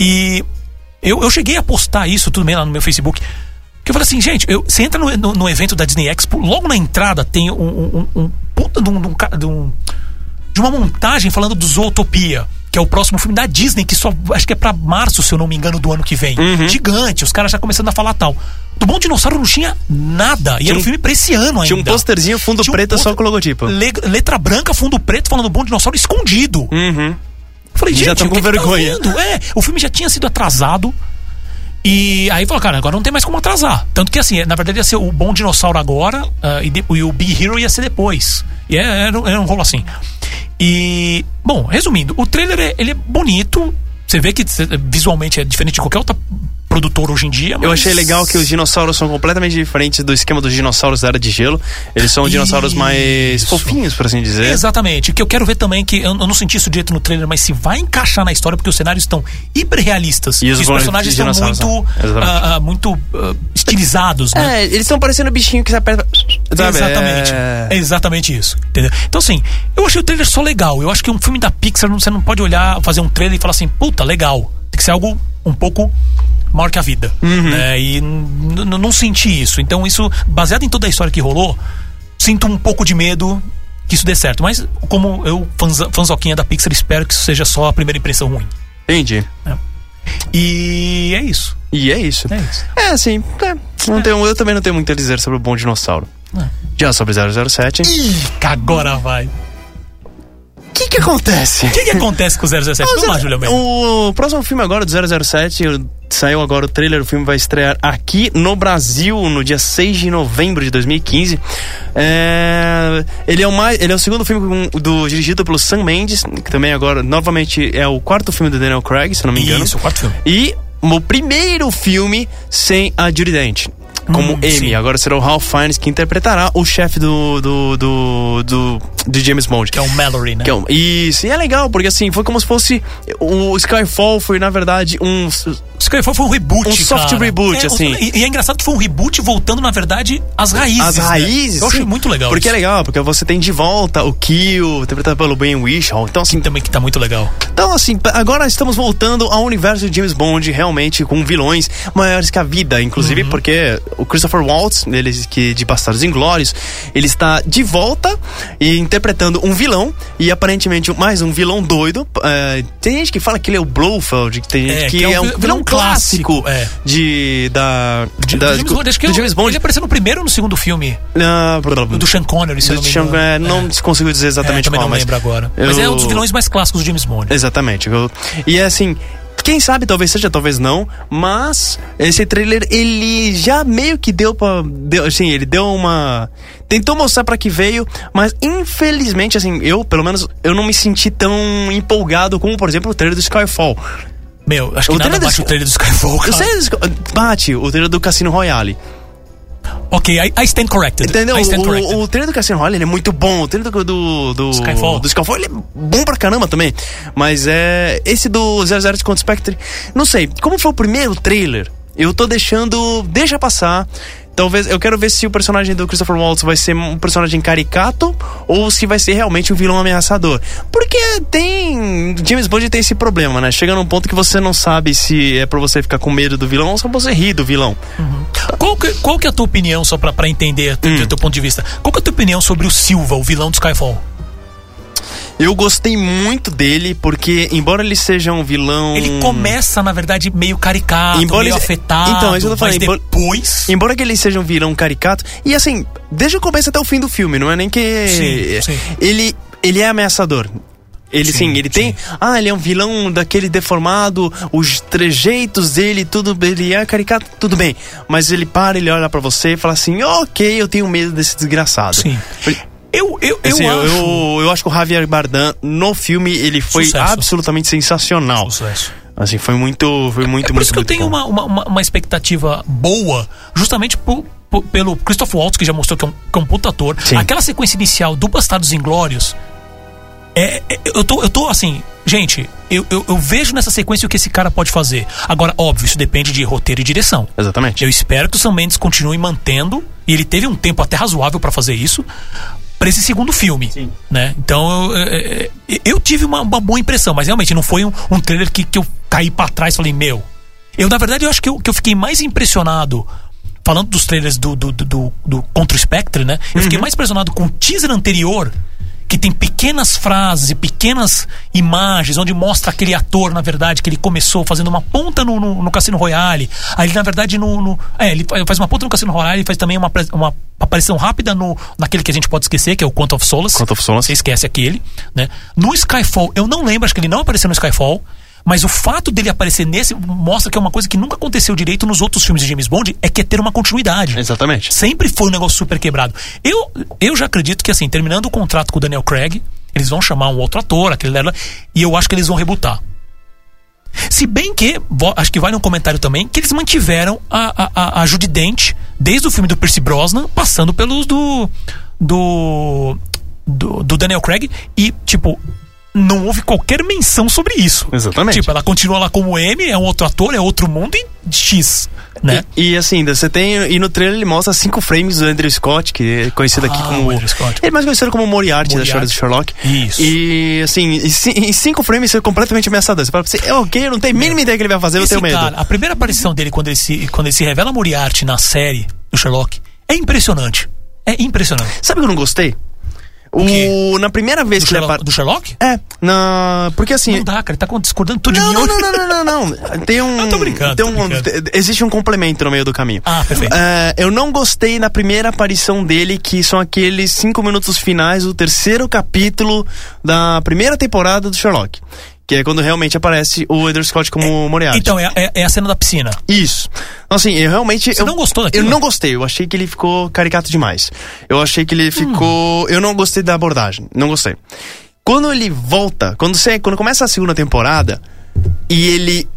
[SPEAKER 5] E eu, eu cheguei a postar isso tudo bem lá no meu Facebook. Que eu falei assim, gente, eu, você entra no, no- no evento da Disney Expo, logo na entrada tem um, um- um- um puta de um- de um ca- de um de uma montagem falando do Zootopia, que é o próximo filme da Disney, que só acho que é pra março, se eu não me engano, do ano que vem.
[SPEAKER 1] Uhum.
[SPEAKER 5] Gigante, os caras já começando a falar tal. Do Bom Dinossauro não tinha nada. E era um
[SPEAKER 1] um-
[SPEAKER 5] filme pra esse ano ainda.
[SPEAKER 1] Tinha um posterzinho fundo
[SPEAKER 5] Tinha um
[SPEAKER 1] preto só
[SPEAKER 5] pôster-
[SPEAKER 1] com o logotipo.
[SPEAKER 5] Le- letra branca, fundo preto, falando Bom Dinossauro escondido.
[SPEAKER 1] Uhum.
[SPEAKER 5] Eu Falei,
[SPEAKER 1] Já
[SPEAKER 5] gente,
[SPEAKER 1] tá
[SPEAKER 5] o
[SPEAKER 1] com
[SPEAKER 5] que que
[SPEAKER 1] vergonha.
[SPEAKER 5] rolando? é, o filme já tinha sido atrasado. E aí falou, cara, agora não tem mais como atrasar. Tanto que assim, na verdade ia ser o Bom Dinossauro agora ah, e, de- e o Big Hero ia ser depois. E é- era, um- era um rolo assim. E, bom, resumindo, o trailer é, ele é bonito. Você vê que eh, visualmente é diferente de qualquer outra produtora hoje em dia.
[SPEAKER 1] Eu
[SPEAKER 5] mas-
[SPEAKER 1] achei legal que os dinossauros são completamente diferentes do esquema dos dinossauros da era de gelo. Eles são dinossauros mais
[SPEAKER 5] Isso.
[SPEAKER 1] fofinhos, por assim dizer.
[SPEAKER 5] Exatamente. Que eu quero ver também, é que eu, eu não senti isso direito no trailer, mas se vai encaixar na história, porque os cenários estão hiperrealistas.
[SPEAKER 1] E os
[SPEAKER 5] os
[SPEAKER 1] bons
[SPEAKER 5] personagens estão
[SPEAKER 1] dinossauros,
[SPEAKER 5] muito,
[SPEAKER 1] né? Exatamente.
[SPEAKER 5] ah, ah, muito ah, estilizados, né?
[SPEAKER 1] É, eles estão parecendo bichinho que se aperta. Sabe?
[SPEAKER 5] Exatamente.
[SPEAKER 1] É...
[SPEAKER 5] É exatamente isso. Entendeu? Então, assim, eu achei o trailer só legal. Eu acho que um filme da Pixar, você não pode olhar, fazer um trailer e falar assim, puta, legal. Tem que ser algo um pouco maior que a vida. né? E n- n- não senti isso. Então, isso, baseado em toda a história que rolou, sinto um pouco de medo que isso dê certo. Mas, como eu, fanza- fanzoquinha da Pixar, espero que isso seja só a primeira impressão ruim.
[SPEAKER 1] Entendi.
[SPEAKER 5] E é isso.
[SPEAKER 1] E é isso.
[SPEAKER 5] É isso.
[SPEAKER 1] É, assim, é, não tenho, eu também não tenho muito a dizer sobre o Bom Dinossauro. Já sobre 007. O
[SPEAKER 5] Agora vai. O
[SPEAKER 1] que que acontece?
[SPEAKER 5] que, que acontece com o 007? Vamos
[SPEAKER 1] é
[SPEAKER 5] lá, Julião Melo.
[SPEAKER 1] O próximo filme agora do 007, saiu agora o trailer, o filme vai estrear aqui no Brasil no dia 6 de novembro de 2015. É, ele, é o mais, ele é o segundo filme com- do, dirigido pelo Sam Mendes, que também agora, novamente, é o quarto filme do Daniel um- Craig, se eu não me engano.
[SPEAKER 5] Isso, o quarto filme.
[SPEAKER 1] E o primeiro filme sem a Judy Dent. como
[SPEAKER 5] Hum,
[SPEAKER 1] Amy.
[SPEAKER 5] sim.
[SPEAKER 1] Agora será o Ralph Fiennes que interpretará o chefe do, do, do, do- de James Bond.
[SPEAKER 5] Que é o Mallory, né?
[SPEAKER 1] Que é um- Isso, e é legal, porque assim, foi como se fosse. O Skyfall foi, na verdade, um.
[SPEAKER 5] Skyfall foi um reboot,
[SPEAKER 1] Um soft
[SPEAKER 5] cara.
[SPEAKER 1] reboot,
[SPEAKER 5] É, um-
[SPEAKER 1] assim.
[SPEAKER 5] E, e é engraçado que foi um reboot voltando, na verdade, às raízes.
[SPEAKER 1] As
[SPEAKER 5] né?
[SPEAKER 1] raízes.
[SPEAKER 5] Eu achei
[SPEAKER 1] sim.
[SPEAKER 5] muito legal
[SPEAKER 1] Porque é
[SPEAKER 5] isso.
[SPEAKER 1] legal, porque você tem de volta o Kill, interpretado pelo Ben Whishaw. Então, assim,
[SPEAKER 5] Também que tá muito legal.
[SPEAKER 1] Então, assim, p- agora estamos voltando ao universo de James Bond, realmente com vilões maiores que a vida, inclusive
[SPEAKER 5] Uhum.
[SPEAKER 1] porque o Christopher Waltz, ele que é de Bastardos Inglórios, ele está de volta e interpretando um vilão e aparentemente mais um vilão doido. É, tem gente que fala que ele é o Blofeld, que tem gente
[SPEAKER 5] É,
[SPEAKER 1] que, é, um vilão, clássico,
[SPEAKER 5] clássico, é.
[SPEAKER 1] de da,
[SPEAKER 5] De-
[SPEAKER 1] da-
[SPEAKER 5] do James Bond, acho que
[SPEAKER 1] do
[SPEAKER 5] eu-
[SPEAKER 1] James Bond.
[SPEAKER 5] ele apareceu no primeiro ou no segundo filme?
[SPEAKER 1] Ah, blá, blá, blá.
[SPEAKER 5] Do Sean Connery, se eu
[SPEAKER 1] Do
[SPEAKER 5] não me
[SPEAKER 1] Sean-
[SPEAKER 5] engano.
[SPEAKER 1] é, não consigo dizer
[SPEAKER 5] É,
[SPEAKER 1] exatamente
[SPEAKER 5] também
[SPEAKER 1] qual,
[SPEAKER 5] não
[SPEAKER 1] mas
[SPEAKER 5] lembro agora. Mas é um dos
[SPEAKER 1] eu-
[SPEAKER 5] vilões mais clássicos do James Bond.
[SPEAKER 1] Exatamente. Eu- E é assim. Quem sabe, talvez seja, talvez não, mas esse trailer ele já meio que deu pra. Deu, assim, ele deu uma. Tentou mostrar pra que veio, mas infelizmente, assim, eu, pelo menos, eu não me senti tão empolgado como, por exemplo, o trailer do Skyfall.
[SPEAKER 5] Meu, acho que
[SPEAKER 1] O
[SPEAKER 5] nada
[SPEAKER 1] trailer
[SPEAKER 5] bate
[SPEAKER 1] do-
[SPEAKER 5] o trailer do Skyfall,
[SPEAKER 1] O
[SPEAKER 5] cara.
[SPEAKER 1] trailer do Sky- Bate o trailer do Cassino Royale.
[SPEAKER 5] Ok, I, I stand corrected.
[SPEAKER 1] Entendeu?
[SPEAKER 5] I stand corrected.
[SPEAKER 1] O, o trailer do Cassino Royale ele é muito bom. O trailer do, do, do
[SPEAKER 5] Skyfall.
[SPEAKER 1] do Skyfall ele é bom pra caramba também. Mas é. Esse do 00 contra Spectre. Não sei, como foi o primeiro trailer, eu tô deixando. Deixa passar. Talvez. Eu quero ver se o personagem do Christopher Waltz vai ser um personagem caricato ou se vai ser realmente um vilão ameaçador. Porque tem. James Bond tem esse problema, né? Chega num ponto que você não sabe se é pra você ficar com medo do vilão ou se é pra você rir do vilão.
[SPEAKER 5] Qual, que, qual que é a tua opinião, só pra, pra entender do
[SPEAKER 1] Hum.
[SPEAKER 5] teu ponto de vista? Qual que é a tua opinião sobre o Silva, o vilão do Skyfall?
[SPEAKER 1] Eu gostei muito dele, porque, embora ele seja um vilão.
[SPEAKER 5] Ele começa, na verdade, meio caricato,
[SPEAKER 1] Embora
[SPEAKER 5] meio
[SPEAKER 1] ele-
[SPEAKER 5] afetado.
[SPEAKER 1] Então, isso eu tô falando,
[SPEAKER 5] Mas
[SPEAKER 1] embora-
[SPEAKER 5] depois...
[SPEAKER 1] Embora que ele seja um vilão caricato. E assim, desde o começo até o fim do filme, não é nem que.
[SPEAKER 5] Sim, sim.
[SPEAKER 1] Ele, ele é ameaçador. Ele sim,
[SPEAKER 5] Sim,
[SPEAKER 1] ele tem. Ah, ele é um vilão daquele deformado, os trejeitos dele, tudo. Ele é caricato, tudo bem. Mas ele para, ele olha pra você e fala assim: ok, eu tenho medo desse desgraçado.
[SPEAKER 5] Sim. Eu, eu, eu
[SPEAKER 1] Assim, eu,
[SPEAKER 5] acho...
[SPEAKER 1] eu, eu acho que o Javier Bardem, no filme, ele foi
[SPEAKER 5] Sucesso.
[SPEAKER 1] absolutamente sensacional.
[SPEAKER 5] Sucesso.
[SPEAKER 1] Assim, foi muito, foi muito,
[SPEAKER 5] é por
[SPEAKER 1] muito,
[SPEAKER 5] isso que eu
[SPEAKER 1] muito
[SPEAKER 5] tenho
[SPEAKER 1] bom.
[SPEAKER 5] uma, uma, uma- uma expectativa boa, justamente por- por- pelo Christopher Waltz, que já mostrou que é um, que é um puta ator.
[SPEAKER 1] Sim.
[SPEAKER 5] Aquela sequência inicial do Bastardos Inglórios, é, é- eu, tô, eu tô assim... Gente, eu, eu, eu vejo nessa sequência o que esse cara pode fazer. Agora, óbvio, isso depende de roteiro e direção.
[SPEAKER 1] Exatamente.
[SPEAKER 5] Eu espero que o Sam Mendes continue mantendo, e ele teve um tempo até razoável pra fazer isso, pra esse segundo filme. Né? Então, eu, é, é, eu tive uma, uma boa impressão, mas realmente não foi um, um trailer que, que eu caí pra trás e falei, meu. Eu, na verdade, eu acho que eu, que eu fiquei mais impressionado. Falando dos trailers do, do, do, do- do Contra o Spectre, né? Eu fiquei mais impressionado com o teaser anterior, que tem pequenas frases e pequenas imagens, onde mostra aquele ator, na verdade, que ele começou fazendo uma ponta no, no, no Cassino Royale. Aí ele, na verdade, no, no- É, ele fa- faz uma ponta no Cassino Royale e faz também uma, apre- uma aparição rápida no, naquele que a gente pode esquecer, que é o Quantum of Solace.
[SPEAKER 1] Quantum of Solace.
[SPEAKER 5] Você esquece aquele, né? No Skyfall, eu não lembro, acho que ele não apareceu no Skyfall. Mas o fato dele aparecer nesse mostra que é uma coisa que nunca aconteceu direito nos outros filmes de James Bond, é que é ter uma continuidade.
[SPEAKER 1] Exatamente.
[SPEAKER 5] Sempre foi um negócio super quebrado. Eu, eu já acredito que, assim, terminando o contrato com o Daniel Craig, eles vão chamar um outro ator, aquele lá, lá, e eu acho que eles vão rebutar. Se bem que, vo- acho que vale um comentário também, que eles mantiveram a, a, a, a Judy Dent desde o filme do Percy Brosnan, passando pelos do. do. do, do Daniel Craig, e, tipo. Não houve qualquer menção sobre isso.
[SPEAKER 1] Exatamente.
[SPEAKER 5] Tipo, ela continua lá como M, é um outro ator, é outro mundo e X, né?
[SPEAKER 1] E, e, assim, você tem. E no trailer ele mostra cinco frames do Andrew Scott, que é conhecido aqui
[SPEAKER 5] Ah,
[SPEAKER 1] como.
[SPEAKER 5] o Andrew Scott.
[SPEAKER 1] Ele é mais conhecido como Moriarty, da história
[SPEAKER 5] Moriarty.
[SPEAKER 1] do Sherlock.
[SPEAKER 5] Isso.
[SPEAKER 1] E assim, e, ci- e cinco frames você é completamente ameaçador. Você fala pra você, é ok, eu não tenho a mínima ideia que ele vai fazer, eu
[SPEAKER 5] Esse
[SPEAKER 1] tenho medo.
[SPEAKER 5] cara, a primeira aparição dele quando ele se, quando ele se revela Moriarty na série do Sherlock é impressionante. É impressionante.
[SPEAKER 1] Sabe o que eu não gostei?
[SPEAKER 5] quê?
[SPEAKER 1] O, na primeira vez
[SPEAKER 5] Do
[SPEAKER 1] que ele
[SPEAKER 5] Sherlock?
[SPEAKER 1] aparece.
[SPEAKER 5] do Sherlock?
[SPEAKER 1] É, na. Porque assim.
[SPEAKER 5] Não dá, cara. Ele tá discordando tudo
[SPEAKER 1] Não,
[SPEAKER 5] de mim.
[SPEAKER 1] não,
[SPEAKER 5] hoje.
[SPEAKER 1] não, não, não, não, não. Tem um.
[SPEAKER 5] Eu Ah, tô brincando,
[SPEAKER 1] Tem
[SPEAKER 5] tô
[SPEAKER 1] um
[SPEAKER 5] brincando.
[SPEAKER 1] te- existe um complemento no meio do caminho.
[SPEAKER 5] Ah, perfeito.
[SPEAKER 1] É, eu não gostei na primeira aparição dele, que são aqueles cinco minutos finais do terceiro capítulo da primeira temporada do Sherlock. Que é quando realmente aparece o Edward Scott como Moriarty.
[SPEAKER 5] Então, é, é- é a cena da piscina.
[SPEAKER 1] Isso. Então, assim, eu realmente.
[SPEAKER 5] Você
[SPEAKER 1] eu,
[SPEAKER 5] não gostou daquilo?
[SPEAKER 1] Eu não gostei. Eu achei que ele ficou caricato demais. Eu achei que
[SPEAKER 5] Hum.
[SPEAKER 1] ele ficou. Eu não gostei da abordagem. Não gostei. Quando ele volta, quando, você, quando começa a segunda temporada e ele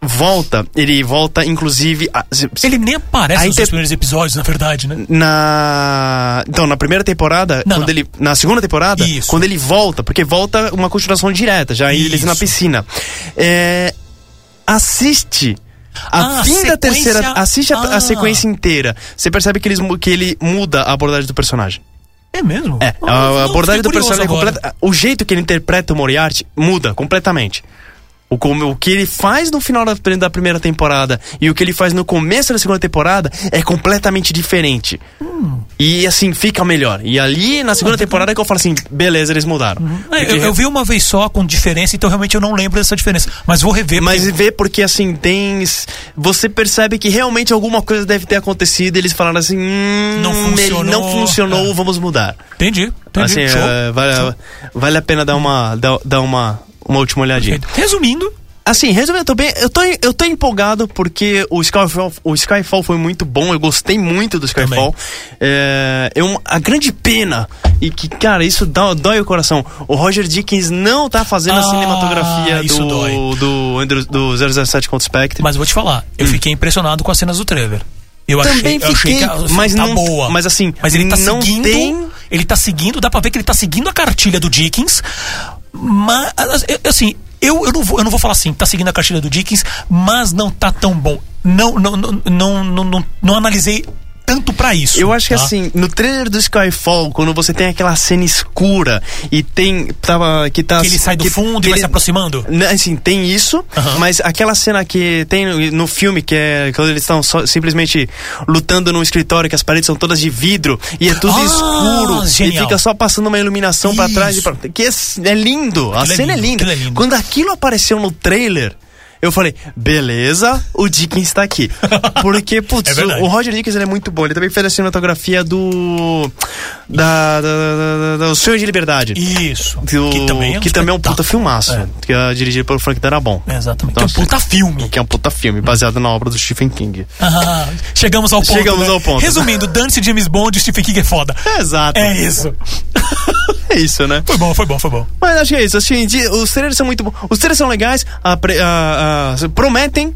[SPEAKER 1] volta, ele volta inclusive. a- se- se-
[SPEAKER 5] Ele nem aparece
[SPEAKER 1] Aí
[SPEAKER 5] nos
[SPEAKER 1] tem-
[SPEAKER 5] dois primeiros episódios, na verdade, né?
[SPEAKER 1] na então na primeira temporada
[SPEAKER 5] Não,
[SPEAKER 1] quando
[SPEAKER 5] não.
[SPEAKER 1] ele na segunda temporada
[SPEAKER 5] Isso.
[SPEAKER 1] quando ele volta porque volta uma continuação direta já eles
[SPEAKER 5] Isso.
[SPEAKER 1] na piscina É, assiste a
[SPEAKER 5] Ah,
[SPEAKER 1] fim da
[SPEAKER 5] sequência-
[SPEAKER 1] terceira assiste a, a
[SPEAKER 5] Ah.
[SPEAKER 1] sequência inteira você percebe que, eles, mu- que ele muda a abordagem do personagem
[SPEAKER 5] É mesmo?
[SPEAKER 1] é
[SPEAKER 5] Ah,
[SPEAKER 1] a,
[SPEAKER 5] não,
[SPEAKER 1] abordagem do
[SPEAKER 5] fiquei curioso
[SPEAKER 1] personagem é
[SPEAKER 5] agora.
[SPEAKER 1] completa, o jeito que ele interpreta o Moriarty muda completamente o, como, o que ele faz no final da, da primeira temporada e o que ele faz no começo da segunda temporada é completamente diferente.
[SPEAKER 5] Hum.
[SPEAKER 1] E assim, fica melhor. E ali na segunda temporada é que eu falo assim: beleza, eles mudaram.
[SPEAKER 5] É,
[SPEAKER 1] Porque-
[SPEAKER 5] eu, eu vi uma vez só com diferença, então realmente eu não lembro dessa diferença. Mas vou rever.
[SPEAKER 1] Mas
[SPEAKER 5] porque-
[SPEAKER 1] vê porque assim, tem. Você percebe que realmente alguma coisa deve ter acontecido e eles falaram assim: hum,
[SPEAKER 5] Não funcionou.
[SPEAKER 1] ele não funcionou,
[SPEAKER 5] É.
[SPEAKER 1] vamos mudar.
[SPEAKER 5] Entendi, entendi.
[SPEAKER 1] Assim,
[SPEAKER 5] Show.
[SPEAKER 1] é, vale, vale a pena dar uma, dar, dar uma, uma última olhadinha.
[SPEAKER 5] Resumindo,
[SPEAKER 1] Assim, resumindo, eu tô bem. Eu tô, eu tô empolgado porque o Skyfall, o Skyfall foi muito bom. Eu gostei muito do Skyfall. É, é uma- a grande pena. E que, cara, isso dá, dói o coração. O Roger Dickens não tá fazendo a
[SPEAKER 5] Ah,
[SPEAKER 1] cinematografia
[SPEAKER 5] isso dói.
[SPEAKER 1] do, do, Andrew, do 007 contra o Spectre.
[SPEAKER 5] mas vou te falar, eu
[SPEAKER 1] Hum.
[SPEAKER 5] fiquei impressionado com as cenas do Trevor. Eu
[SPEAKER 1] Também
[SPEAKER 5] achei, eu achei
[SPEAKER 1] fiquei,
[SPEAKER 5] que a-
[SPEAKER 1] mas
[SPEAKER 5] tá
[SPEAKER 1] não-
[SPEAKER 5] boa.
[SPEAKER 1] mas assim,
[SPEAKER 5] mas ele tá
[SPEAKER 1] não
[SPEAKER 5] seguindo,
[SPEAKER 1] tem-
[SPEAKER 5] ele tá seguindo, dá pra ver que ele tá seguindo a cartilha do Dickens. Mas eu- assim, eu, eu, não vou, eu não vou falar assim, tá seguindo a cartilha do Dickens, mas não tá tão bom. Não não não não não, não- não analisei tanto pra isso.
[SPEAKER 1] Eu acho que
[SPEAKER 5] tá?
[SPEAKER 1] assim, no trailer do Skyfall, quando você tem aquela cena escura e tem. Tava, que tá.
[SPEAKER 5] que ele sai do
[SPEAKER 1] que-
[SPEAKER 5] fundo
[SPEAKER 1] que
[SPEAKER 5] e vai
[SPEAKER 1] ele-
[SPEAKER 5] se aproximando.
[SPEAKER 1] Né, Assim, tem isso,
[SPEAKER 5] Aham.
[SPEAKER 1] mas aquela cena que tem no- no filme, que é quando eles estão só- simplesmente lutando num escritório, que as paredes são todas de vidro e é tudo
[SPEAKER 5] Ah,
[SPEAKER 1] escuro e
[SPEAKER 5] genial.
[SPEAKER 1] fica só passando uma iluminação pra trás e
[SPEAKER 5] Isso.
[SPEAKER 1] pra, que é, s- é lindo, a
[SPEAKER 5] Aquilo é
[SPEAKER 1] cena é, linda.
[SPEAKER 5] lindo, aquilo é lindo.
[SPEAKER 1] Quando aquilo apareceu no trailer, eu falei, beleza, o Dickens tá aqui. Porque, putz,
[SPEAKER 5] É verdade.
[SPEAKER 1] o Roger Dickens ele é muito bom. Ele também fez a cinematografia do. Da, da, da, da- da- do Sonho de Liberdade.
[SPEAKER 5] Isso.
[SPEAKER 1] Que, o- que também é um puta
[SPEAKER 5] espetáculo.
[SPEAKER 1] filmaço.
[SPEAKER 5] É.
[SPEAKER 1] Que é dirigido pelo Frank Darabont.
[SPEAKER 5] É, Exatamente.
[SPEAKER 1] Então,
[SPEAKER 5] que é um puta Hum. filme.
[SPEAKER 1] Que é um puta filme, baseado na obra do Stephen King.
[SPEAKER 5] Ah, chegamos ao ponto.
[SPEAKER 1] Chegamos
[SPEAKER 5] né?
[SPEAKER 1] ao ponto.
[SPEAKER 5] Resumindo, dance James Bond, Stephen King é foda.
[SPEAKER 1] Exato.
[SPEAKER 5] É isso.
[SPEAKER 1] É isso, né?
[SPEAKER 5] Foi bom, foi bom, foi bom.
[SPEAKER 1] Mas acho que é isso. Assim, de- os trailers são muito bons. Os trailers são legais, a pre- a- a- prometem.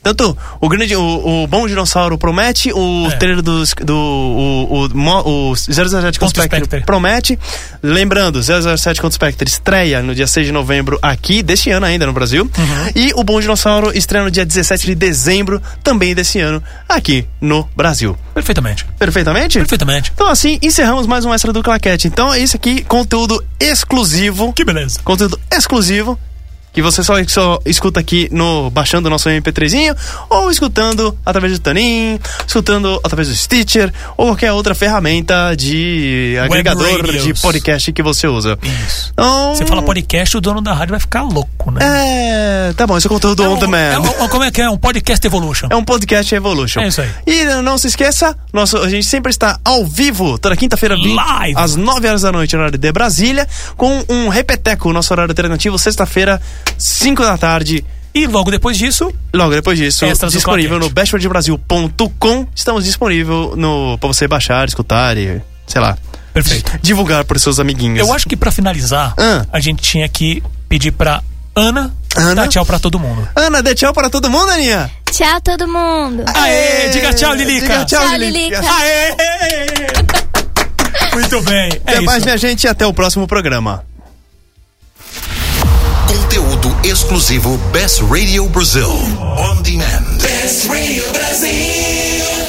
[SPEAKER 1] Tanto o grande. O, o Bom Dinossauro promete, o
[SPEAKER 5] É.
[SPEAKER 1] trailer do. do o, o, mo- o 007
[SPEAKER 5] Contra
[SPEAKER 1] contra
[SPEAKER 5] o
[SPEAKER 1] Spectre,
[SPEAKER 5] Spectre.
[SPEAKER 1] promete. Lembrando, 007 contra Spectre estreia no dia 6 de novembro aqui, deste ano ainda no Brasil.
[SPEAKER 5] Uhum.
[SPEAKER 1] E o Bom Dinossauro estreia no dia 17 de dezembro, também desse ano, aqui no Brasil.
[SPEAKER 5] Perfeitamente.
[SPEAKER 1] Perfeitamente?
[SPEAKER 5] Perfeitamente.
[SPEAKER 1] Então assim, encerramos mais um Extra do Claquete. Então é isso aqui, conteúdo exclusivo.
[SPEAKER 5] Que beleza.
[SPEAKER 1] Conteúdo exclusivo que você só, só escuta aqui no baixando o nosso MP3zinho ou escutando através do Tanin, escutando através do Stitcher ou qualquer outra ferramenta de agregador
[SPEAKER 5] radios.
[SPEAKER 1] de podcast que você usa.
[SPEAKER 5] Isso.
[SPEAKER 1] Então,
[SPEAKER 5] Você fala podcast, o dono da rádio vai ficar louco, né?
[SPEAKER 1] É, tá bom, esse é o conteúdo on
[SPEAKER 5] um, é
[SPEAKER 1] demand.
[SPEAKER 5] um- como é que é? Um podcast evolution.
[SPEAKER 1] É um podcast Evolution.
[SPEAKER 5] É isso aí.
[SPEAKER 1] E não se esqueça, nosso, a gente sempre está ao vivo, toda quinta-feira, vinte-
[SPEAKER 5] Live.
[SPEAKER 1] às 9 horas da noite, horário de Brasília, com um repeteco, nosso horário alternativo, sexta-feira, 5 da tarde.
[SPEAKER 5] E logo depois disso,
[SPEAKER 1] Logo depois disso,
[SPEAKER 5] Extras do
[SPEAKER 1] disponível no
[SPEAKER 5] Claquete.
[SPEAKER 1] bestwordbrasil.com. Estamos disponível no para você baixar, escutar e, sei lá,
[SPEAKER 5] perfeito.
[SPEAKER 1] divulgar para seus amiguinhos.
[SPEAKER 5] Eu acho que pra finalizar,
[SPEAKER 1] Ah.
[SPEAKER 5] a gente tinha que pedir pra Ana,
[SPEAKER 1] Ana?
[SPEAKER 5] dar tchau pra todo mundo.
[SPEAKER 1] Ana, dê tchau para todo mundo, Aninha.
[SPEAKER 6] Tchau, todo mundo.
[SPEAKER 5] Aê, diga tchau, Lilica.
[SPEAKER 1] Diga tchau,
[SPEAKER 6] Tchau,
[SPEAKER 1] Lilica.
[SPEAKER 6] Lilica.
[SPEAKER 5] Aê! Muito bem. É
[SPEAKER 1] Até
[SPEAKER 5] isso.
[SPEAKER 1] mais, minha gente, e até o próximo programa.
[SPEAKER 4] Conteúdo exclusivo Best Radio Brazil. On demand.
[SPEAKER 2] Best Radio Brasil.